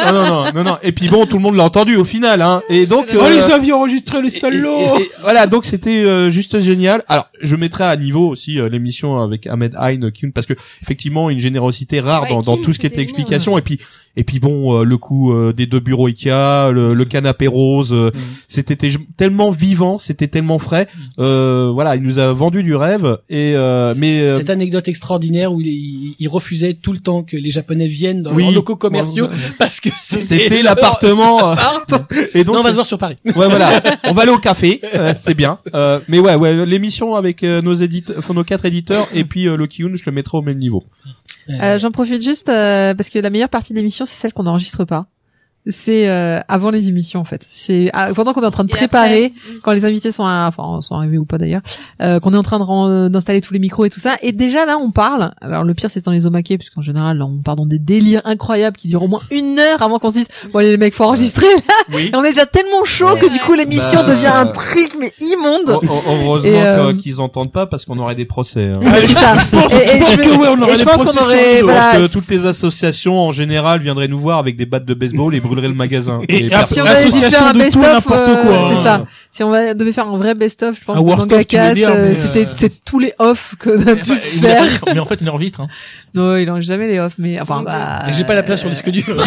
B: Non, non, non, non, non. Et puis bon, tout le monde l'a entendu au final, hein. Et donc.
H: Oh,
B: euh,
H: les avions enregistrés, les
B: et-
H: salauds
B: et- et- voilà, donc c'était euh, juste génial. Alors, je mettrai à niveau aussi euh, l'émission avec Ahmed Hein Kim parce que effectivement une générosité rare
E: Ouais,
B: dans, dans
E: Kim,
B: tout ce qui
E: c'était
B: était explication. Et puis, et puis bon, euh, le coup euh, des deux bureaux Ikea, le, le canapé rose, euh, c'était té- tellement vivant, c'était tellement frais. Euh, voilà, il nous a vendu du rêve. Et euh, mais euh,
A: Cette anecdote extraordinaire où il, il refusait tout le temps que les Japonais viennent dans
B: Oui.
A: leurs locaux commerciaux parce que
B: C'était
A: c'était [LAUGHS] l'appart.
B: l'appartement. euh, Et donc,
A: Non, on va se voir sur
B: [LAUGHS]
A: Paris.
B: Ouais, voilà. On va aller au café. euh, c'est bien. Euh, mais ouais, ouais, l'émission avec euh, nos éditeurs, enfin, nos quatre éditeurs, et puis euh, le Kiyun, je le mettrai au même niveau.
D: Euh, J'en profite juste euh, parce que la meilleure partie de l'émission, c'est celle qu'on n'enregistre pas. c'est euh, avant les émissions en fait. C'est ah, pendant qu'on est en train de
E: Et après, hmm.
D: préparer, quand les invités sont à- enfin sont arrivés ou pas d'ailleurs, euh, qu'on est en train de ren- d'installer tous les micros et tout ça. Et déjà là, on parle. Alors le pire, c'est dans les omakés, puisqu'en général, là, on part dans des délires incroyables qui durent au moins une heure avant qu'on se dise bon allez les mecs, faut enregistrer. Là,
F: Oui.
D: Et on est déjà tellement chaud que
E: Ouais.
D: du coup l'émission
B: Bah,
D: devient un
B: euh,
D: truc mais immonde.
B: Oh, oh, Heureusement
D: Et, euh,
B: que- qu'ils entendent pas parce qu'on aurait des procès. [LAUGHS] hein.
D: C'est ça. Et- et je
B: Parce que, ouais, on
D: et
B: aurait
D: je
B: des
D: pense
B: procès
D: qu'on aurait-
B: sans nous,
D: voilà,
B: parce que
D: c'est-
B: toutes les associations en général viendraient nous voir avec des battes de baseball et brûleraient le magasin.
H: Et-
B: personne-
H: si
D: si on
H: L'association
B: [LAUGHS]
D: devait faire un
H: de tout et
D: best-of,
H: n'importe
D: euh,
H: quoi, hein.
D: c'est ça. Si on va- devait faire un vrai best-of, je pense
H: Un
D: que
H: worst-of, tu veux
D: Mangacast,
H: dire,
D: euh,
H: mais, euh,
D: c'était c'est tous les offs que on a
F: Mais,
D: pu
F: enfin, il a pas-
D: faire.
F: mais en fait, on est en vitre. Hein.
D: Non, il lance jamais les offs, mais enfin
E: Mon
D: bah.
A: Et J'ai pas la place sur le
D: euh,
A: disque dur.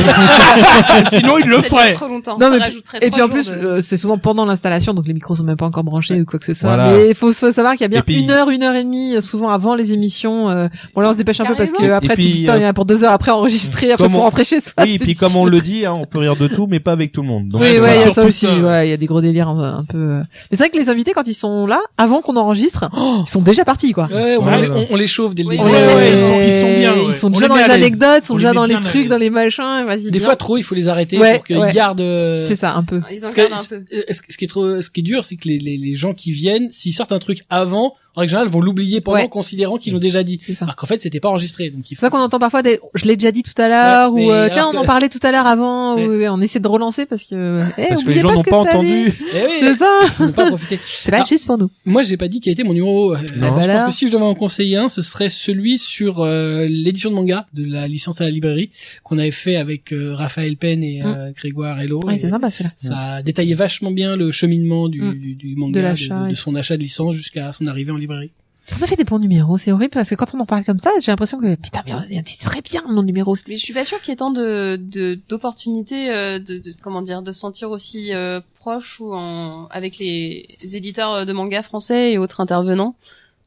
H: Sinon, il le
E: Ça dure
H: ferait.
E: trop longtemps.
D: Non,
E: ça
D: mais-
E: rajouterait
D: Et puis
E: trois
D: en plus,
E: jours de-
D: euh, c'est souvent pendant l'installation, donc les micros sont même pas encore branchés ou quoi que ce soit.
B: Voilà.
D: Mais il faut faut savoir qu'il y a bien
B: Et puis-
D: une heure, une heure et demie, euh, souvent avant les émissions. euh, bon là, on se dépêche un peu parce que
B: Carrément.
D: après,
B: Et puis,
D: tu dis, putain, il y en a pour deux heures après enregistrer, après
B: comme
D: faut
B: on-
D: rentrer chez soi.
B: oui, et
D: c'est
B: puis comme on
D: difficile.
B: le dit, hein, on peut rire de tout, mais pas avec tout le monde. Donc,
D: Oui,
H: Ouais,
D: ouais, il y a
H: surtout
D: ça aussi.
H: ça.
D: Ouais, il y a des gros délires un, un peu. euh. Mais c'est vrai que les invités, quand ils sont là, avant qu'on enregistre, ils sont déjà partis, quoi.
A: Ouais, on,
H: Ouais.
A: on- on les chauffe dès le
E: Oui,
A: début.
E: ouais, ouais, ouais.
H: ils sont- ils sont bien, ouais.
D: Ils sont
H: On
D: déjà
H: les
D: dans
H: met
D: les
H: à l'aise.
D: anecdotes, ils sont
H: On les
D: déjà
H: met
D: dans les
H: bien à
D: trucs,
H: l'aise.
D: dans les machins. Vas-y.
A: Des
D: bien.
A: fois trop, il faut les arrêter
D: Ouais,
A: pour qu'ils
D: ouais.
A: gardent. euh,
D: c'est ça, un peu.
E: Ils en
A: Parce que-
E: gardent un peu.
A: euh, ce ce qui est trop, ce qui est dur, c'est que les, les, les gens qui viennent, s'ils sortent un truc avant, en règle générale, vont l'oublier pendant,
D: Ouais.
A: considérant qu'ils l'ont déjà dit.
D: C'est ça.
A: Alors qu'en fait, c'était pas enregistré, donc il
D: C'est pour ça
A: faut.
D: qu'on entend parfois des, je l'ai déjà dit tout à l'heure,
A: Ouais,
D: ou,
A: mais
D: euh,
A: alors
D: tiens, on en
A: que-
D: parlait tout à l'heure avant,
A: Ouais.
D: ou, euh, on essaie de relancer parce que, eh,
B: parce que
D: oubliez
B: les gens
D: pas
B: n'ont
D: ce que
B: pas [LAUGHS]
D: t'as dit.
B: entendu.
A: Eh oui,
D: [LAUGHS] C'est ça.
A: on peut pas en profiter.
D: C'est pas
A: Ah.
D: juste pour nous.
A: Moi, j'ai pas dit quel était mon numéro. euh,
D: bah
A: je
D: là.
A: pense que si je devais en conseiller un, ce serait celui sur euh, l'édition de manga de la licence à la librairie qu'on avait fait avec euh, Raphaël Penn et euh, Grégoire Hello.
D: Mm. Ouais,
A: Et
D: c'est sympa, celui-là.
A: ça détaillait vachement bien le cheminement du,
D: Mm.
A: du, du manga,
D: De
A: de,
D: l'achat,
A: de- de
D: et-
A: son achat de licence jusqu'à son arrivée en librairie.
D: On a fait des bons numéros, c'est horrible parce que quand on en parle comme ça, j'ai l'impression que, putain, mais on était très bien, mon numéro.
E: Mais je suis pas sûre qu'il y ait tant de de- d'opportunités euh, de, de- comment dire de se sentir aussi euh, proche ou en avec les éditeurs de manga français et autres intervenants.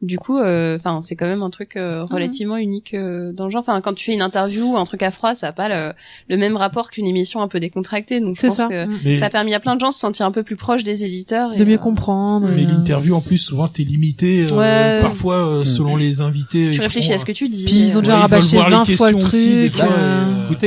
E: Du coup, euh, enfin, c'est quand même un truc euh,
A: Mhm.
E: relativement unique euh, dans le genre. Enfin, quand tu fais une interview, un truc à froid, ça a pas le, le même rapport qu'une émission un peu décontractée. Donc, je
D: C'est
E: pense
D: ça.
E: que
D: Mm.
H: Mais,
E: ça a permis à plein de gens de se sentir un peu plus proche des éditeurs. et,
D: De mieux
E: euh,
D: comprendre.
H: mais
D: et, euh,
H: l'interview, en plus, souvent, t'es limité. euh,
D: Ouais.
H: Parfois, euh, selon les invités.
E: Tu réfléchis à ce que tu dis.
D: Puis ils ont
E: euh,
D: déjà rabâché 20 fois le truc, euh,
H: Écoutez.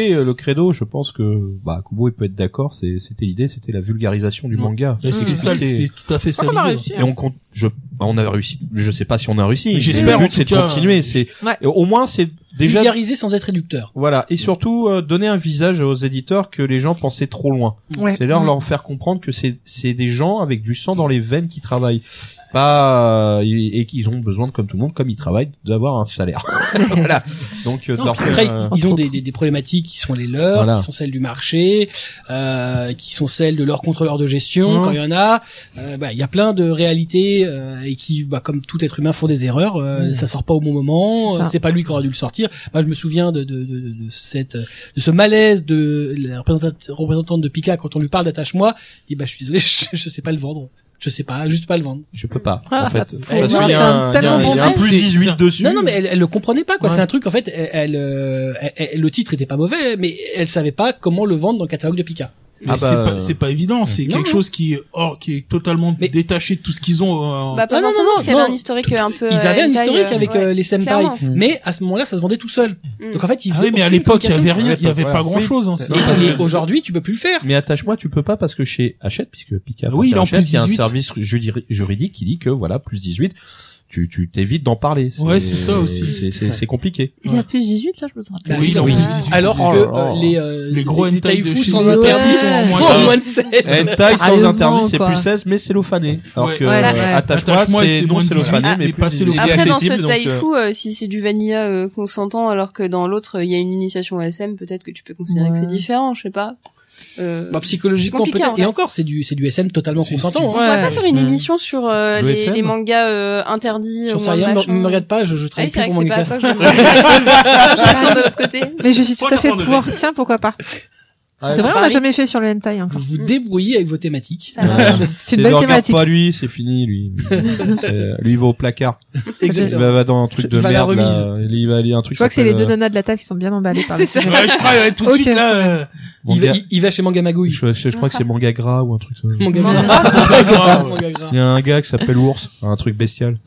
B: Écoutez, euh, le credo, je pense que bah Kubo il peut être d'accord. c'est- C'était l'idée, c'était la vulgarisation du
H: Mm.
B: manga.
H: C'était ça,
B: Expliquer.
H: c'était tout à fait ça.
D: crois qu'on a
H: l'idée.
D: réussi,
B: Et on compte, je, bah, on a réussi. Je sais pas si on a réussi.
H: Mais
B: mais
H: j'espère,
B: Le
H: en
B: but
H: tout
B: c'est de
H: cas. euh,
B: continuer. C'est
D: Ouais.
B: et au moins c'est déjà
A: Vulgariser sans être réducteur.
B: voilà et surtout euh, donner un visage aux éditeurs que les gens pensaient trop loin.
D: ouais.
B: C'est leur leur faire comprendre que c'est c'est des gens avec du sang dans les veines qui travaillent pas euh, et, et qu'ils ont besoin de, comme tout le monde comme ils travaillent d'avoir un salaire. [LAUGHS] voilà. Donc euh, de
A: Non,
B: leur
A: puis
B: faire,
A: après,
B: euh,
A: ils ont des, des, des problématiques qui sont les leurs,
B: Voilà.
A: qui sont celles du marché, euh, qui sont celles de leurs contrôleurs de gestion,
B: Mhm.
A: quand il y en a. Euh, bah, Il y a plein de réalités euh, et qui, bah, comme tout être humain, font des erreurs.
B: Mmh.
A: Euh, Ça sort pas au bon moment.
D: C'est ça.
A: euh, C'est pas lui qui aura dû le sortir. Moi, je me souviens de, de, de, de cette, de ce malaise de la représentante, représentante de Pika quand on lui parle d'attache-moi. Il dit, bah, je suis désolé, [LAUGHS] je, je sais pas le vendre. Je sais pas, juste pas le vendre.
B: je peux pas
D: Ah,
B: en fait.
D: la
B: Faut- parce
A: pauvre,
B: qu'il y a
D: c'est un
B: un- il y a
D: tellement
B: un-
D: bon
B: il y a un
H: truc.
B: plus 18
H: C'est-
B: dessus.
A: Non, non, mais elle, elle le comprenait pas, quoi.
B: Ouais.
A: C'est un truc, en fait, elle, elle, euh, elle- elle- le titre était pas mauvais, mais elle savait pas comment le vendre dans le catalogue de Pika.
H: Mais
B: Ah
H: c'est
B: bah,
H: pas- c'est pas, évident, c'est
A: Non,
H: quelque
A: non.
H: chose qui est hors, qui est totalement
A: Mais-
H: détaché de tout ce qu'ils ont. euh,
E: Bah, pas
A: Ah, non, non,
E: forcément,
A: non,
E: parce qu'il y avait
A: non.
E: un historique un peu.
A: Ils avaient
E: euh,
A: un
E: hentai,
A: historique
E: euh,
A: avec
E: ouais.
A: euh, les senpai.
E: Clairement.
A: Mais à ce moment-là, ça se vendait tout seul.
E: Mm.
A: Donc en fait, ils
H: ah
A: faisaient
H: oui, mais à
A: aucune
H: l'époque, il y avait
A: communication.
H: rien, il y avait
B: Ouais.
H: pas grand chose. Hein, c'est-
B: Non, parce
A: Et,
B: que-
A: et aujourd'hui, tu peux plus le faire.
B: Mais attache-moi, tu peux pas parce que chez Hachette, puisque Pika
H: Oui, il est en
B: appartient à Hachette,
H: plus
B: il y a un
H: 18.
B: service judi- juridique qui dit que voilà, plus 18, tu tu t'évites d'en parler.
H: Ouais, c'est ça aussi.
B: C'est c'est c'est compliqué.
D: Il a plus 18, là, je me sens.
A: Bah,
H: oui, il est en
A: oui.
H: plus 18.
A: Alors
H: Oh
A: que
H: là
B: là.
A: euh, les, euh,
H: Les gros hentai de
A: taïfous
H: chez
A: sans
H: nous.
A: interdit
D: Ouais.
A: sont
H: Sont
A: en
H: en
A: moins de 16.
B: Hentai sans
D: Ah, Sérieusement,
B: interdit, c'est
D: quoi.
B: plus 16, mais c'est l'ophané. Alors
H: Ouais.
B: que
D: Ouais,
B: euh,
D: ouais.
B: attache-moi,
H: Attache-moi,
B: c'est
H: c'est
B: non,
H: moins de
B: c'est
H: 18,
B: l'ophané,
H: mais
B: mais
H: pas
B: plus
H: c'est l'ophané.
B: il est
E: Après, dans ce
B: accessible, donc, euh,
E: taïfou, euh, si c'est du vanilla euh, consentant, alors que dans l'autre, il y a une initiation SM, peut-être que tu peux considérer que
D: Ouais.
E: c'est différent, je sais pas. Euh,
A: Bah, psychologiquement
E: Compliqué,
A: peut-être.
E: en
A: Et
E: vrai.
A: encore, c'est du c'est du SM totalement
H: C'est-
A: consentant. hein.
E: on
D: Ouais.
E: pourrait pas faire une
B: Mm.
E: émission sur euh,
B: Le
E: les,
B: SM?
E: les mangas euh, interdits.
A: J'en
E: ou
A: sais rien.
E: machin.
A: Me me regarde pas, je je
E: Ah oui,
A: travaille
E: c'est
A: plus
E: vrai
A: pour
E: que c'est pas à
A: Mangacast.
E: ça que je me je me tourne de l'autre côté.
D: Mais je suis tout à fait
F: Trois
D: pour. Tiens, pourquoi pas. C'est vrai, on l'a jamais fait sur le hentai encore.
A: Vous vous débrouillez avec vos thématiques.
E: Ça va.
D: C'est
B: ne
D: une belle
B: regarde
D: thématique.
B: pas lui, c'est fini,
D: [LAUGHS]
B: lui. C'est- lui, il va au placard. Il
A: Exactement.
B: va, va dans un truc
A: Je-
B: de
A: il va à la
B: merde, là. Il va aller un truc.
D: Je vois que c'est les deux
B: s'appelle,
D: nanas de la table qui sont bien emballées par
E: [LAUGHS] C'est ça.
H: Ouais, je crois, ouais, tout de
D: Ok.
H: suite là. euh,
A: Il va,
B: Manga-
A: il, il va chez Manga Magouille.
B: Je, je- je crois que c'est manga gras ou un truc. euh,
A: Manga
D: Manga-
E: Ah,
A: [LAUGHS] Manga Gras.
B: Il y a un gars qui s'appelle ours, un truc bestial.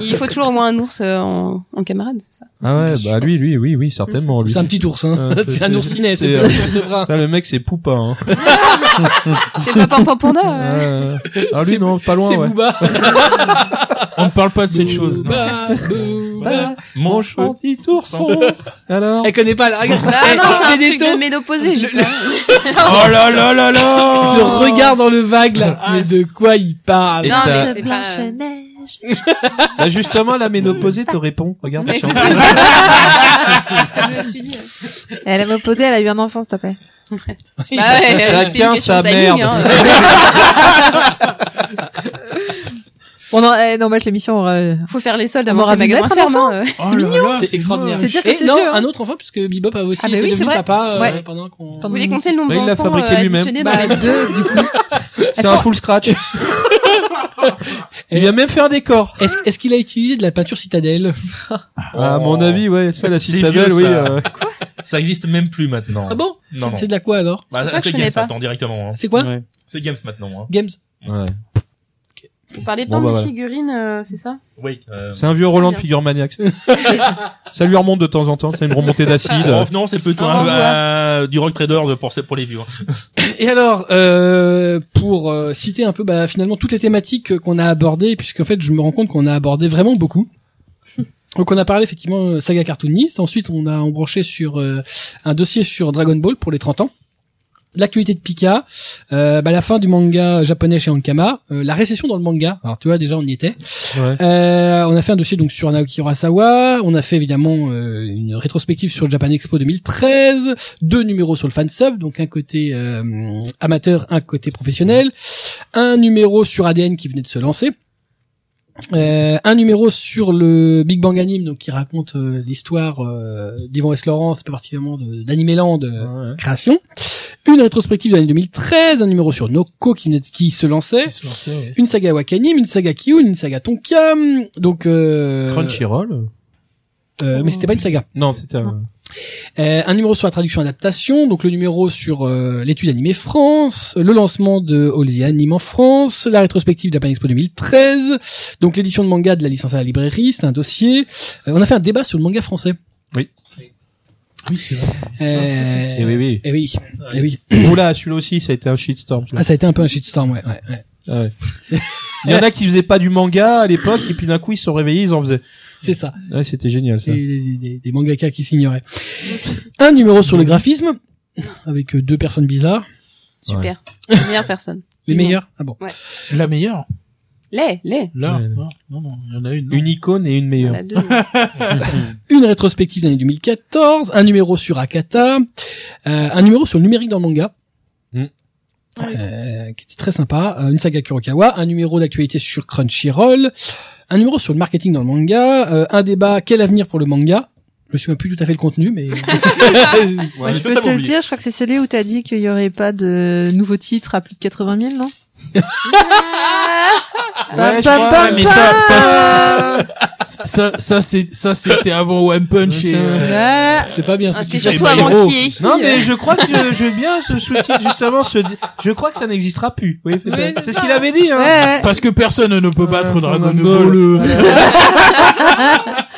E: Il faut toujours au moins un ours euh, en, en camarade, c'est ça.
B: Ah ouais, bah lui, lui, oui, oui, certainement. Lui.
A: C'est un
B: [LAUGHS]
A: petit ours, hein.
B: Euh,
A: c'est
B: c'est-
A: un oursinet, c'est
B: c'est,
A: pas
B: euh,
A: un ours brun.
B: Ça, le mec, c'est Poupa. Hein.
E: C'est le papa en panda. euh.
B: Euh, Ah lui
A: C'est-
B: non, pas loin.
A: C'est
B: Ouais.
A: Booba.
H: On ne parle pas de cette chose. non.
A: Booba, Booba.
B: Mon
F: Mon chou.
B: petit ourson. [LAUGHS] Alors.
A: Elle connaît pas, la- regarde.
E: Ah
A: Elle-
E: non, c'est un
A: des
E: truc
A: taux.
E: de ménopausée. j'ai
A: Le-
E: pas-
B: Oh là là là là.
A: Ce regard dans le vague, là.
H: Ah,
A: Mais de quoi il parle?
B: Et
E: Non,
D: Ah,
B: t'as-
D: Bah,
E: mais c'est pas...
I: Blanche-Neige.
B: Bah, justement, la ménopausée te répond. Regarde.
E: Mais
B: la
E: c'est
B: chanson.
E: ça, j'ai- c'est ce que je me suis dit. euh.
I: Elle a me posé, elle a eu un enfant, s'il te plaît.
E: Bah [LAUGHS] ouais, euh, c'est une
B: Chacun
E: question
B: sa
E: de timing.
B: merde.
E: Hein.
I: On en, eh, non, bah, l'émission, euh,
E: Faut faire les soldes
I: On
E: avant
I: aura
E: que les
I: vu
E: magasins
I: naître un
E: ferment. euh.
H: Oh là là,
A: C'est extraordinaire.
H: moche.
I: C'est dire que
A: Et
I: c'est
A: non,
I: vieux, hein.
A: un autre enfant, puisque Bebop a aussi
E: Ah bah
A: été
E: oui, c'est
A: devenu
E: vrai.
A: papa euh,
E: Ouais.
A: pendant qu'on...
E: Vous voulez compter le nombre
B: Mais il l'a
E: d'enfants euh,
B: fabriqué lui-même.
E: additionnés dans
I: Bah,
E: la vidéo
B: C'est un full scratch. Il a même fait un décor.
A: Est-ce est-ce qu'il a utilisé de la peinture citadelle
B: À mon avis, ouais, ça la
F: Oh. C'est
B: citadelle,
F: vieux,
B: oui.
F: ça.
B: euh,
F: Ça existe même plus maintenant.
A: Ah bon
F: Non, non.
A: C'est de la quoi alors
F: Bah,
E: pour ça que
F: c'est
E: je connais
F: Games
E: pas.
F: maintenant directement. hein.
A: C'est quoi
G: Ouais.
F: C'est Games maintenant. Hein.
A: Games
B: ouais.
E: Vous parlez
B: Bon,
E: pas
B: bah,
E: de
B: voilà.
E: figurines, euh, c'est ça
F: Oui. Euh...
B: C'est un vieux Roland de figure maniaque. ça lui remonte de temps en temps. C'est une remontée
F: En
B: d'acide.
F: revenant, c'est plutôt
E: Au
F: un-
E: revoir.
F: euh, du rock trader de- pour, pour les vieux. hein.
A: Et alors, euh, pour euh, citer un peu bah, finalement toutes les thématiques euh, qu'on a abordées, puisqu'en fait je me rends compte qu'on a abordé vraiment beaucoup. Donc on a parlé effectivement euh, saga cartooniste, ensuite on a embranché sur euh, un dossier sur Dragon Ball pour les 30 ans, l'actualité de Pika, euh, bah, la fin du manga japonais chez Ankama, euh, la récession dans le manga, alors tu vois déjà on y était,
B: Ouais.
A: euh, on a fait un dossier donc sur Naoki Urasawa, on a fait évidemment euh, une rétrospective sur le Japan Expo 2013, deux numéros sur le fansub, donc un côté euh, amateur, un côté professionnel, un numéro sur ADN qui venait de se lancer. euh, un numéro sur le Big Bang Anime donc qui raconte euh, l'histoire euh, d'Yvan S. Laurence, plus particulièrement de- d'Animeland euh,
B: Ouais.
A: création. Une rétrospective de l'année 2013, un numéro sur Noko qui, venait de- qui se lançait.
H: Ils se lançaient, ouais.
A: Une saga Wakanim, une saga Kiyun, une saga Tonkam, donc euh,
B: Crunchyroll.
A: euh, mais c'était pas une saga.
B: Non, c'était un...
A: Euh, un numéro sur la traduction adaptation, donc le numéro sur euh, l'étude animée France, le lancement de All the Anime en France, la rétrospective Japan Expo 2013, donc l'édition de manga de la licence à la librairie, c'est un dossier. Euh, on a fait un débat sur le manga français.
B: Oui.
H: Oui, c'est vrai.
A: Euh,
B: Eh oui,
F: [COUGHS]
B: oui.
A: Eh oui, eh oui.
B: Oula, celui-là aussi, ça a été un shitstorm. celui-là.
A: Ah, ça a été un peu un shitstorm, ouais. ouais, ouais.
B: Ah ouais. Il y en a qui faisaient pas du manga à l'époque et puis d'un coup ils se sont réveillés, ils en faisaient.
A: C'est ça.
B: Ouais, c'était génial ça.
A: Des, des, des- des mangakas qui s'ignoraient. Un numéro sur le graphisme, avec euh, deux personnes bizarres.
E: Super. La meilleure personne.
A: Les
E: Dis-moi.
A: meilleurs Ah bon.
H: La meilleure
E: Les, les.
H: Là
B: Ouais.
H: Non, non, non, il y en a une. non.
B: Une icône et une
E: On
B: meilleure. [LAUGHS]
E: a deux.
A: Une rétrospective de l'année 2014, un numéro sur Akata, euh, un numéro sur le numérique dans le manga.
B: Mm.
H: Hmm.
A: Euh, qui était très sympa, euh, une saga Kurokawa, un numéro d'actualité sur Crunchyroll, un numéro sur le marketing dans le manga, euh, un débat quel avenir pour le manga. Je me souviens plus tout à fait le contenu, mais
F: Ouais,
D: je peux te le dire, je crois que c'est celui où t'as dit qu'il y aurait pas de nouveaux titres à plus de 80 000, non
B: Ouais,
I: Pam,
B: je crois,
I: pam,
B: mais
H: pam.
B: ça-
H: Ça, ça, c'est, ça, c'était avant One Punch et, euh,
D: Voilà.
A: c'est pas bien.
E: Ah,
A: ce
E: C'était
A: qui sort.
E: surtout
B: pas héros.
E: avant qui est qui.
B: Non mais
E: euh.
B: je crois que je, je veux bien ce sous-titre justement ce di- je crois que ça n'existera plus. Oui, c'est ça. c'est ce qu'il avait dit hein.
D: Ouais, ouais.
H: parce que personne ne peut battre
B: Ouais,
H: Dragon
B: Dragon
H: Ball. Euh,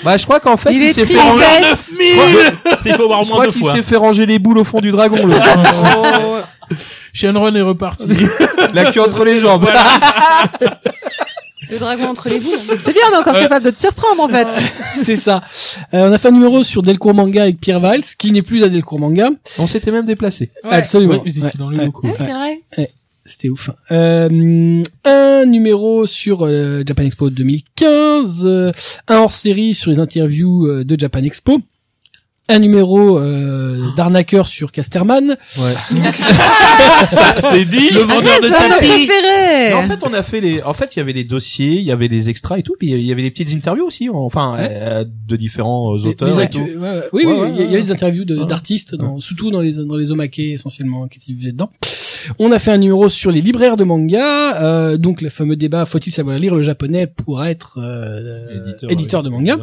B: Bah je crois qu'en fait
D: Il
B: il,
D: est
B: s'est fait
D: triste.
B: ranger...
F: Il faut avoir au
B: je
F: moins
B: crois
F: deux
B: qu'il
F: fois.
B: s'est fait ranger les boules au fond du dragon. là.
H: Oh. Shenron est reparti.
B: [LAUGHS] La queue entre les jambes.
E: Le dragon entre les boules.
D: C'est bien, on est encore capable de te surprendre, en fait.
A: C'est ça. Euh, on a fait un numéro sur Delcourt Manga avec Pierre Valls, qui n'est plus à Delcourt Manga.
B: On s'était même déplacé.
A: Absolument.
H: Ouais, vous étiez
A: Ouais,
H: dans le
A: ouais.
H: locaux.
E: Ouais, C'est vrai.
A: C'était ouf. Euh, un numéro sur euh, Japan Expo 2015, euh, un hors-série sur les interviews euh, de Japan Expo, un numéro euh, d'arnaqueur sur Casterman.
B: C'est dit.
H: Le vendeur de
D: C'est un de nos
H: tapis.
B: Mais en
D: préférés.
B: fait, on a fait les. En fait, il y avait les dossiers, il y avait les extras et tout, puis il y avait les petites interviews aussi, enfin,
A: Ouais.
B: euh, de différents
A: Les-
B: auteurs.
A: les
B: et
A: actu-
B: tout.
A: ouais, ouais. Oui, oui, il
B: Ouais,
A: y a-
B: ouais,
A: il y a
B: ouais.
A: les interviews de-
B: Ouais.
A: d'artistes, dans, surtout dans les dans les omake essentiellement qui faisaient dedans. On a fait un numéro sur les libraires de manga, euh, donc le fameux débat faut-il savoir lire le japonais pour être euh, éditeur, de manga.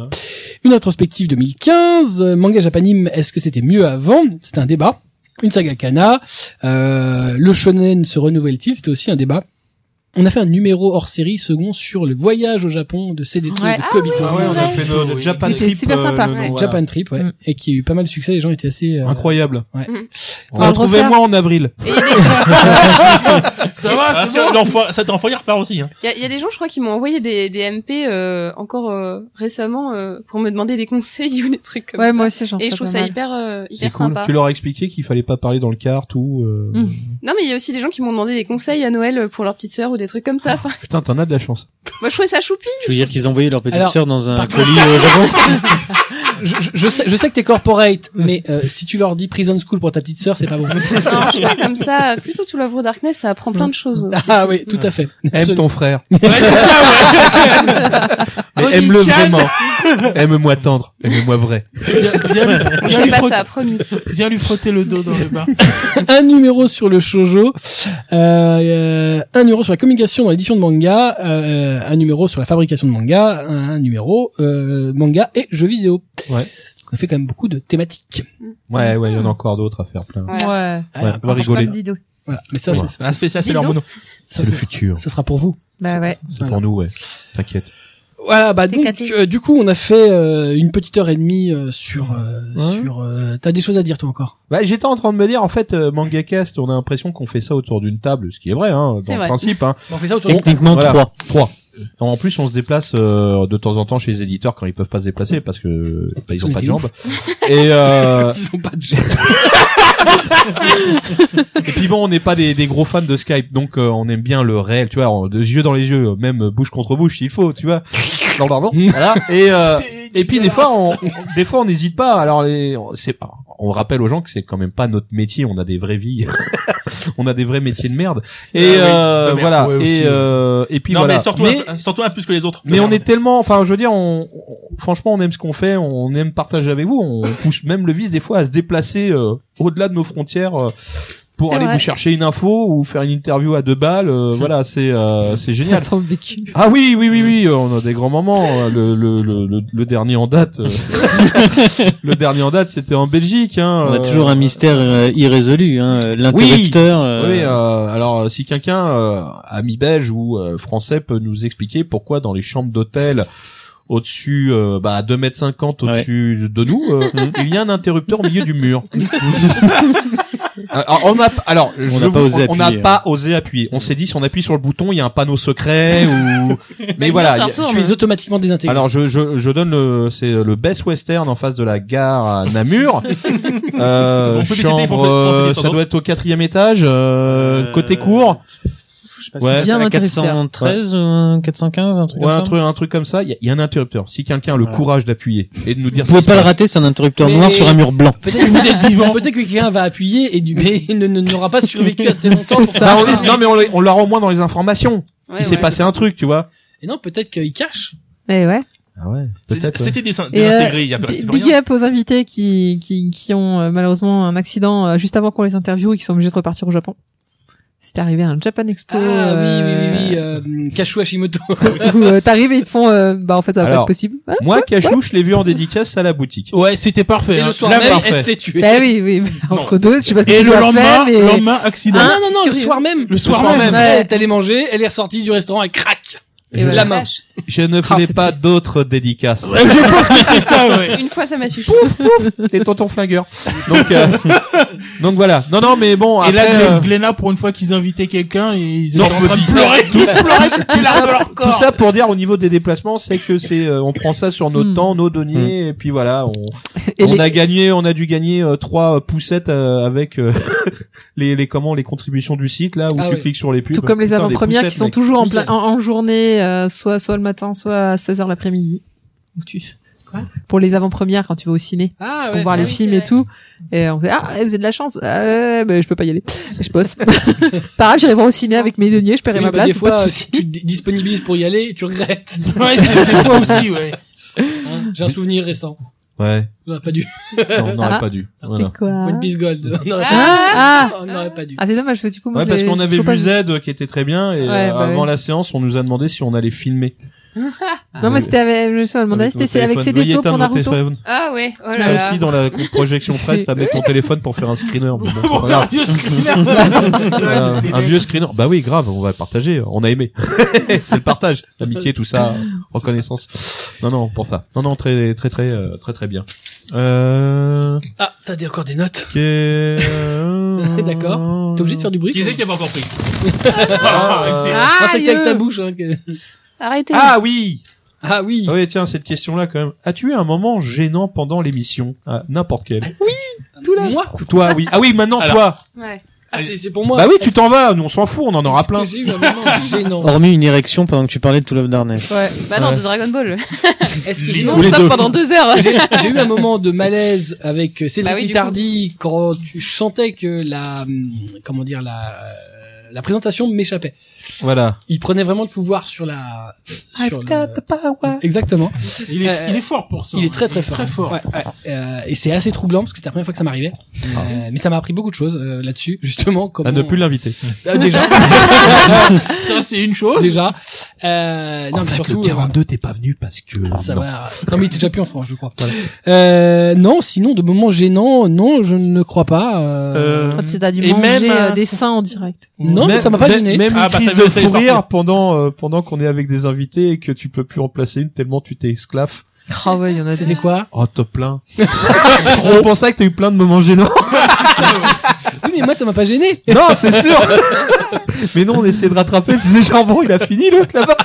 A: Une introspective 2015, euh, manga japanime, est-ce que c'était mieux avant C'était un débat. une saga Kana. Euh, le shonen se renouvelle-t-il C'était aussi un débat. On a fait un numéro hors série second sur le voyage au Japon de CDT
D: Ouais.
A: et de
D: Ah
A: Kobito.
B: Ah ouais, on a fait
H: vrai.
B: notre
H: Oui.
B: Japan
D: C'était
B: Trip,
D: super
B: euh,
D: sympa,
B: le
D: ouais.
B: nom,
A: Japan Trip, ouais,
D: Mm.
A: et qui a eu pas mal de succès. Les gens étaient assez euh,
B: voilà. Incroyable.
A: Ouais.
E: Mm.
D: va le refaire.
B: Retrouvez-moi en avril.
E: Et il y a des-
F: Ça va,
B: Ah.
F: Parce que l'enfoi- cet enfant, il repart
E: [LAUGHS]
F: aussi. Hein.
E: il y, a- il y a des gens, je crois, qui m'ont envoyé des, des MP euh, encore euh, récemment euh, pour me demander des conseils [LAUGHS] ou des trucs comme
D: Ouais,
E: ça.
D: moi aussi, j'en
E: et je
D: reçois
E: trouve
D: pas
E: ça
D: mal.
E: hyper euh,
B: C'est
E: hyper
B: cool.
E: sympa.
B: Tu leur as expliqué qu'il fallait pas parler dans le cart ou. euh,
D: Mm.
E: Non, mais il y a aussi des gens qui m'ont demandé des conseils à Noël pour leur petite sœur ou des trucs comme ça. Enfin,
B: Putain, t'en as de la chance.
E: moi, je trouvais ça choupi.
G: Je veux dire qu'ils envoyaient leur petite
A: Alors,
G: sœur dans un
A: par
G: colis au Japon.
A: je, je- je sais, je sais que t'es corporate, mais euh, si tu leur dis prison school pour ta petite sœur, c'est pas bon.
E: Non, je suis pas comme ça. Plutôt tout l'œuvre Darkness, ça apprend plein de choses.
A: ah oui, tout à fait.
B: Aime
A: Absolument.
B: ton frère.
H: Ouais, c'est ça, ouais.
B: Mais
H: Oni
B: aime-le
H: Chan.
B: vraiment. [LAUGHS] Aime-moi tendre. Aime-moi vrai.
H: Viens-
B: [LAUGHS]
H: viens lui-
E: Je
H: viens
E: fais
H: lui
E: pas
H: frotter-
E: ça, promis.
H: Viens lui frotter le dos dans le bar.
A: un numéro sur le shojo, euh, euh, un numéro sur la communication dans l'édition de manga, euh, un numéro sur la fabrication de manga, un, un numéro euh, manga et jeux vidéo.
B: Ouais.
A: Donc, On fait quand même beaucoup de thématiques.
B: Ouais, ouais, il y en a encore d'autres à faire plein.
E: Voilà.
D: Ouais.
B: Ouais,
A: Ah,
B: on va rigoler.
D: Dido. Bah
A: Voilà. Mais ça,
B: Ouais.
A: c'est-
F: Un spécial, Ah, c'est
D: Dis
F: leur
D: donc.
F: mono.
A: ça, ce,
B: futur.
A: ce sera pour vous.
D: Bah ouais.
B: C'est pour nous, ouais. T'inquiète.
A: Voilà, bah
D: T'es
A: donc
D: caté.
A: euh, du coup, on a fait euh, une petite heure et demie euh, sur euh,
B: Ouais.
A: sur. euh, T'as des choses à dire toi encore
B: Bah, j'étais en train de me dire, en fait, euh, Mangacast, on a l'impression qu'on fait ça autour d'une table, ce qui est vrai, hein,
E: C'est
B: dans le
E: vrai.
B: principe, hein.
A: On fait ça autour.
G: Techniquement
B: Voilà.
G: trois.
B: Trois. Euh, En plus, on se déplace euh, de temps en temps chez les éditeurs quand ils peuvent pas se déplacer parce que bah, ils ont
A: Mais
B: pas de
A: t'es ouf.
B: jambes. [LAUGHS] Et, euh,
A: [LAUGHS] Ils ont pas de jeu.
B: et puis bon, on n'est pas des, des gros fans de Skype, donc euh, on aime bien le réel, tu vois, en- de yeux dans les yeux, même euh, bouche contre bouche s'il faut, tu vois. Non, non, non. [LAUGHS] Voilà. Et [LAUGHS] euh,
H: C'est
B: Et puis des fois, on, des fois, on n'hésite pas. Alors, les, on- c'est pas. On rappelle aux gens que c'est quand même pas notre métier. On a des vraies vies. [LAUGHS] on a des vrais métiers de merde. Et
F: vrai, oui.
B: euh,
F: De merde.
B: voilà.
H: Ouais,
B: et
H: aussi,
B: euh, et puis
F: non,
B: voilà.
F: mais surtout,
B: mais,
F: un, surtout un plus que les autres.
B: mais on est tellement, enfin, je veux dire, on, on- franchement, on aime ce qu'on fait. On aime partager avec vous. On pousse même le vice des fois à se déplacer euh, au-delà de nos frontières. euh, pour
E: C'est
B: aller
E: vrai.
B: vous chercher une info ou faire une interview à deux balles,
E: [LAUGHS]
B: euh, voilà, c'est euh, c'est génial.
D: Ça sent le vécu.
B: Ah oui, oui, oui, oui, euh, on a des grands moments. euh, Le, le, le, le, le dernier en date, euh, [LAUGHS] le dernier en date, c'était en Belgique. Hein,
G: On a
B: euh,
G: toujours un mystère euh, irrésolu. Hein. Euh, L'interrupteur. euh,
B: Oui, euh, alors euh, si quelqu'un, euh, ami belge ou euh, français, peut nous expliquer pourquoi dans les chambres d'hôtel au-dessus, euh, bah, 2 mètres 50 au-dessus de nous,
G: [LAUGHS]
B: euh,
G: Mhm.
B: il y a un interrupteur au milieu du mur. alors, on a, alors, je
G: n'a pas
B: vous-
G: osé
B: on n'a
G: appuyer, hein.
B: pas osé appuyer. On s'est dit, si on appuie sur le bouton, il y a un panneau secret
G: [LAUGHS]
B: ou, mais
E: le
B: voilà.
E: mur se
B: il y a-
E: retourne.
A: Tu es automatiquement désintégré.
B: Alors je, je, je donne le c'est le Best Western en face de la gare à Namur. euh,
F: On peut visiter,
B: chambre,
F: il faut- faut visiter
B: euh,
F: de temps en
B: ça
F: temps.
B: doit être au quatrième étage, euh, côté court.
G: Je sais pas
B: Ouais.
G: si c'est
D: Bien
G: à
D: interrupteur.
G: 413 ou un 415, un truc
B: Ouais,
G: comme
B: un
G: ça.
B: truc, un truc comme ça. Il y, a- il y a un interrupteur. Si quelqu'un a le
G: Ouais.
B: courage d'appuyer et de nous dire.
G: Vous pouvez
B: ce qui
G: pas le
B: se passe.
G: rater, c'est un interrupteur
A: Mais-
G: noir sur un mur blanc.
A: Peut-être que vous êtes vivant. Peut-être que quelqu'un va appuyer et du- mais il ne- ne- n'aura pas survécu assez longtemps. pour
D: C'est
B: Bah,
A: faire
B: on-
A: ça.
B: non mais on, l'a- on l'aura au moins dans les informations.
E: Ouais,
B: il s'est
E: ouais.
B: passé un truc, tu vois.
A: Et non, peut-être qu'il cache.
D: Mais ouais.
B: Ah ouais.
F: C'est-
B: Peut-être.
F: C'était des
D: Et, euh,
F: désintégrés, il y a
D: Bi-
F: plus
D: Big up aux invités qui, qui, qui ont euh, malheureusement un accident euh, juste avant qu'on les interviewe et qui sont obligés de repartir au Japon. C'est arrivé à un Japan Expo.
A: Ah oui, oui, oui, oui.
D: euh,
A: Euh, Kashu Hashimoto.
D: où euh, t'arrives et ils te font, euh, bah en fait ça va pas
B: Alors,
D: être possible. Hein
B: Moi, Cachou, je l'ai vu en dédicace à la boutique.
H: Ouais, c'était parfait.
A: Et
H: hein.
A: le soir
H: Là,
A: même,
H: parfait.
A: elle s'est tuée.
D: Bah oui, oui, mais entre deux, je sais pas ce que
H: Et
D: tu
H: le
D: vas
H: lendemain,
D: faire, mais-
H: le lendemain, accident.
A: Ah non, non, le
D: Curieux.
A: soir même.
H: le soir, même.
D: Ouais.
A: Elle est allée manger, elle est ressortie du restaurant et crac.
D: Et voilà.
A: La main.
B: Je ne voulais
D: c'est
B: pas
D: triste.
B: d'autres dédicaces.
H: Je pense que c'est ça, ouais.
E: Une fois, ça m'a suffi.
B: [LAUGHS] les tontons flingueurs. Donc, euh, [LAUGHS] donc voilà. Non, non, mais bon.
H: Et
B: Après,
H: là, Glen-
B: euh,
H: Glenna, pour une fois qu'ils invitaient quelqu'un, et ils étaient
B: Non,
H: en train
B: petit.
H: de pleurer,
B: [LAUGHS]
H: tout pleurer, tout
B: ça-
H: larmes dans leur
B: tout
H: corps.
B: ça pour dire au niveau des déplacements, c'est que c'est, euh, on prend ça sur notre
D: Mm.
B: temps, nos deniers,
H: Hmm.
B: et puis voilà, on,
D: et
B: on
D: les-
B: a gagné, on a dû gagner euh, trois euh, poussettes euh, avec euh, [LAUGHS] les, les comment, les contributions du site là où
A: Ah
B: tu
A: ouais.
B: cliques sur les pubs.
D: tout comme les
B: Putain, des
D: avant-premières qui
B: poussettes,
D: sont
B: mec.
D: toujours en, plein,
A: Nickel.
D: en, en journée, euh, soit soit le matin, soit à 16h l'après-midi. Donc Tu...
A: Quoi
D: Pour les avant-premières quand tu vas au ciné.
A: Ah
D: pour voir
E: ah
D: les
E: oui,
D: films
E: c'est
D: et
E: vrai.
D: tout. Et on fait ah vous avez de la chance. Ah, ouais, ben je peux pas y aller. Je bosse. [LAUGHS] Pareil, j'irai voir au ciné avec mes deniers, je paierai
A: Oui,
D: ma
A: bah,
D: place.
A: des
D: pas de
A: fois,
D: souci.
A: si tu te disponibilises pour y aller, tu regrettes.
H: Ouais, c'est des fois
B: [LAUGHS]
H: aussi, ouais.
A: Hein, J'ai un souvenir récent.
D: [LAUGHS]
B: Ouais.
A: On n'aurait pas dû.
B: Non, on n'aurait
D: Ah.
B: pas dû.
D: C'est
B: Voilà.
D: quoi
A: One Piece Gold. On n'aurait pas dû.
D: Ah, ah,
A: On n'aurait pas dû.
D: ah c'est dommage parce que du coup moi
B: Ouais, parce
D: j'ai-
B: qu'on
D: j'ai
B: avait
D: toujours
B: vu
D: pas
B: Z euh, qui était très bien et
D: Ouais,
B: euh,
D: bah
B: avant
D: ouais.
B: la séance, on nous a demandé si on allait filmer.
D: Non, mais c'était avec, je me souviens, elle m'en a dit, c'était c'est avec ses détours pour Naruto.
E: Ah ouais, oh là
B: Comme
E: là.
B: si dans la projection
D: [LAUGHS]
B: presse, t'as mis ton téléphone pour faire un screener. Mais bon, c'est pas grave. [LAUGHS]
A: Ah.
B: Voilà, [LAUGHS] un vieux screener. Bah oui, grave, on va partager. On a aimé. [LAUGHS] c'est le partage, l'amitié, tout ça, reconnaissance. Non, non, pour ça. Non, non, très, très, très, euh, très, très bien. Euh...
A: Ah, t'as des- encore des notes.
B: qu'est-
A: [LAUGHS] D'accord. T'es obligé de faire du bruit.
F: Qui
A: quoi.
F: c'est qui a pas compris
B: Ah,
A: Ah, c'est
E: Aïe.
A: avec ta bouche. Hein, que-
E: Arrêtez.
B: ah oui.
A: Ah oui.
B: Ah oui, tiens, cette question-là quand même. As-tu eu un moment gênant pendant l'émission Ah, N'importe quel.
A: Tout là. Moi.
B: toi, oui. Ah oui, maintenant
F: Alors,
B: toi.
E: Ouais.
A: Ah, c'est c'est pour moi.
B: Bah oui, tu t'en vas. Nous, on s'en fout. On en aura
A: Est-ce que
B: plein. Oh,
A: J'ai eu un
B: [LAUGHS]
A: moment gênant.
G: Hormis une érection pendant que tu parlais de Tool of Darkness.
E: Ouais. Bah non,
B: Ouais.
E: de Dragon Ball.
A: Est-ce que j'ai
E: Non,
B: les deux.
E: stop pendant
B: [LAUGHS]
E: deux heures.
A: J'ai j'ai eu un moment de malaise avec euh, Cédric
E: Bah oui, du
A: Pitardi quand tu sentais que la hum, comment dire la euh, la présentation m'échappait.
B: Voilà.
A: Il prenait vraiment le pouvoir sur la euh, sur le-
G: power.
A: exactement.
H: Il est,
A: Euh,
H: il est fort pour ça.
A: Il
H: hein.
A: est très très fort.
H: Très fort.
A: Ouais, ouais. Euh, et c'est assez troublant parce que c'était la première fois que ça m'arrivait. Euh, mais ça m'a appris beaucoup de choses euh, là-dessus justement comment
B: À Ah. ne plus l'inviter.
A: Euh,
B: [LAUGHS]
A: déjà [LAUGHS]
H: Ça, c'est une chose.
A: déjà euh, non mais surtout euh,
B: t'es pas venu parce que.
A: Ça va. Non, mais il était déjà plus en France, je crois. Euh, non, sinon, de moments gênants, non, je ne crois pas. Euh...
D: Quand t'as dû
F: Et
D: manger
F: même un-
D: euh, des seins en [LAUGHS] direct.
A: Non, mais ça m'a pas gêné.
B: Même
F: Ah,
B: une
F: bah,
B: crise
F: ça veut-
B: de
F: ça veut
B: fou
F: sortir.
B: rire pendant euh, pendant qu'on est avec des invités et que tu peux plus en placer une tellement tu t'es esclave.
D: Oh ouais, il y en a
A: C'était quoi
B: Oh, top [LAUGHS] plein. C'est pour ça que t'as eu plein de moments gênants.
A: Oui, mais moi, ça m'a pas gêné.
B: [LAUGHS] non, c'est sûr. [LAUGHS] Mais non, on essayait de rattraper. Tu sais, genre, bon, il a fini l'autre là-bas.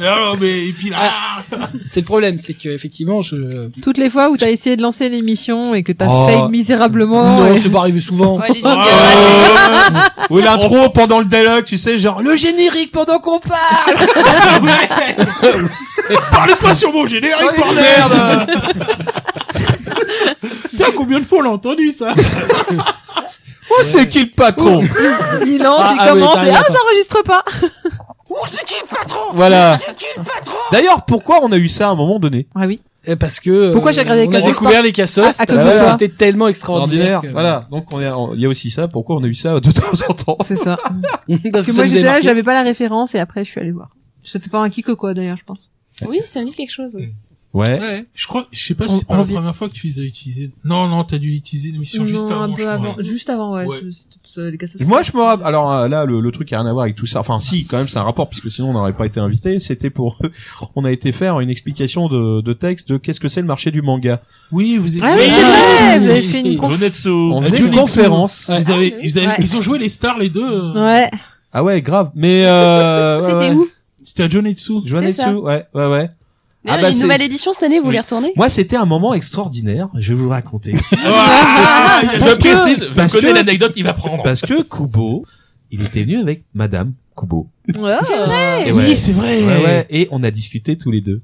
H: Et alors, Ah mais, et puis là,
D: Ah,
H: ah,
A: C'est le problème, c'est que effectivement, je.
D: Toutes les fois où t'as essayé de lancer l'émission et que t'as
B: Oh.
D: failli misérablement.
A: non,
D: et-
A: c'est pas arrivé souvent.
E: Ouais, les gens
H: Ah,
E: viennent rater.
B: Ou l'intro pendant le dialogue, tu sais, genre le générique pendant qu'on parle. [LAUGHS]
H: parlez pas sur mon générique,
B: Oh,
H: bordel!
B: merde.
H: Putain, combien de fois on l'a entendu, ça?
B: Oh, c'est qui le patron
D: Il lance,
B: Ah,
D: il
B: ah oui,
D: commence,
B: t'as
D: et
B: raison,
D: ah, ça enregistre pas!
B: Voilà. D'ailleurs, pourquoi on a eu ça à un moment donné
D: Ah oui.
A: Euh, Parce que.
D: Pourquoi
A: euh,
D: j'ai regardé les
A: On a
D: cassos
A: découvert les cassos.
D: À- à cause
B: de
A: parce que
D: toi.
A: C'était tellement extraordinaire. que-
B: Voilà. Donc on est, on- il y a aussi ça. Pourquoi on a eu ça de temps en temps [LAUGHS]
D: C'est ça.
A: [LAUGHS] parce
D: Parce
A: que ça
D: que moi
A: nous
D: j'étais
A: a
D: là,
A: marqué.
D: j'avais pas la référence et après je suis allée voir. C'était pas un kiko quoi d'ailleurs, je pense.
B: Ah.
E: Oui, ça me dit quelque chose.
B: Ouais.
A: Ouais.
H: Je crois, je sais pas
D: On-
H: si c'est pas
D: on
H: la
D: revient.
H: première fois que tu les as utilisés. Non, non, t'as dû l'utiliser l'émission juste
D: non,
H: avant,
D: un peu
H: je crois.
D: avant. Juste avant, ouais.
H: Ouais.
D: c'est- c'est- c'est- les cassos-
B: Moi, je me rappelle. Alors euh, là, le, le truc a rien à voir avec tout ça. Enfin, si, quand même, c'est un rapport puisque sinon on n'aurait pas été invité. C'était pour. on a été faire une explication de, de texte de qu'est-ce que c'est le marché du manga.
H: Oui, vous étiez...
D: Ah oui,
F: Oui.
D: c'est vrai, vous avez
A: Oui.
D: fait une conf.
F: Jonetsu. [LAUGHS]
B: On faisait
H: Jujutsu.
B: une conférence.
A: Ah, Ouais.
H: Vous avez,
E: Ah,
H: vous avez-
D: ouais.
H: ils ont joué les stars, les deux. euh,
D: Ouais.
B: Ah ouais, grave. Mais euh, ouais,
E: C'était
B: ouais.
E: où
H: C'était à Jonetsu.
B: Johanetsu,
E: C'est ça.
B: ouais, ouais, ouais.
E: D'ailleurs,
B: Ah,
E: il y
B: bah,
E: a une
B: c'est-
E: nouvelle édition cette année, vous
B: Oui.
E: les retournez
B: Moi, c'était un moment extraordinaire. Je vais vous le raconter.
F: Ah, Je
B: Parce que-
F: précise, vous
B: parce
F: connaissez
B: que-
F: l'anecdote, il va prendre.
B: Parce que Kubo, il était venu avec Madame Kubo.
E: Ah,
D: Ouais.
B: Et ouais.
H: Oui, c'est vrai.
B: Ouais, ouais. Et on a discuté tous les deux.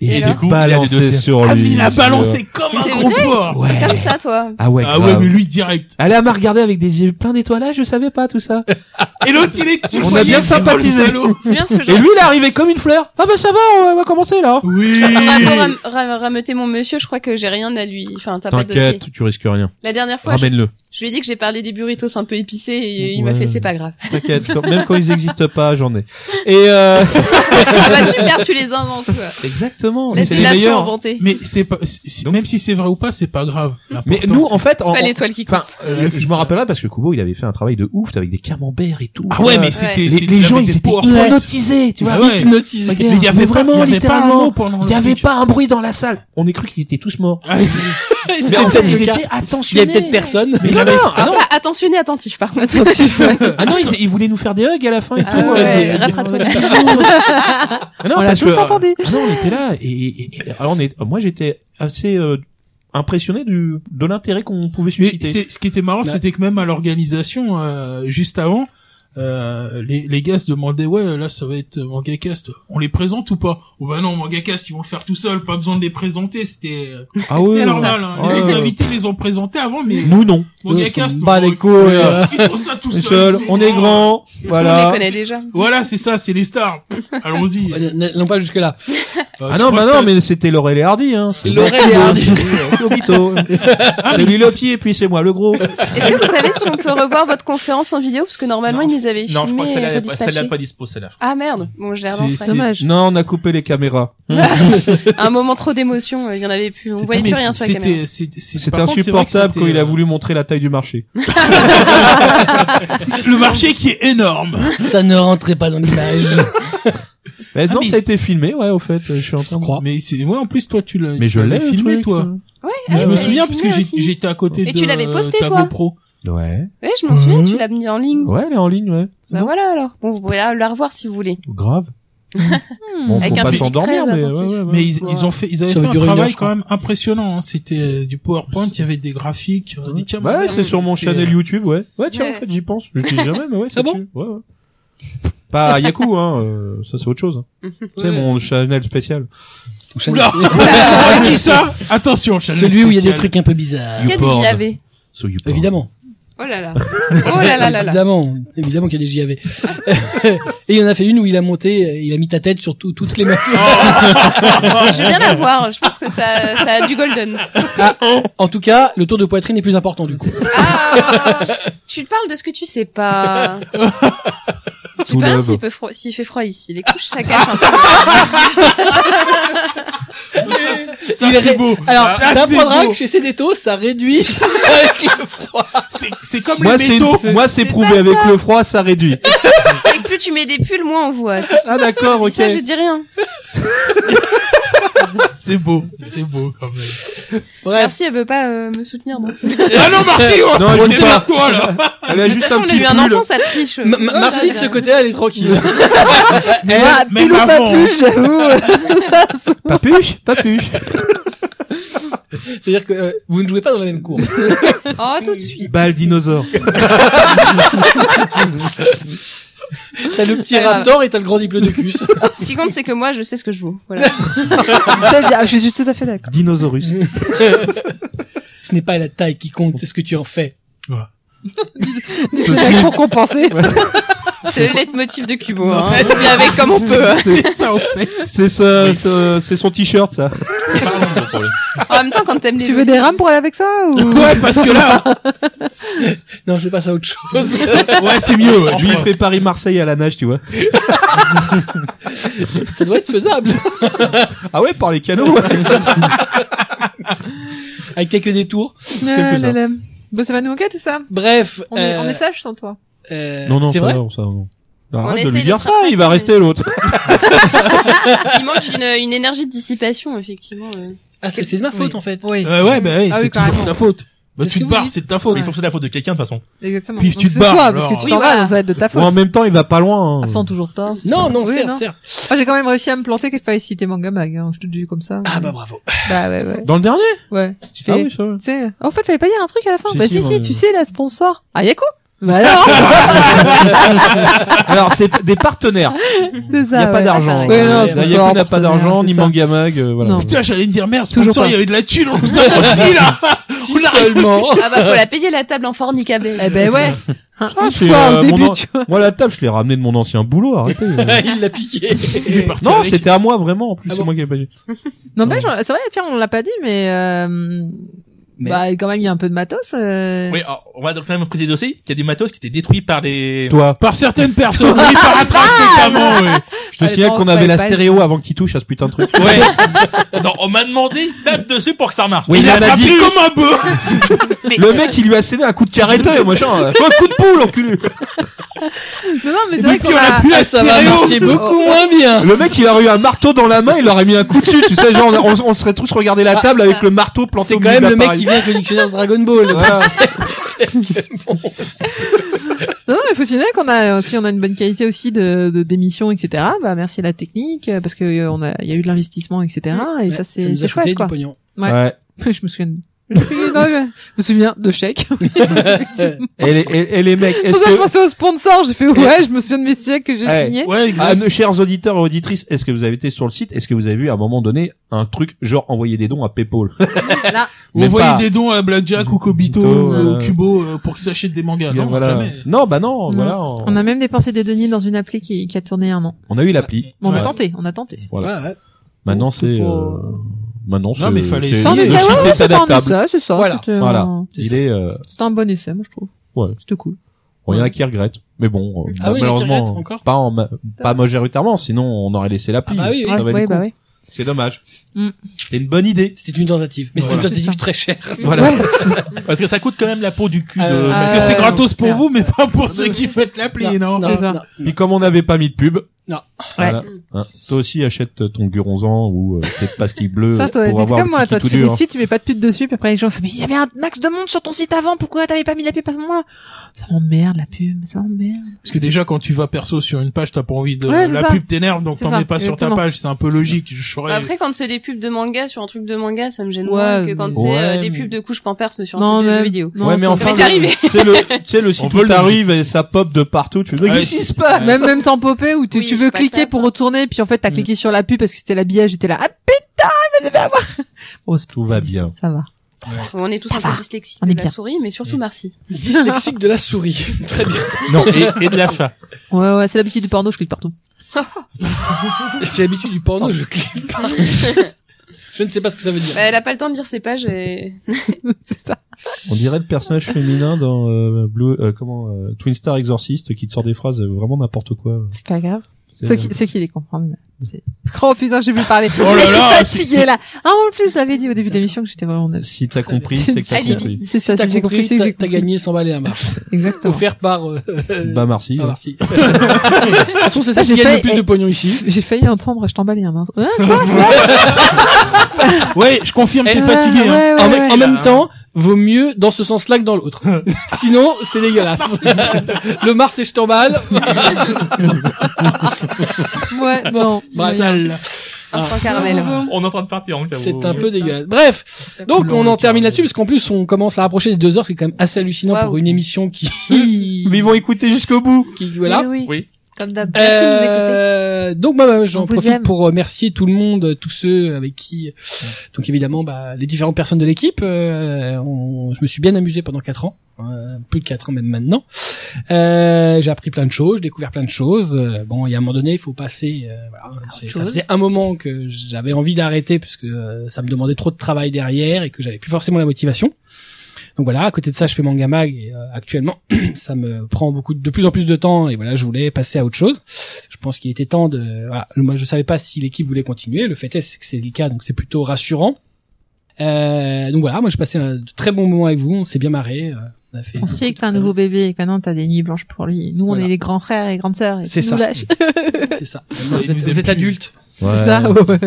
B: Et,
E: Et
B: j'ai
E: alors
F: Du coup, il y a du
B: balancé
F: dossier.
B: sur Oh, lui.
H: Ah, mais il a
B: je-
H: balancé comme un
E: C'est
H: gros porc.
B: Ouais.
E: Comme ça, toi.
B: Ah ouais,
H: Ah
B: grave.
H: ouais, mais lui direct.
B: Elle m'a regardé avec des yeux pleins d'étoilages, je savais pas tout
E: [LAUGHS]
B: ça.
H: Et l'autre, il est, tu le
B: On a
H: voyais,
B: bien
H: il était dans le
B: sympathisé.
H: salon.
E: C'est bien parce que je
B: Et lui, il est arrivé comme une fleur. Ah bah ça va, on va- on va commencer là.
H: Oui.
D: [LAUGHS]
E: Par rapport à m- ra- rameuter mon monsieur, je crois que j'ai rien à lui. Enfin, t'as pas de dossier.
B: tu risques rien.
E: La dernière fois, je,
B: Ramène-le.
E: je lui ai dit que j'ai parlé des burritos un peu épicés et il m'a
B: Ouais.
E: fait c'est [LAUGHS] pas grave.
B: T'inquiète, quand- même quand ils [LAUGHS] existent pas, j'en ai. Et euh...
E: ah bah [LAUGHS] super, tu les inventes quoi.
B: Exactement.
E: La
B: C'est les
E: délation
B: meilleurs.
E: inventée.
H: Mais c'est pas, c'est- c'est- même si c'est vrai ou pas, c'est pas grave.
B: Mais
H: L'important,
B: nous,
H: c'est-
B: en fait,
E: C'est
B: en-
E: pas
B: en-
E: l'étoile qui
B: Enfin,
E: compte.
B: euh,
H: Ouais,
B: je
H: c'est
B: me
H: ça.
B: rappelle là parce que Kubo, il avait fait un travail de ouf avec des camemberts et tout. Euh,
H: Ah ouais, mais c'était,
B: les,
H: c'était-
B: les gens,
H: avec
B: ils
H: des
B: étaient
H: porcs.
B: hypnotisés, tu vois. hein.
H: Ah ouais.
A: Hypnotisé.
H: Mais il y avait
B: vraiment,
H: pas, il y avait pas un
B: littéralement,
H: mot pendant
B: Il
H: le
B: n'y avait
H: truc.
B: pas un bruit dans la salle. On est cru qu'ils étaient tous morts.
H: Ah, c'est-
A: C'était peut-être
B: ils
A: le cas.
B: étaient
A: Il y
B: attentionnés.
A: avait peut-être personne.
B: Mais non, non, ah
E: Ah,
B: non,
E: attentionné, attentif par contre.
B: ah non, ils, ils voulaient nous faire des hugs à la fin et
E: Ah
B: tout.
E: ouais,
B: euh, des-
E: rattrape-toi.
B: des bisous. Ah non,
D: On l'a
B: parce
D: tous
B: que,
D: entendu.
B: ah non, on était là et, et- et- alors on est, moi j'étais assez euh, impressionné du de l'intérêt qu'on pouvait
H: Mais
B: susciter.
H: c'est, Bah- ce qui était marrant,
A: Ouais.
H: c'était que même à l'organisation, euh, juste avant, euh, les, les gars se demandaient, ouais, là, ça va être euh, MangaCast. On les présente ou pas? Oh bah non, MangaCast, ils vont le faire tout seul. Pas besoin de les présenter. C'était, euh,
B: ah
H: c'était normal. hein. Les
B: Ouais,
H: autres
B: ouais.
H: invités les ont présentés avant, mais
B: Nous non.
H: MangaCast,
A: Bah,
H: non,
A: les
H: ils font-
A: couilles.
H: Ils font ça tout
B: On est
H: seuls.
B: euh, seul,
H: c'est
B: on est
H: marrant.
B: grand,
E: On les
B: voilà.
E: connaît déjà.
B: [LAUGHS]
H: Voilà, c'est ça, c'est les stars. Allons-y.
A: Ouais, n- n- N'allons pas jusque là.
B: Ah non, bah non, mais c'était Laurel et Hardy, hein. C'est
A: Laurel et Hardy.
B: Lobito. C'est lui le petit et puis c'est moi le gros.
E: [LAUGHS] Est-ce que vous savez si on peut revoir votre conférence en vidéo parce que normalement
F: Non.
E: ils les avaient
F: Non, je
E: filmés
F: crois que
E: et
F: celle-là est-
E: redispatchés.
F: celle-là est pas dispo, celle-là.
E: Ah merde, bon je les
H: C'est-
E: relancerai.
H: c'est-
D: Dommage.
B: Non, on a coupé les caméras.
E: Un moment trop d'émotion, euh, il y en avait plus, on voyait plus rien sur les caméras.
H: C'était c'était- c'est-
B: C'était
H: par contre, c'est vrai que
B: insupportable quand
H: c'était,
B: il a
H: euh,
B: voulu montrer la taille du marché.
H: Le marché qui est énorme.
A: Ça ne rentrait pas dans l'image.
B: Mais Eh, non,
H: Ah, mais
B: ça a été filmé, ouais, au fait. Je suis en train
A: Je
B: de...
A: crois.
H: Mais c'est moi en plus toi tu l'as.
B: Mais
H: tu
B: je l'ai
H: l'avais filmé toi.
E: Ouais, ah,
H: Mais je
E: vous
H: me
E: l'avez
H: souviens parce que
E: filmé
H: j'ai-
E: aussi.
H: j'étais à côté de. euh,
E: Et tu l'avais posté,
H: ta
E: toi
H: GoPro.
B: Ouais.
E: Ouais, Eh, je m'en souviens,
B: Mmh.
E: tu l'as mis en ligne.
B: Ouais, elle est en ligne, ouais.
E: Bah voilà alors. Bon, vous pouvez la la revoir si vous voulez.
B: Grave. Bon,
E: Hmm. Avec
B: faut
E: un
B: pas
E: public
B: s'endormir,
E: très
B: mais ouais, ouais,
E: attentif.
B: ouais.
H: Mais ils,
E: Ouais.
H: ils ont fait, ils avaient
A: Ça
H: fait
A: va
H: un
A: durer une heure,
H: travail
A: je
H: quand même impressionnant. hein. C'était euh, du PowerPoint, il y avait des graphiques. on a dit, tiens,
B: Ouais,
H: regarde,
B: c'est sur mon
H: c'était,
B: channel
H: euh,
B: YouTube, ouais. Ouais, tiens,
E: Ouais.
B: en fait, j'y pense. Je dis jamais,
E: [LAUGHS]
B: mais ouais, c'est
A: Ah bon
B: dessus. Ouais, ouais. Pas Yaku, hein. euh, ça, c'est autre chose. hein.
E: [LAUGHS]
B: C'est mon channel spécial.
A: Ton channel-
H: Oula
E: [LAUGHS]
H: On a dit Ah, ça Attention, channel
A: Celui où il y a des
H: spécial.
A: trucs un peu bizarres.
E: Est-ce qu'il y a des
B: Youporn.
E: JAV
B: So you
A: Évidemment.
E: Oh
B: [LAUGHS]
E: là là. Oh là là là là.
A: Évidemment, évidemment qu'il y a des JAV. [LAUGHS] Et il y en a fait une où il a monté, euh, il a mis ta tête sur tout- toutes les meufs.
H: Oh.
E: Je viens la voir, je pense que ça, ça a du golden.
A: En tout cas, le tour de poitrine est plus important du coup.
E: Ah, tu parles de ce que tu sais pas. Je sais
B: Tout
E: pas
B: love.
E: s'il peut froid- s'il fait froid ici. Les couches, ça cache un peu.
H: Ça,
A: Il est
H: c'est
A: ré-
H: beau. Ah,
A: Alors,
H: Ça,
A: t'apprendras
H: c'est beau.
A: que chez Cédéto, ça réduit avec le froid.
H: C'est- C'est comme
B: Moi,
H: les
B: c'est,
H: métaux.
B: moi, c'est
E: C'est
B: prouvé
E: pas
B: avec
E: ça.
B: le froid, ça
E: [LAUGHS]
B: réduit.
E: C'est que plus tu mets des pulls, moins on voit. C'est
B: Ah, d'accord, ok.
E: Ça, je dis rien.
H: C'est beau. C'est beau quand même.
A: Bref,
E: Merci, elle veut pas euh, me soutenir. Donc.
H: Ah non, Marty oh,
B: Non, je dis pas.
H: démarre-toi, là.
B: Elle a
E: De toute
B: juste
E: façon,
B: un
E: on a
B: petit
E: eu un
B: pull.
E: enfant, ça triche.
A: M- M- Marcy, de ce côté-là, elle est tranquille.
I: Ah,
H: même
I: pull ou pas
H: avant.
I: pull, j'avoue.
H: [LAUGHS]
B: Papuche, papuche.
A: C'est-à-dire que euh, vous ne jouez pas dans la même cour.
E: Oh, tout de suite.
B: Balle dinosaure.
A: T'as le petit
E: C'est pas grave.
A: raptor et t'as le grand diplodocus.
E: Ce qui compte, c'est que moi, je sais ce que je vaux. Voilà.
I: Très bien, Je suis tout à fait d'accord.
B: Dinosaurus.
A: ce n'est pas la taille qui compte, c'est ce que tu en fais.
I: C'est pour compenser.
E: C'est le leitmotiv de Cubo. Hein. On s'y avec comme on peut.
B: [LAUGHS]
E: hein.
H: C'est ça, en fait.
B: C'est ce, ce- c'est son t-shirt, ça.
E: En même temps, quand t'aimes les
I: Tu veux des rames pour aller avec ça ou
H: [LAUGHS]
I: Ah,
H: Ouais, parce que là,
A: Non, je passe à autre chose.
H: ouais, c'est mieux. ouais.
B: Lui, il fait Paris-Marseille à la nage, tu vois.
A: ça doit être faisable.
B: Ah ouais, par les canaux, c'est ça.
A: Avec quelques détours.
D: Ah là là.
I: Bon, ça va nous manquer tout ça.
A: Bref.
I: On est,
A: euh,
I: on est sage sans toi.
A: euh,
B: Non, non,
A: c'est
B: ça
A: vrai.
B: va, ça va.
E: On
B: Arrête de
E: essaie
B: lui
E: de
B: dire
E: se
B: ça, il va
E: rattraper.
B: rester l'autre.
E: Il manque une, une énergie de dissipation, effectivement. euh.
A: Ah, c'est c'est de ma faute en fait.
D: Oui,
H: Euh, ouais, bah, ouais,
D: Ah oui,
H: c'est toujours
D: carrément.
H: de ta faute. Bah,
A: C'est ce
H: tu
A: que
H: te
A: vous
H: barres,
A: dites.
H: c'est de ta faute.
F: Mais il faut que c'est la faute de quelqu'un, de toute façon.
D: exactement.
H: Puis
D: Donc,
H: tu te
D: c'est
H: barres,
D: toi,
H: alors.
D: parce que tu
E: Oui,
D: t'en vas,
E: voilà.
D: donc ça va être de ta
B: Ou en
D: faute.
B: même temps, il va pas loin. hein.
D: Absent toujours tort.
A: Non, non,
D: Oui,
A: certes,
D: non.
A: certes.
D: Moi, j'ai quand même réussi à me planter qu'il fallait citer Manga Mag, hein. Je te dis comme ça.
A: Ah bah bravo.
D: Bah ouais, ouais.
B: Dans le dernier
D: Ouais. Je fais,
B: Ah oui, ça va.
D: tu sais, en fait, fallait pas dire un truc à la fin.
B: Si,
D: bah
B: si,
D: si, si,
B: moi, je-
D: tu sais, la sponsor. Ah, Yaku! Bah [LAUGHS] alors!
B: Alors, c'est des partenaires.
D: c'est
B: Il n'y
D: ça.
B: a pas
D: Ah ouais.
B: d'argent.
D: Ouais, non,
B: La
D: sponsor,
B: Yaku n'a pas
D: partenaire,
B: d'argent,
D: c'est
B: ni
D: ça.
B: Mangamag, euh, voilà.
D: Non.
H: Putain, j'allais me dire, merde,
D: Toujours
H: sponsor,
D: pas.
H: il y avait de la thune, on nous a aussi, là.
A: Si seulement.
E: Ah bah, faut la payer la table en fornicabé.
D: Eh ben ouais. Un-
B: Ah,
D: Une
B: c'est,
D: fois
B: euh,
D: au début,
B: mon an-
D: tu vois.
B: Moi, la table, je l'ai ramenée de mon ancien boulot, arrêtez.
A: [LAUGHS] Il l'a piqué.
H: Il est parti
B: non,
H: avec.
B: c'était à moi, vraiment, en plus,
A: Ah
B: c'est
A: bon
B: moi qui ai pas dit.
D: N'empêche, on- c'est vrai, tiens, on l'a pas dit, mais, euh,
A: Mais-
D: bah, quand même, il y a un peu de matos, euh...
F: Oui, alors, on va donc quand même préciser aussi qu'il y a du matos qui était détruit par des...
B: Toi,
H: Par certaines personnes, oui, par Atras notamment, ouais.
B: je te
D: Allez,
B: signale
D: bon,
B: qu'on
D: on
B: avait
D: va
B: la
D: pas-
B: stéréo avant qu'il touche à ce putain de truc.
F: Ouais. [LAUGHS] non, on m'a demandé, tape dessus pour que ça marche.
B: Oui,
H: Il
B: mais
H: a
B: elle a dit-
H: frappé comme euh, un bœuf.
B: Le mec, il lui a cédé un coup de carreté, machin.
H: [LAUGHS]
B: euh, Un coup de boule, enculé.
D: Non, non, mais c'est
H: Et
D: vrai
H: puis,
D: qu'on
H: on a
D: a...
H: plus la
A: Ah, [LAUGHS] ça va
H: stéréo.
A: marcher beaucoup
D: Oh.
A: moins bien.
B: Le mec, il aurait eu un marteau dans la main, il aurait mis un coup dessus, tu sais, genre, on, on- on serait tous regardé la table avec le marteau planté
A: C'est
B: au
A: quand
B: milieu de
A: même le mec
B: l'appareil.
A: qui vient avec le dictionnaire de Dragon Ball.
B: Voilà.
D: Non, non, mais faut se souvenir qu'on a, euh, si on a une bonne qualité aussi de, de d'émission, etc. Bah, merci à la technique, euh, parce que euh, on a, il y a eu de l'investissement, etc. Et ça,
A: nous
D: c'est,
A: a
D: c'est
A: coûté
D: chouette,
A: du
D: quoi.
A: pognon.
D: Ouais.
B: Ouais.
D: [LAUGHS] Je me souviens. de- Je me souviens- non, [LAUGHS] je- je me souviens de chèques.
B: Et les, et- et les mecs,
D: Pour
B: est-ce
D: ça, [LAUGHS] je
B: que,
D: pensais aux sponsors. J'ai fait, ouais, je me souviens de mes chèques que j'ai
B: Eh.
D: signés.
H: Ouais, exact.
B: Ah, nos chers auditeurs et auditrices, est-ce que vous avez été sur le site? Est-ce que vous avez vu à un moment donné un truc genre envoyer des dons à Paypal?
H: Ou
B: Mais
H: envoyer
B: pas.
H: des dons à Blackjack ou Kobito
B: Kobito,
H: ou
B: euh,
H: Kubo euh, pour qu'ils s'achètent des mangas. Non,
B: Voilà.
H: jamais.
B: Non, bah non,
D: Non.
B: voilà. On,
D: On a même dépensé des deniers dans une appli qui, qui a tourné un an.
B: on a eu l'appli.
D: Bon, on
H: Ouais.
D: a tenté, on a tenté.
B: Voilà.
A: Ouais, ouais.
B: Maintenant,
D: C'était
B: c'est,
D: pas-
B: euh, maintenant, c'est,
H: mais il fallait-
B: c'est-
D: Sans
B: le
D: essai,
B: site
D: ouais, ouais,
B: est
D: c'était un
B: adaptable.
D: essai, c'est ça.
A: Voilà.
D: C'était
B: Voilà.
D: un-
B: Il est, euh,
D: c'était un bon essai, moi, je trouve.
B: Ouais.
D: C'était cool.
B: bon, il y en a qui regrettent. Mais bon, euh,
A: Ah oui, il y en a qui
B: malheureusement,
A: regrettent encore
B: pas en, ma- pas majoritairement, sinon on aurait laissé la pile.
A: bah oui, oui.
B: Ça valait le
D: ouais,
B: coup.
D: bah ouais.
B: C'est dommage.
D: Mm.
B: C'est une
A: [LAUGHS]
B: bonne idée.
A: C'était une tentative, mais
B: Voilà.
A: c'était une
D: C'est
A: tentative
D: ça.
A: très chère.
B: Voilà.
F: Parce que ça coûte quand même la peau du cul de...
A: Euh,
H: Parce
D: Ah,
H: que c'est
D: ouais,
H: gratos pour
D: merde.
H: vous, mais pas pour ceux qui fêtent l'appli, non,
D: non. C'est ça.
B: Puis comme on n'avait pas mis de pub.
A: Non.
B: voilà, hein. toi aussi achète ton guronzan ou euh, tes pastilles bleues
D: Ça, toi,
B: pour
D: t'es
B: avoir
D: comme
B: le
D: moi,
B: kiki
D: toi,
B: tout
D: tu fais
B: dur.
D: des sites, tu mets pas de pub dessus, puis après les gens font, mais il y avait un max de monde sur ton site avant, pourquoi t'avais pas mis la pub à ce moment-là? Ça m'emmerde, la pub, ça m'emmerde.
H: Parce que déjà, quand tu vas perso sur une page, t'as pas envie de...
D: Ouais, c'est
H: la
D: ça.
H: pub t'énerve, donc
D: C'est
H: t'en
D: ça,
H: mets pas sur ta
D: exactement.
H: page. C'est un peu logique. Je saurais...
E: Après, quand c'est des pubs de manga sur un truc de manga, ça me gêne
D: Ouais,
E: moins que quand
D: mais-
E: c'est euh,
B: Ouais,
E: des
B: mais-
E: pubs de couches pampers sur un site de jeux vidéo.
D: Non,
B: ouais, mais
D: ça-
B: enfin,
E: m'est déjà arrivé.
B: tu sais le, tu sais le
F: On
B: site
F: peut
B: où
F: le-
B: t'arrives et ça pop de partout, tu fais,
H: Ouais,
B: qu'est-ce qui se passe?
D: Même, même sans popper, où tu,
E: Oui,
D: tu veux
E: pas
D: cliquer
E: ça,
D: pour
E: quoi.
D: retourner, puis en fait, t'as
B: Mm.
D: cliqué sur la pub parce que c'était l'habillage, j'étais là, ah putain, je me devais avoir! Bon, c'est-
B: Tout va
D: c'est-
B: bien.
D: Ça va.
E: On est tous un peu dyslexiques
D: Ah bah, On
E: de
D: est
E: la
D: bien.
E: souris, mais surtout Marcy.
A: Dyslexique de la souris. [LAUGHS] Très bien.
F: Non, et, et de la fa.
D: Ouais, ouais, c'est l'habitude du porno, je clique partout.
A: C'est l'habitude du porno, je
D: [LAUGHS]
A: clique pas. Je ne sais pas ce que ça veut dire.
E: Bah, elle a pas le temps de lire ses pages et...
D: [LAUGHS] c'est ça.
B: On dirait le personnage féminin dans euh, Blue, euh, comment, euh, Twin Star Exorcist qui te sort des phrases euh, vraiment n'importe quoi.
D: C'est pas grave.
B: C'est-
D: Ceux qui, ceux qui les comprennent. c'est- Oh putain, j'ai plus parler.
H: Oh là
D: je suis
H: là,
D: fatiguée là. Ah, en plus, j'avais dit au début de l'émission que j'étais vraiment neuve.
B: Si t'as compris, c'est que t'as
E: Alibi.
B: compris.
D: C'est ça,
A: T'as
D: c'est- j'ai compris,
A: compris,
D: c'est que
A: t'as
D: j'ai
A: t'as
D: compris.
A: gagné 100 balles et un mars.
D: Exactement.
A: Offert par... euh, euh, [LAUGHS]
B: Bah, merci.
A: Ah,
D: [LAUGHS]
A: merci. de toute façon, c'est ça
D: Ah,
A: qui
D: j'ai
A: gagne
D: fait-
A: le plus de pognon ici.
D: J'ai failli entendre, je t'emballe, il y a un mince. Hein
H: Ouais, je confirme, t'es
D: Ouais,
H: fatigué.
D: ouais,
H: hein.
D: Ah, ouais,
A: en,
D: ouais,
A: même-
D: ouais.
A: en
B: Bah,
A: même temps, vaut mieux dans ce sens-là que dans
B: [LAUGHS]
A: l'autre. Sinon, c'est dégueulasse. [LAUGHS] le Mars et je t'emballe.
D: Ouais, bon.
A: Bref,
H: Sale.
E: Instant
D: [LAUGHS]
E: caramel.
F: On est en train de partir en caveau.
A: C'est un peu dégueulasse. Bref, donc on en termine là-dessus parce qu'en plus on commence à approcher des deux heures, c'est quand même assez hallucinant
E: Waouh.
A: pour une émission qui,
B: [LAUGHS] Mais ils vont écouter jusqu'au bout.
A: qui voilà.
E: Oui,
F: Oui.
E: Comme d'hab. Merci de nous écouter.
A: Euh, donc bah, bah, j'en
D: On vous
A: profite
D: aime.
A: pour euh, remercier tout le monde, euh, tous ceux avec qui, donc évidemment bah, les différentes personnes de l'équipe. euh, on- je me suis bien amusé pendant quatre ans, euh, plus de quatre ans même maintenant. Euh, j'ai appris plein de choses, j'ai découvert plein de choses. Euh, bon, il y a un moment donné, il faut passer. euh, voilà, c'est- ça
E: chose.
A: faisait un moment que j'avais envie d'arrêter parce que euh, ça me demandait trop de travail derrière et que j'avais plus forcément la motivation. Donc voilà, à côté de ça, je fais Manga Mag et, euh, actuellement, [CLEARS THROAT] ça me prend beaucoup de plus en plus de temps et voilà, je voulais passer à autre chose. Je pense qu'il était temps de voilà, moi je savais pas si l'équipe voulait continuer, le fait est c'est que c'est le cas donc c'est plutôt rassurant. Euh, donc voilà, moi je passais un de très bon moment avec vous, on s'est bien marré, euh, on a fait
D: On sait que t'as un nouveau bébé et que maintenant t'as des nuits blanches pour lui. Nous, on
A: Voilà.
D: est les grands frères et grandes sœurs. et
A: C'est
D: tu
A: ça.
D: nous lâches. [LAUGHS]
A: c'est ça.
H: nous
A: Vous êtes, vous
H: aime
A: êtes
H: plus.
A: adulte.
D: C'est ça,
B: Ouais,
D: ouais.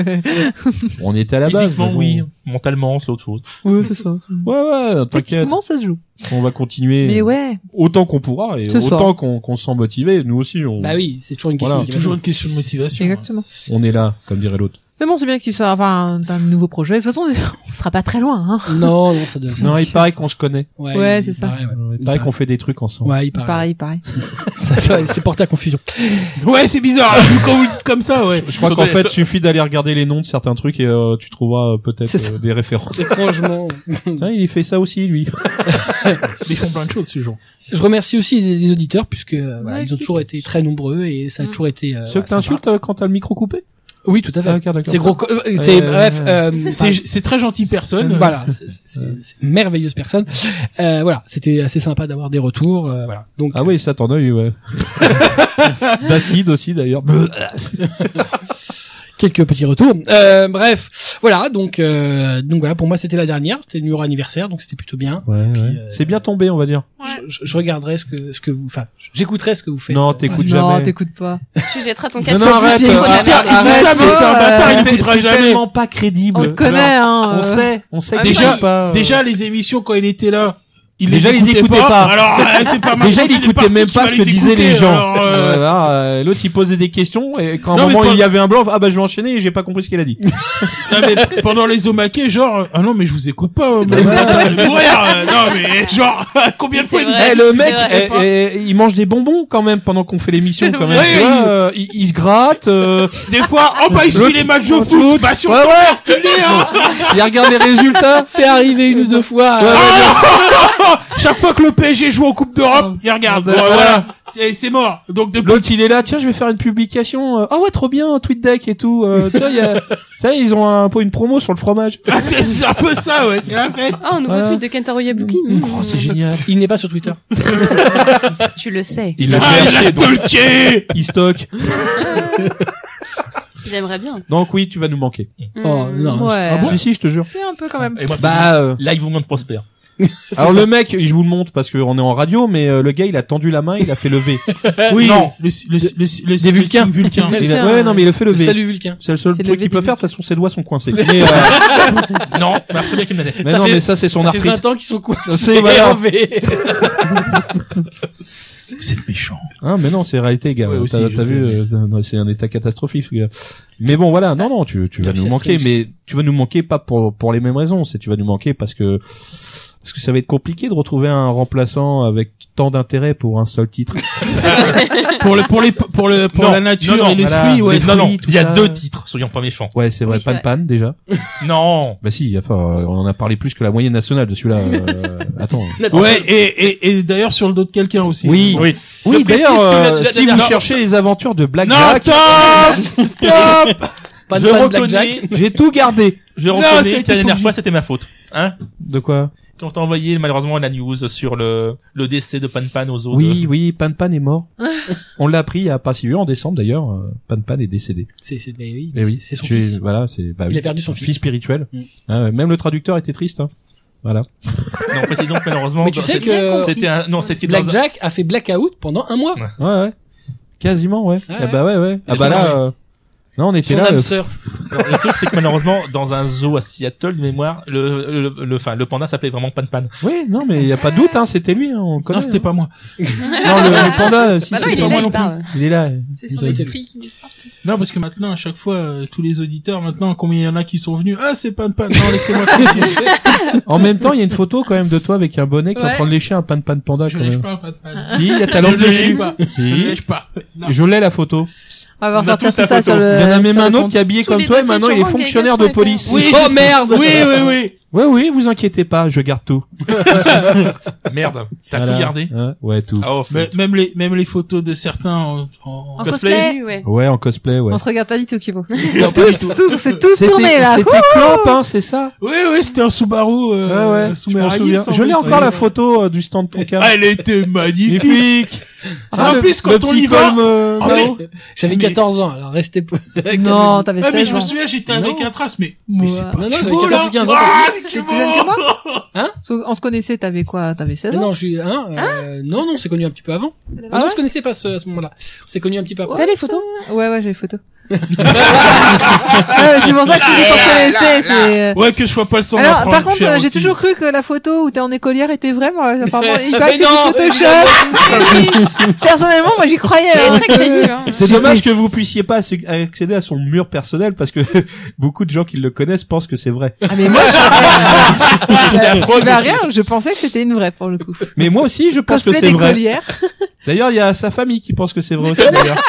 B: On était à la base.
F: Physiquement,
B: mais bon.
F: oui. Mentalement, c'est autre chose.
D: Ouais, c'est ça. c'est-
B: Ouais, ouais, t'inquiète.
D: Techniquement, ça se joue.
B: On va continuer.
D: Mais ouais.
B: Autant qu'on pourra et
D: Ce soir.
B: autant qu'on qu'on se sent motivé. Nous aussi, on,
A: Bah oui, c'est toujours une question
B: Voilà.
H: C'est
A: qui
H: toujours une question de motivation.
D: Exactement.
B: on est là, comme dirait l'autre.
D: Mais bon, c'est bien que tu sois, enfin, t'as un nouveau projet. De toute façon, [LAUGHS] on sera pas très loin, hein.
A: Non, non, ça donne ça.
B: Non, il paraît qu'on se connaît.
D: Ouais,
A: il-
D: c'est
A: il
D: ça.
A: paraît, ouais.
B: Il paraît qu'on fait des trucs ensemble.
A: Ouais, il paraît.
D: Pareil, pareil.
A: [LAUGHS] Ça, c'est porté à confusion.
H: Ouais, c'est bizarre. quand vous le dites comme ça, ouais.
B: Je crois qu'en fait, suffit d'aller regarder les noms de certains trucs et euh, tu trouveras euh, peut-être
A: C'est ça.
B: euh,
A: [LAUGHS]
B: des références.
A: Étrangement.
B: Tiens, il fait ça aussi, lui.
A: Euh,
H: Mais ils font plein de choses, ces gens.
A: Je remercie aussi les, les auditeurs puisque euh, voilà,
D: Ouais,
A: ils ont
D: c'est-
A: toujours été très nombreux et ça a
D: Mm.
A: toujours été. euh,
B: Ceux
A: voilà,
B: que t'insultes euh, quand t'as le micro coupé Ah,
A: sympa. Oui, tout à fait.
B: ok, d'accord.
A: C'est gros. co- euh, c'est
B: ouais,
A: bref.
B: ouais.
A: euh,
H: C'est c'est très gentil personne.
A: Voilà, c'est- c'est- c'est
B: Euh.
A: c'est une merveilleuse personne. Euh, voilà, c'était assez sympa d'avoir des retours. euh, voilà. Donc
B: Ah oui, ça t'en a
A: [LAUGHS]
B: eu, ouais. D'acide aussi, d'ailleurs.
A: quelques petits retours. Euh, bref, voilà. Donc euh, donc voilà, pour moi c'était la dernière, c'était le numéro anniversaire, donc c'était plutôt bien.
B: Ouais,
A: Puis,
B: ouais.
A: euh,
B: C'est bien tombé, on va dire.
A: Je, je- je regarderai ce que ce que vous, enfin, j'écouterai ce que vous faites.
B: Non,
A: Euh,
B: t'écoutes
A: voilà.
D: non,
B: jamais.
D: t'écoutes pas.
E: Tu jetteras ton
B: Non,
E: casque.
B: non, arrête,
D: j'ai-
B: euh,
D: trop de la
B: arrête,
D: merde.
B: arrête,
D: Ça, mais c'est
H: euh,
D: un bâtard,
H: il t'écoutera
B: c'est
H: jamais.
B: tellement pas crédible.
D: On te connaît, hein.
B: On
D: euh.
B: sait, on sait.
E: Ah,
B: que
E: mais
B: déjà,
E: il-
B: pas, euh,
H: Déjà, les émissions, quand il était là, il
B: Déjà,
H: les
B: les
H: écoutait
B: écoutait
H: pas.
B: pas.
H: Alors, euh, c'est
B: [LAUGHS] déjà,
H: pas maintenant
B: il
H: qu'il est
B: écoutait
H: parti
B: même
H: qu'il
B: pas
H: va
B: ce que
H: les
B: disaient les
H: écouter,
B: gens.
H: alors, euh,
B: Ouais, voilà, euh, L'autre, il posait des questions et quand à
H: Non,
B: un
H: mais
B: moment
H: pas-
B: il y avait un blanc, ah bah je vais enchaîner et j'ai pas compris ce qu'il a dit.
H: Non, mais pendant les omaquets, genre, euh, ah non, mais je vous écoute pas. euh, mais [LAUGHS] vous êtes en train de mourir, euh, Non, mais genre, [LAUGHS] combien de
E: [LAUGHS] C'est
H: fois il nous
E: vrai.
H: a
B: Eh,
H: dit
B: le
E: c'est
B: mec,
E: vrai.
B: eh, eh, il mange des bonbons quand même pendant qu'on fait l'émission quand même.
H: vrai.
B: Tu vois, euh, il, il se gratte. euh,
H: Des fois, oh bah, il suit
B: L'autre-
H: les matchs de foot.
B: l'autre-
H: Bah, sur
B: ouais,
H: hein.
B: ouais. Il regarde les résultats.
A: C'est arrivé une ou deux fois. euh,
H: mort Chaque fois que le PSG joue en Coupe d'Europe, il regarde.
B: ben
H: Bon,
B: voilà.
H: voilà, c'est c'est mort. Donc depuis
B: L'autre il est là, tiens je vais faire une publication. euh, Ah ouais trop bien, un tweet deck et tout. euh, tiens, il y a- tiens, ils ont un peu une promo sur le fromage.
H: Ah, [LAUGHS] c'est c'est un peu ça, ouais, c'est la fête.
E: Ah, un nouveau
B: Voilà.
E: tweet de Kentaro Yabuki. Hmm.
B: Oh c'est génial.
A: Il n'est pas sur Twitter.
E: Tu le sais.
B: Il l'a
H: Ah, il
B: cherché,
H: l'a
B: donc
H: stalké
B: il stocke.
E: J'aimerais bien.
B: Donc oui, tu vas nous manquer.
A: Oh,
E: Hmm,
A: non,
E: ouais.
D: Ah
B: si si, je te jure.
E: C'est un peu quand même.
F: Et moi,
B: Bah euh,
F: Live Woman Prosper.
B: alors le mec, je vous le montre parce qu'on est en radio, mais euh, le gars il a tendu la main, il a fait [LAUGHS] lever.
H: Oui,
B: Non.
H: le, le, le, le, le
A: Des Vulcains.
H: signe
B: [LAUGHS]
H: Vulcain.
B: Il a-
E: Tiens,
B: ouais non mais il a fait
A: Le
B: lever.
A: salut Vulcain.
B: C'est le seul
D: Fait
B: truc
D: lever
B: qu'il peut
D: des
B: faire, de toute façon ses doigts sont [LAUGHS] coincés.
A: [LAUGHS]
B: Mais, euh,
F: Non, mais après bien qu'une manette.
B: mais
A: Ça
B: non
A: fait-
B: mais ça c'est son
A: Ça fait
B: arthrite.
A: 20 ans qu'ils sont coincés.
B: C'est [LAUGHS] voilà.
A: [LAUGHS] énervés.
H: Vous êtes méchant.
B: Hein, mais non, c'est réalité, gars.
H: Ouais,
B: T'as-
H: aussi,
B: T'as
H: je
B: t'as
H: sais.
B: vu, euh, non, c'est un état catastrophique, ce gars. Mais bon, voilà. Non, non, tu, tu vas nous
A: Capsule
B: manquer,
A: Strange.
B: mais tu vas nous manquer pas pour pour les mêmes raisons. C'est tu vas nous manquer parce que parce que ça va être compliqué de retrouver un remplaçant avec tant d'intérêt pour un seul titre.
H: pour le pour les pour le pour
F: Non,
H: la nature
F: non, non,
H: et les
B: voilà.
H: fruits, ouais.
B: Les
F: non, non,
B: fruits, tout
F: il y a
B: ça.
F: deux titres, soyons pas méchants.
B: Ouais, c'est vrai.
E: Oui, c'est
B: pan pan
E: vrai.
B: déjà.
F: Non.
B: Bah si. Enfin, euh, on en a parlé plus que la moyenne nationale de celui-là.
E: [LAUGHS]
B: euh, attends.
H: Ouais, et et et d'ailleurs sur le dos de quelqu'un aussi.
B: Oui.
F: Oui.
B: Oui.
F: Je précise
B: D'ailleurs,
F: que la-
B: euh,
F: la
B: si vous
F: dernière-
B: cherchez les aventures de Black
H: Non,
B: Jack, [LAUGHS]
H: stop, stop.
A: Pas
F: je
A: de pan
F: reconnais,
A: Blackjack.
B: j'ai tout gardé.
F: je
H: Non,
F: reconnais
H: c'était
F: que la dernière
H: pour-
F: fois c'était ma faute. Hein?
B: De quoi
F: Quand t'as envoyé malheureusement la news sur le, le décès de Pan Pan aux eaux
B: Oui, oui. Pan pan
A: [LAUGHS]
B: est mort. on l'a appris il y a pas si vieux en décembre d'ailleurs. euh, Pan pan est décédé.
A: C'est, c'est, mais Eh oui,
B: Mais oui,
A: c'est, c'est son
B: tu-
A: fils.
B: Voilà, c'est bah
A: Il
B: oui,
A: a perdu son
B: fils,
A: fils.
B: spirituel.
A: Mm.
B: Ah ouais, même le traducteur était triste. Hein. Voilà.
F: de... Non, précisons que malheureusement.
A: Mais tu sais
F: c'était-
A: que-
F: C'était un, non, c'était dans un-
A: Blackjack a fait blackout pendant un mois.
B: Ouais, ouais. Quasiment, ouais.
A: Ouais,
B: ah
A: ouais.
B: bah ouais, ouais. Ah
F: a
B: bah
F: tout
B: là.
F: changé.
B: euh, Non, on était
A: Son
B: là.
A: âme
B: euh,
A: sœur.
F: Alors, le truc, c'est que malheureusement, dans un zoo à Seattle, de mémoire, le, le, le, enfin, le panda s'appelait vraiment Pan Pan.
B: Oui, non, mais y a pas de doute, hein, c'était lui, hein, on le connaît.
H: Non, c'était
B: hein.
H: pas moi.
B: Non, le, le panda, euh, si,
E: Bah non,
B: c'est
E: il
B: pas
E: est
B: moi
E: là,
B: non plus.
E: il parle.
B: Il est là. euh,
E: C'est
B: il
E: son
B: est-
E: esprit qui nous parle.
H: Non, parce que maintenant à chaque fois euh, tous les auditeurs maintenant combien il y en a qui sont venus Ah, c'est pas de pan. Non, laissez-moi
B: [LAUGHS]
H: tranquille.
B: En même temps, il y a une photo quand même de toi avec un bonnet qui est en
E: Ouais.
B: train de lécher un pan pan panda
H: Je
B: quand
H: lèche
B: même. Hmm.
H: pas un pas de pan.
B: Si, il y a ta
H: Je
B: lampe
H: le lèche
B: dessus.
H: pas. Je
B: Si.
H: lèche pas. Non.
B: Je l'ai la photo.
D: On va
F: On a
D: ressortir tout
F: tous la
D: Euh, ça
F: photo.
D: sur le.
B: il y en a même
D: sur
B: un
D: le
B: autre
D: compte.
B: qui est habillé
E: Tous
B: comme
E: les
B: toi et
E: dossiers
B: maintenant
E: sur
B: il est
E: Manga,
B: fonctionnaire de
E: qu'est-ce qu'on va
B: police.
E: faire
B: Oui,
A: Oh merde!
H: Oui, oui, oui.
B: oui, oui, vous inquiétez pas, je garde tout.
F: Merde. T'as
B: Voilà.
F: tout gardé?
B: Hein, Ouais, tout.
F: Ah, oh, fou.
H: Mais- Même les même les photos de certains en, en-
D: En
F: Cosplay.
D: cosplay.
E: ouais.
B: Ouais, en cosplay, ouais.
D: On se regarde pas du tout, [LAUGHS] Kibo.
B: tous,
D: Tous, c'est tous
B: C'était-
D: tourné là.
B: C'était Clamp, hein, c'est ça
H: Oui, oui, c'était un Subaru euh,
B: Ouais, ouais, je m'en
H: Sumeragi, il me
B: souviens.
H: semble.
B: Je l'ai encore la
H: Ouais.
B: photo euh, du stand de ton cas. Ah,
H: Ah, elle était magnifique.
B: Magnifique
H: En plus, quand on y va-
B: euh,
H: Ah, mais-
A: J'avais
H: Mais
A: 14 ans, alors restez po-
D: [LAUGHS] Non, t'avais
H: Ah, mais
D: 16
H: je me
D: ans.
H: souviens, j'étais
A: Non.
H: avec un trace, mais, mais c'est
D: Ouais.
H: pas
A: Non, non,
H: Kubo,
A: j'avais 14 ou
H: là.
A: 15 ans.
H: Ah, c'est
D: T'es
H: Kubo.
D: plus jeune que moi
A: Hein
D: Parce qu'on- On se connaissait, t'avais quoi T'avais 16
A: Mais
D: ans
A: Non, je suis, hein, euh, non, non, on s'est connu un petit peu avant. Ah, non, on se connaissait pas ce- à ce moment-là. On s'est connu un petit peu après.
D: T'as les photos Ouais, ouais, j'ai les photos. [LAUGHS] Ah, c'est pour ça que tu dis qu'on se
E: Eh,
D: connaissait. c'est-
H: Ouais, que je sois pas le sang
D: Alors,
H: d'apprendre,
D: par contre,
H: cher
D: euh, j'ai
H: aussi.
D: toujours cru que la photo où t'es en écolière était vraie. Moi,
A: [LAUGHS]
D: apparemment, il
A: Mais
D: paraît que
A: non,
D: c'est du [LAUGHS] Photoshop. Personnellement, moi, j'y croyais.
E: Elle est
D: hein.
E: très crédible. hein.
B: C'est dommage que vous puissiez pas ac- accéder à son mur personnel parce que [LAUGHS] beaucoup de gens qui le connaissent pensent que c'est vrai.
D: Ah, mais moi, je
F: C'est affreux,
D: tu
F: mais
D: vas
F: c'est-
D: rien. Je pensais que c'était une vraie pour le coup.
B: Mais moi aussi, je pense que
D: Cosplay
B: c'est vrai.
D: d'écolière.
B: D'ailleurs, il y a sa famille qui pense que c'est vrai aussi. d'ailleurs.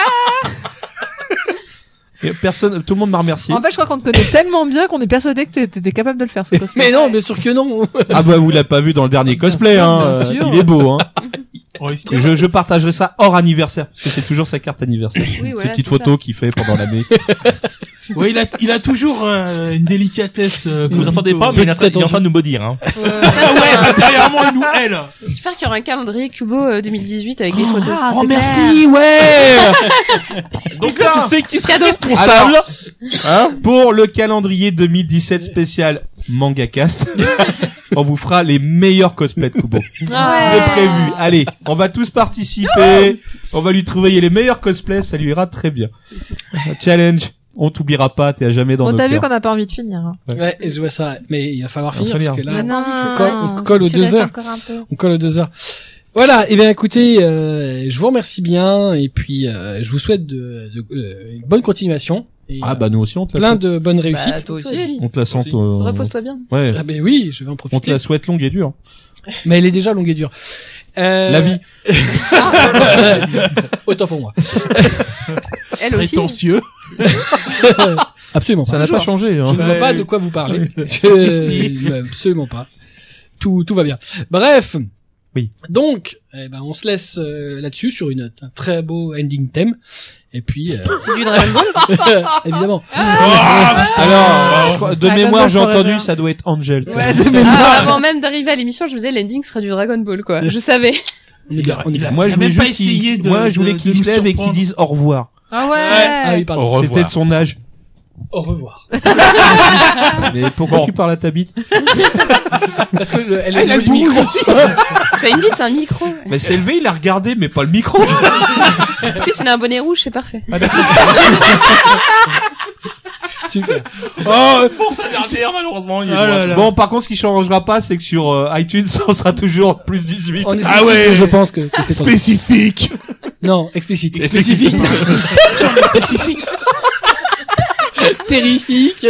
B: Et Personne, tout le monde m'a remercié.
D: En fait, je crois qu'on te connaît tellement bien qu'on est persuadé que t'es- t'étais capable de le faire ce cosplay.
A: Mais non, bien sûr que non.
B: Ah bah vous l'avez pas vu dans le dernier cosplay,
D: sûr,
B: hein.
D: bien
B: euh,
D: sûr.
B: Il est beau, hein.
H: Ouais, c'est-
B: Je, je partagerai ça hors anniversaire parce que c'est toujours sa carte anniversaire.
E: Oui,
B: Ces
E: voilà,
B: petites
E: c'est ça.
B: photos qu'il fait pendant [LAUGHS] l'année.
H: Ouais, il a, il a toujours euh, une délicatesse. euh,
F: Vous vous
H: Kobito.
F: entendez pas, mais il est en train- il est en train de nous maudire, hein.
H: Ah ouais, intérieurement, il nous hait, là.
E: J'espère qu'il y aura un calendrier Cubo euh, 2018 avec des photos.
D: Ah,
B: Oh
D: c'est
B: merci, ouais
F: Donc là, tu sais qui serait
E: Cadeau.
F: responsable.
B: Hein [LAUGHS] Pour le calendrier 2017 spécial Manga Cast, [LAUGHS] on vous fera les meilleurs cosplays de Kubo.
E: Euh.
B: C'est prévu. Allez, on va tous participer. On va lui trouver les meilleurs cosplays, ça lui ira très bien. Challenge, on t'oubliera pas, t'es à jamais dans
D: Bon,
B: notre
D: t'as vu
B: cœur.
D: qu'on a pas envie de finir. hein.
A: Ouais, et je vois ça. Mais il va falloir
B: Il va
A: finir
B: falloir.
A: parce que là,
D: Maintenant,
E: non,
D: on dit que ça
E: on
D: s'arrête.
E: colle-
A: on colle aux
D: Tu
A: deux
D: restes
A: heures.
D: encore un peu.
A: on colle aux deux heures. Voilà. Et bien, écoutez, euh, je vous remercie bien et puis euh, je vous souhaite de, de- euh, une bonne continuation. Et, euh,
B: Ah bah nous aussi on te la
A: plein
B: souhaite.
A: de bonnes réussites.
D: Bah, toi
E: Toi
D: aussi.
E: aussi.
B: On te la sent.
F: Aussi.
B: euh,
D: Repose-toi bien.
B: Ouais.
A: Ah ben oui, je vais en
B: On te
A: profiter.
B: la souhaite longue et dure.
A: Mais elle est déjà longue et dure. Euh, Ah,
B: La
A: [LAUGHS]
B: vie.
A: Autant pour
B: [LAUGHS]
A: moi.
E: Elle aussi.
H: Prétentieux.
A: Absolument
B: Ça
A: pas.
B: n'a pas
A: Toujours.
B: changé. Hein. [LAUGHS]
A: Je ne vois
H: Ouais.
A: [LAUGHS] pas de quoi vous parlez.
H: Si, si.
A: Je- Absolument pas. tout, tout va bien. Bref.
B: Oui.
A: Donc, eh ben, on se laisse euh, là-dessus sur une, un très beau ending theme. Et puis, euh,
E: C'est du Dragon Ball
A: [LAUGHS] évidemment.
B: Alors, je crois- de
D: Ah,
B: mémoire,
D: Gandalf
B: j'ai entendu,
D: Forever.
B: ça doit être Angel. [LAUGHS]
D: Ouais, de même.
E: Ah, Avant même d'arriver à l'émission, je me disais l'ending sera du Dragon Ball, quoi. Je savais.
A: On est bien, on est bien.
B: Moi, je
H: a
B: voulais
H: même pas
B: juste
H: essayé
B: qu'il,
H: de-
B: moi, je voulais
H: de-
B: qu'il
H: de
B: se
H: nous
B: lève et qu'il
H: surprendre.
B: dise au revoir.
A: Ah
D: Ah
A: oui,
D: ouais.
A: pardon.
B: C'était de son âge.
A: Au revoir.
B: Mais pourquoi tu parles à ta bite
A: Parce que le- elle est le micro.
E: C'est pas une bite, c'est un micro. En
B: Mais c'est levé, il a regardé, mais pas le micro.
E: plus, il a un bonnet rouge, c'est parfait.
A: Super.
C: Oh,
B: [LAUGHS]
F: Bon, c'est derrière, malheureusement.
C: Ah
F: il est loin.
B: Bon, par contre, ce qui changera pas, c'est que sur euh, iTunes, [LAUGHS] on sera toujours plus 18.
A: On est
C: Ah
B: [LAUGHS]
C: ouais.
A: spécifique, je pense que, que c'est sans-
C: Spécifique.
A: Non, explicite. Explicite.
B: [LAUGHS]
A: Terrifique.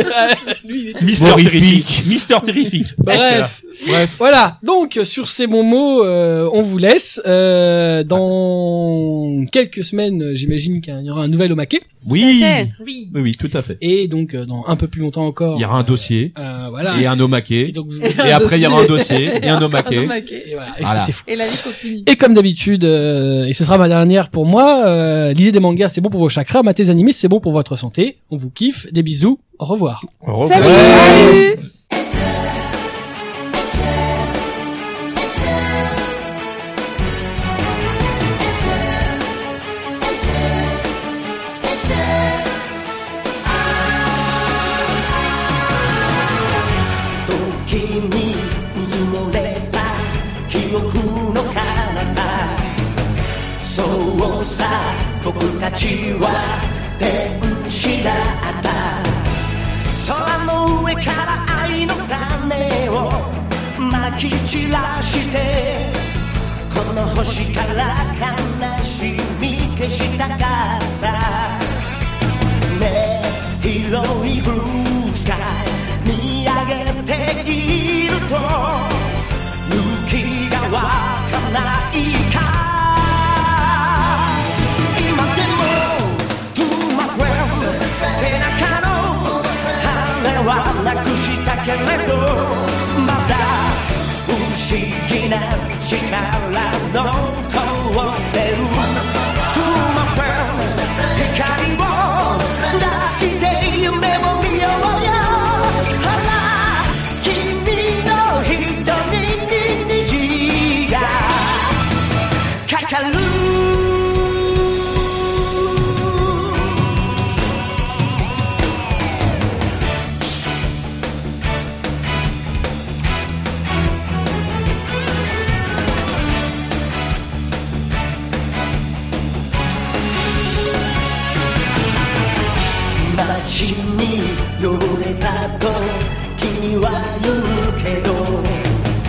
A: Lui, il est
F: Mister Terrifique. Mister Terrifique.
A: Bref, bref. Voilà. Donc sur ces bons mots, euh, on vous laisse. Euh, dans quelques semaines, j'imagine qu'il y aura un nouvel Omaké.
B: Oui.
E: Oui.
B: Oui, oui, tout à fait.
A: Et donc euh, dans un peu plus longtemps encore.
B: Il y aura un dossier
A: euh, voilà.
B: et un
A: Et
B: omaquet.
A: donc vous-
B: [LAUGHS] Et après, il y aura un dossier et un
E: Pardon,
B: omaquet.
E: ok.
A: et voilà. Et
B: Voilà.
A: ça c'est fou.
E: Et la vie continue.
A: Et comme d'habitude, euh, et ce sera ma dernière pour moi. Euh, lisez des mangas, c'est bon pour vos chakras. Matez des animés, c'est bon pour votre santé. On vous kiffe. Des bisous. Au revoir.
I: Salut
J: 時にうずもれた記憶の彼方そうさ僕たちは天使だった空の上から愛の種をまき散らしてこの星から悲しみ消したかったねえ広いブルースカイ見上げていると雪が湧かないか今でも To my friend 背中の羽はなくしたけれどまだ不思議な力の凍ってる To my friend 光を抱いて夢を見ようよほら君の瞳に虹がかかる「街に汚れたと君は言うけど」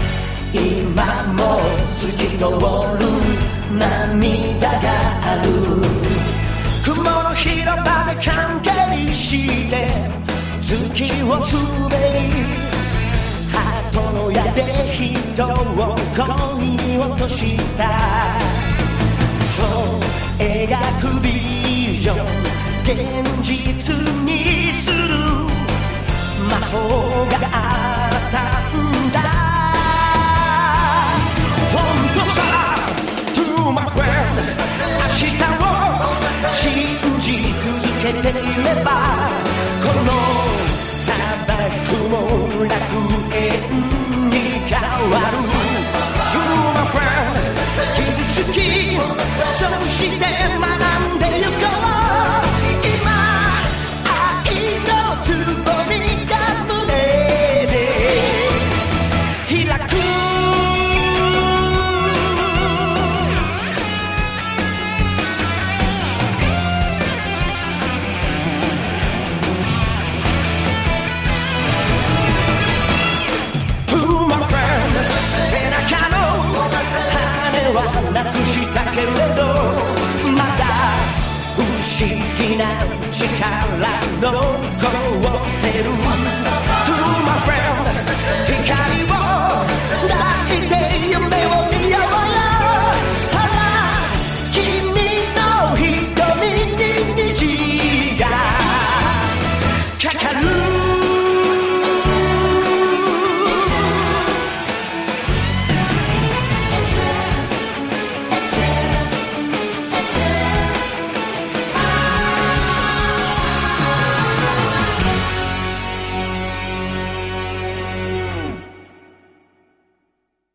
J: 「今も透き通る涙がある」「雲の広場で関係して月を滑り」「鳩の矢で人を恋に落とした」そう描くビジョン現実にする魔法があったんだ本当さ To my friend 明日を信じ続けていればこの砂漠も楽園に変わる To my friend 傷つきそうして学んでゆこう今愛のつぼみが胸で開く背中の羽はなくしたけれどまだ不思議な力の凍ってる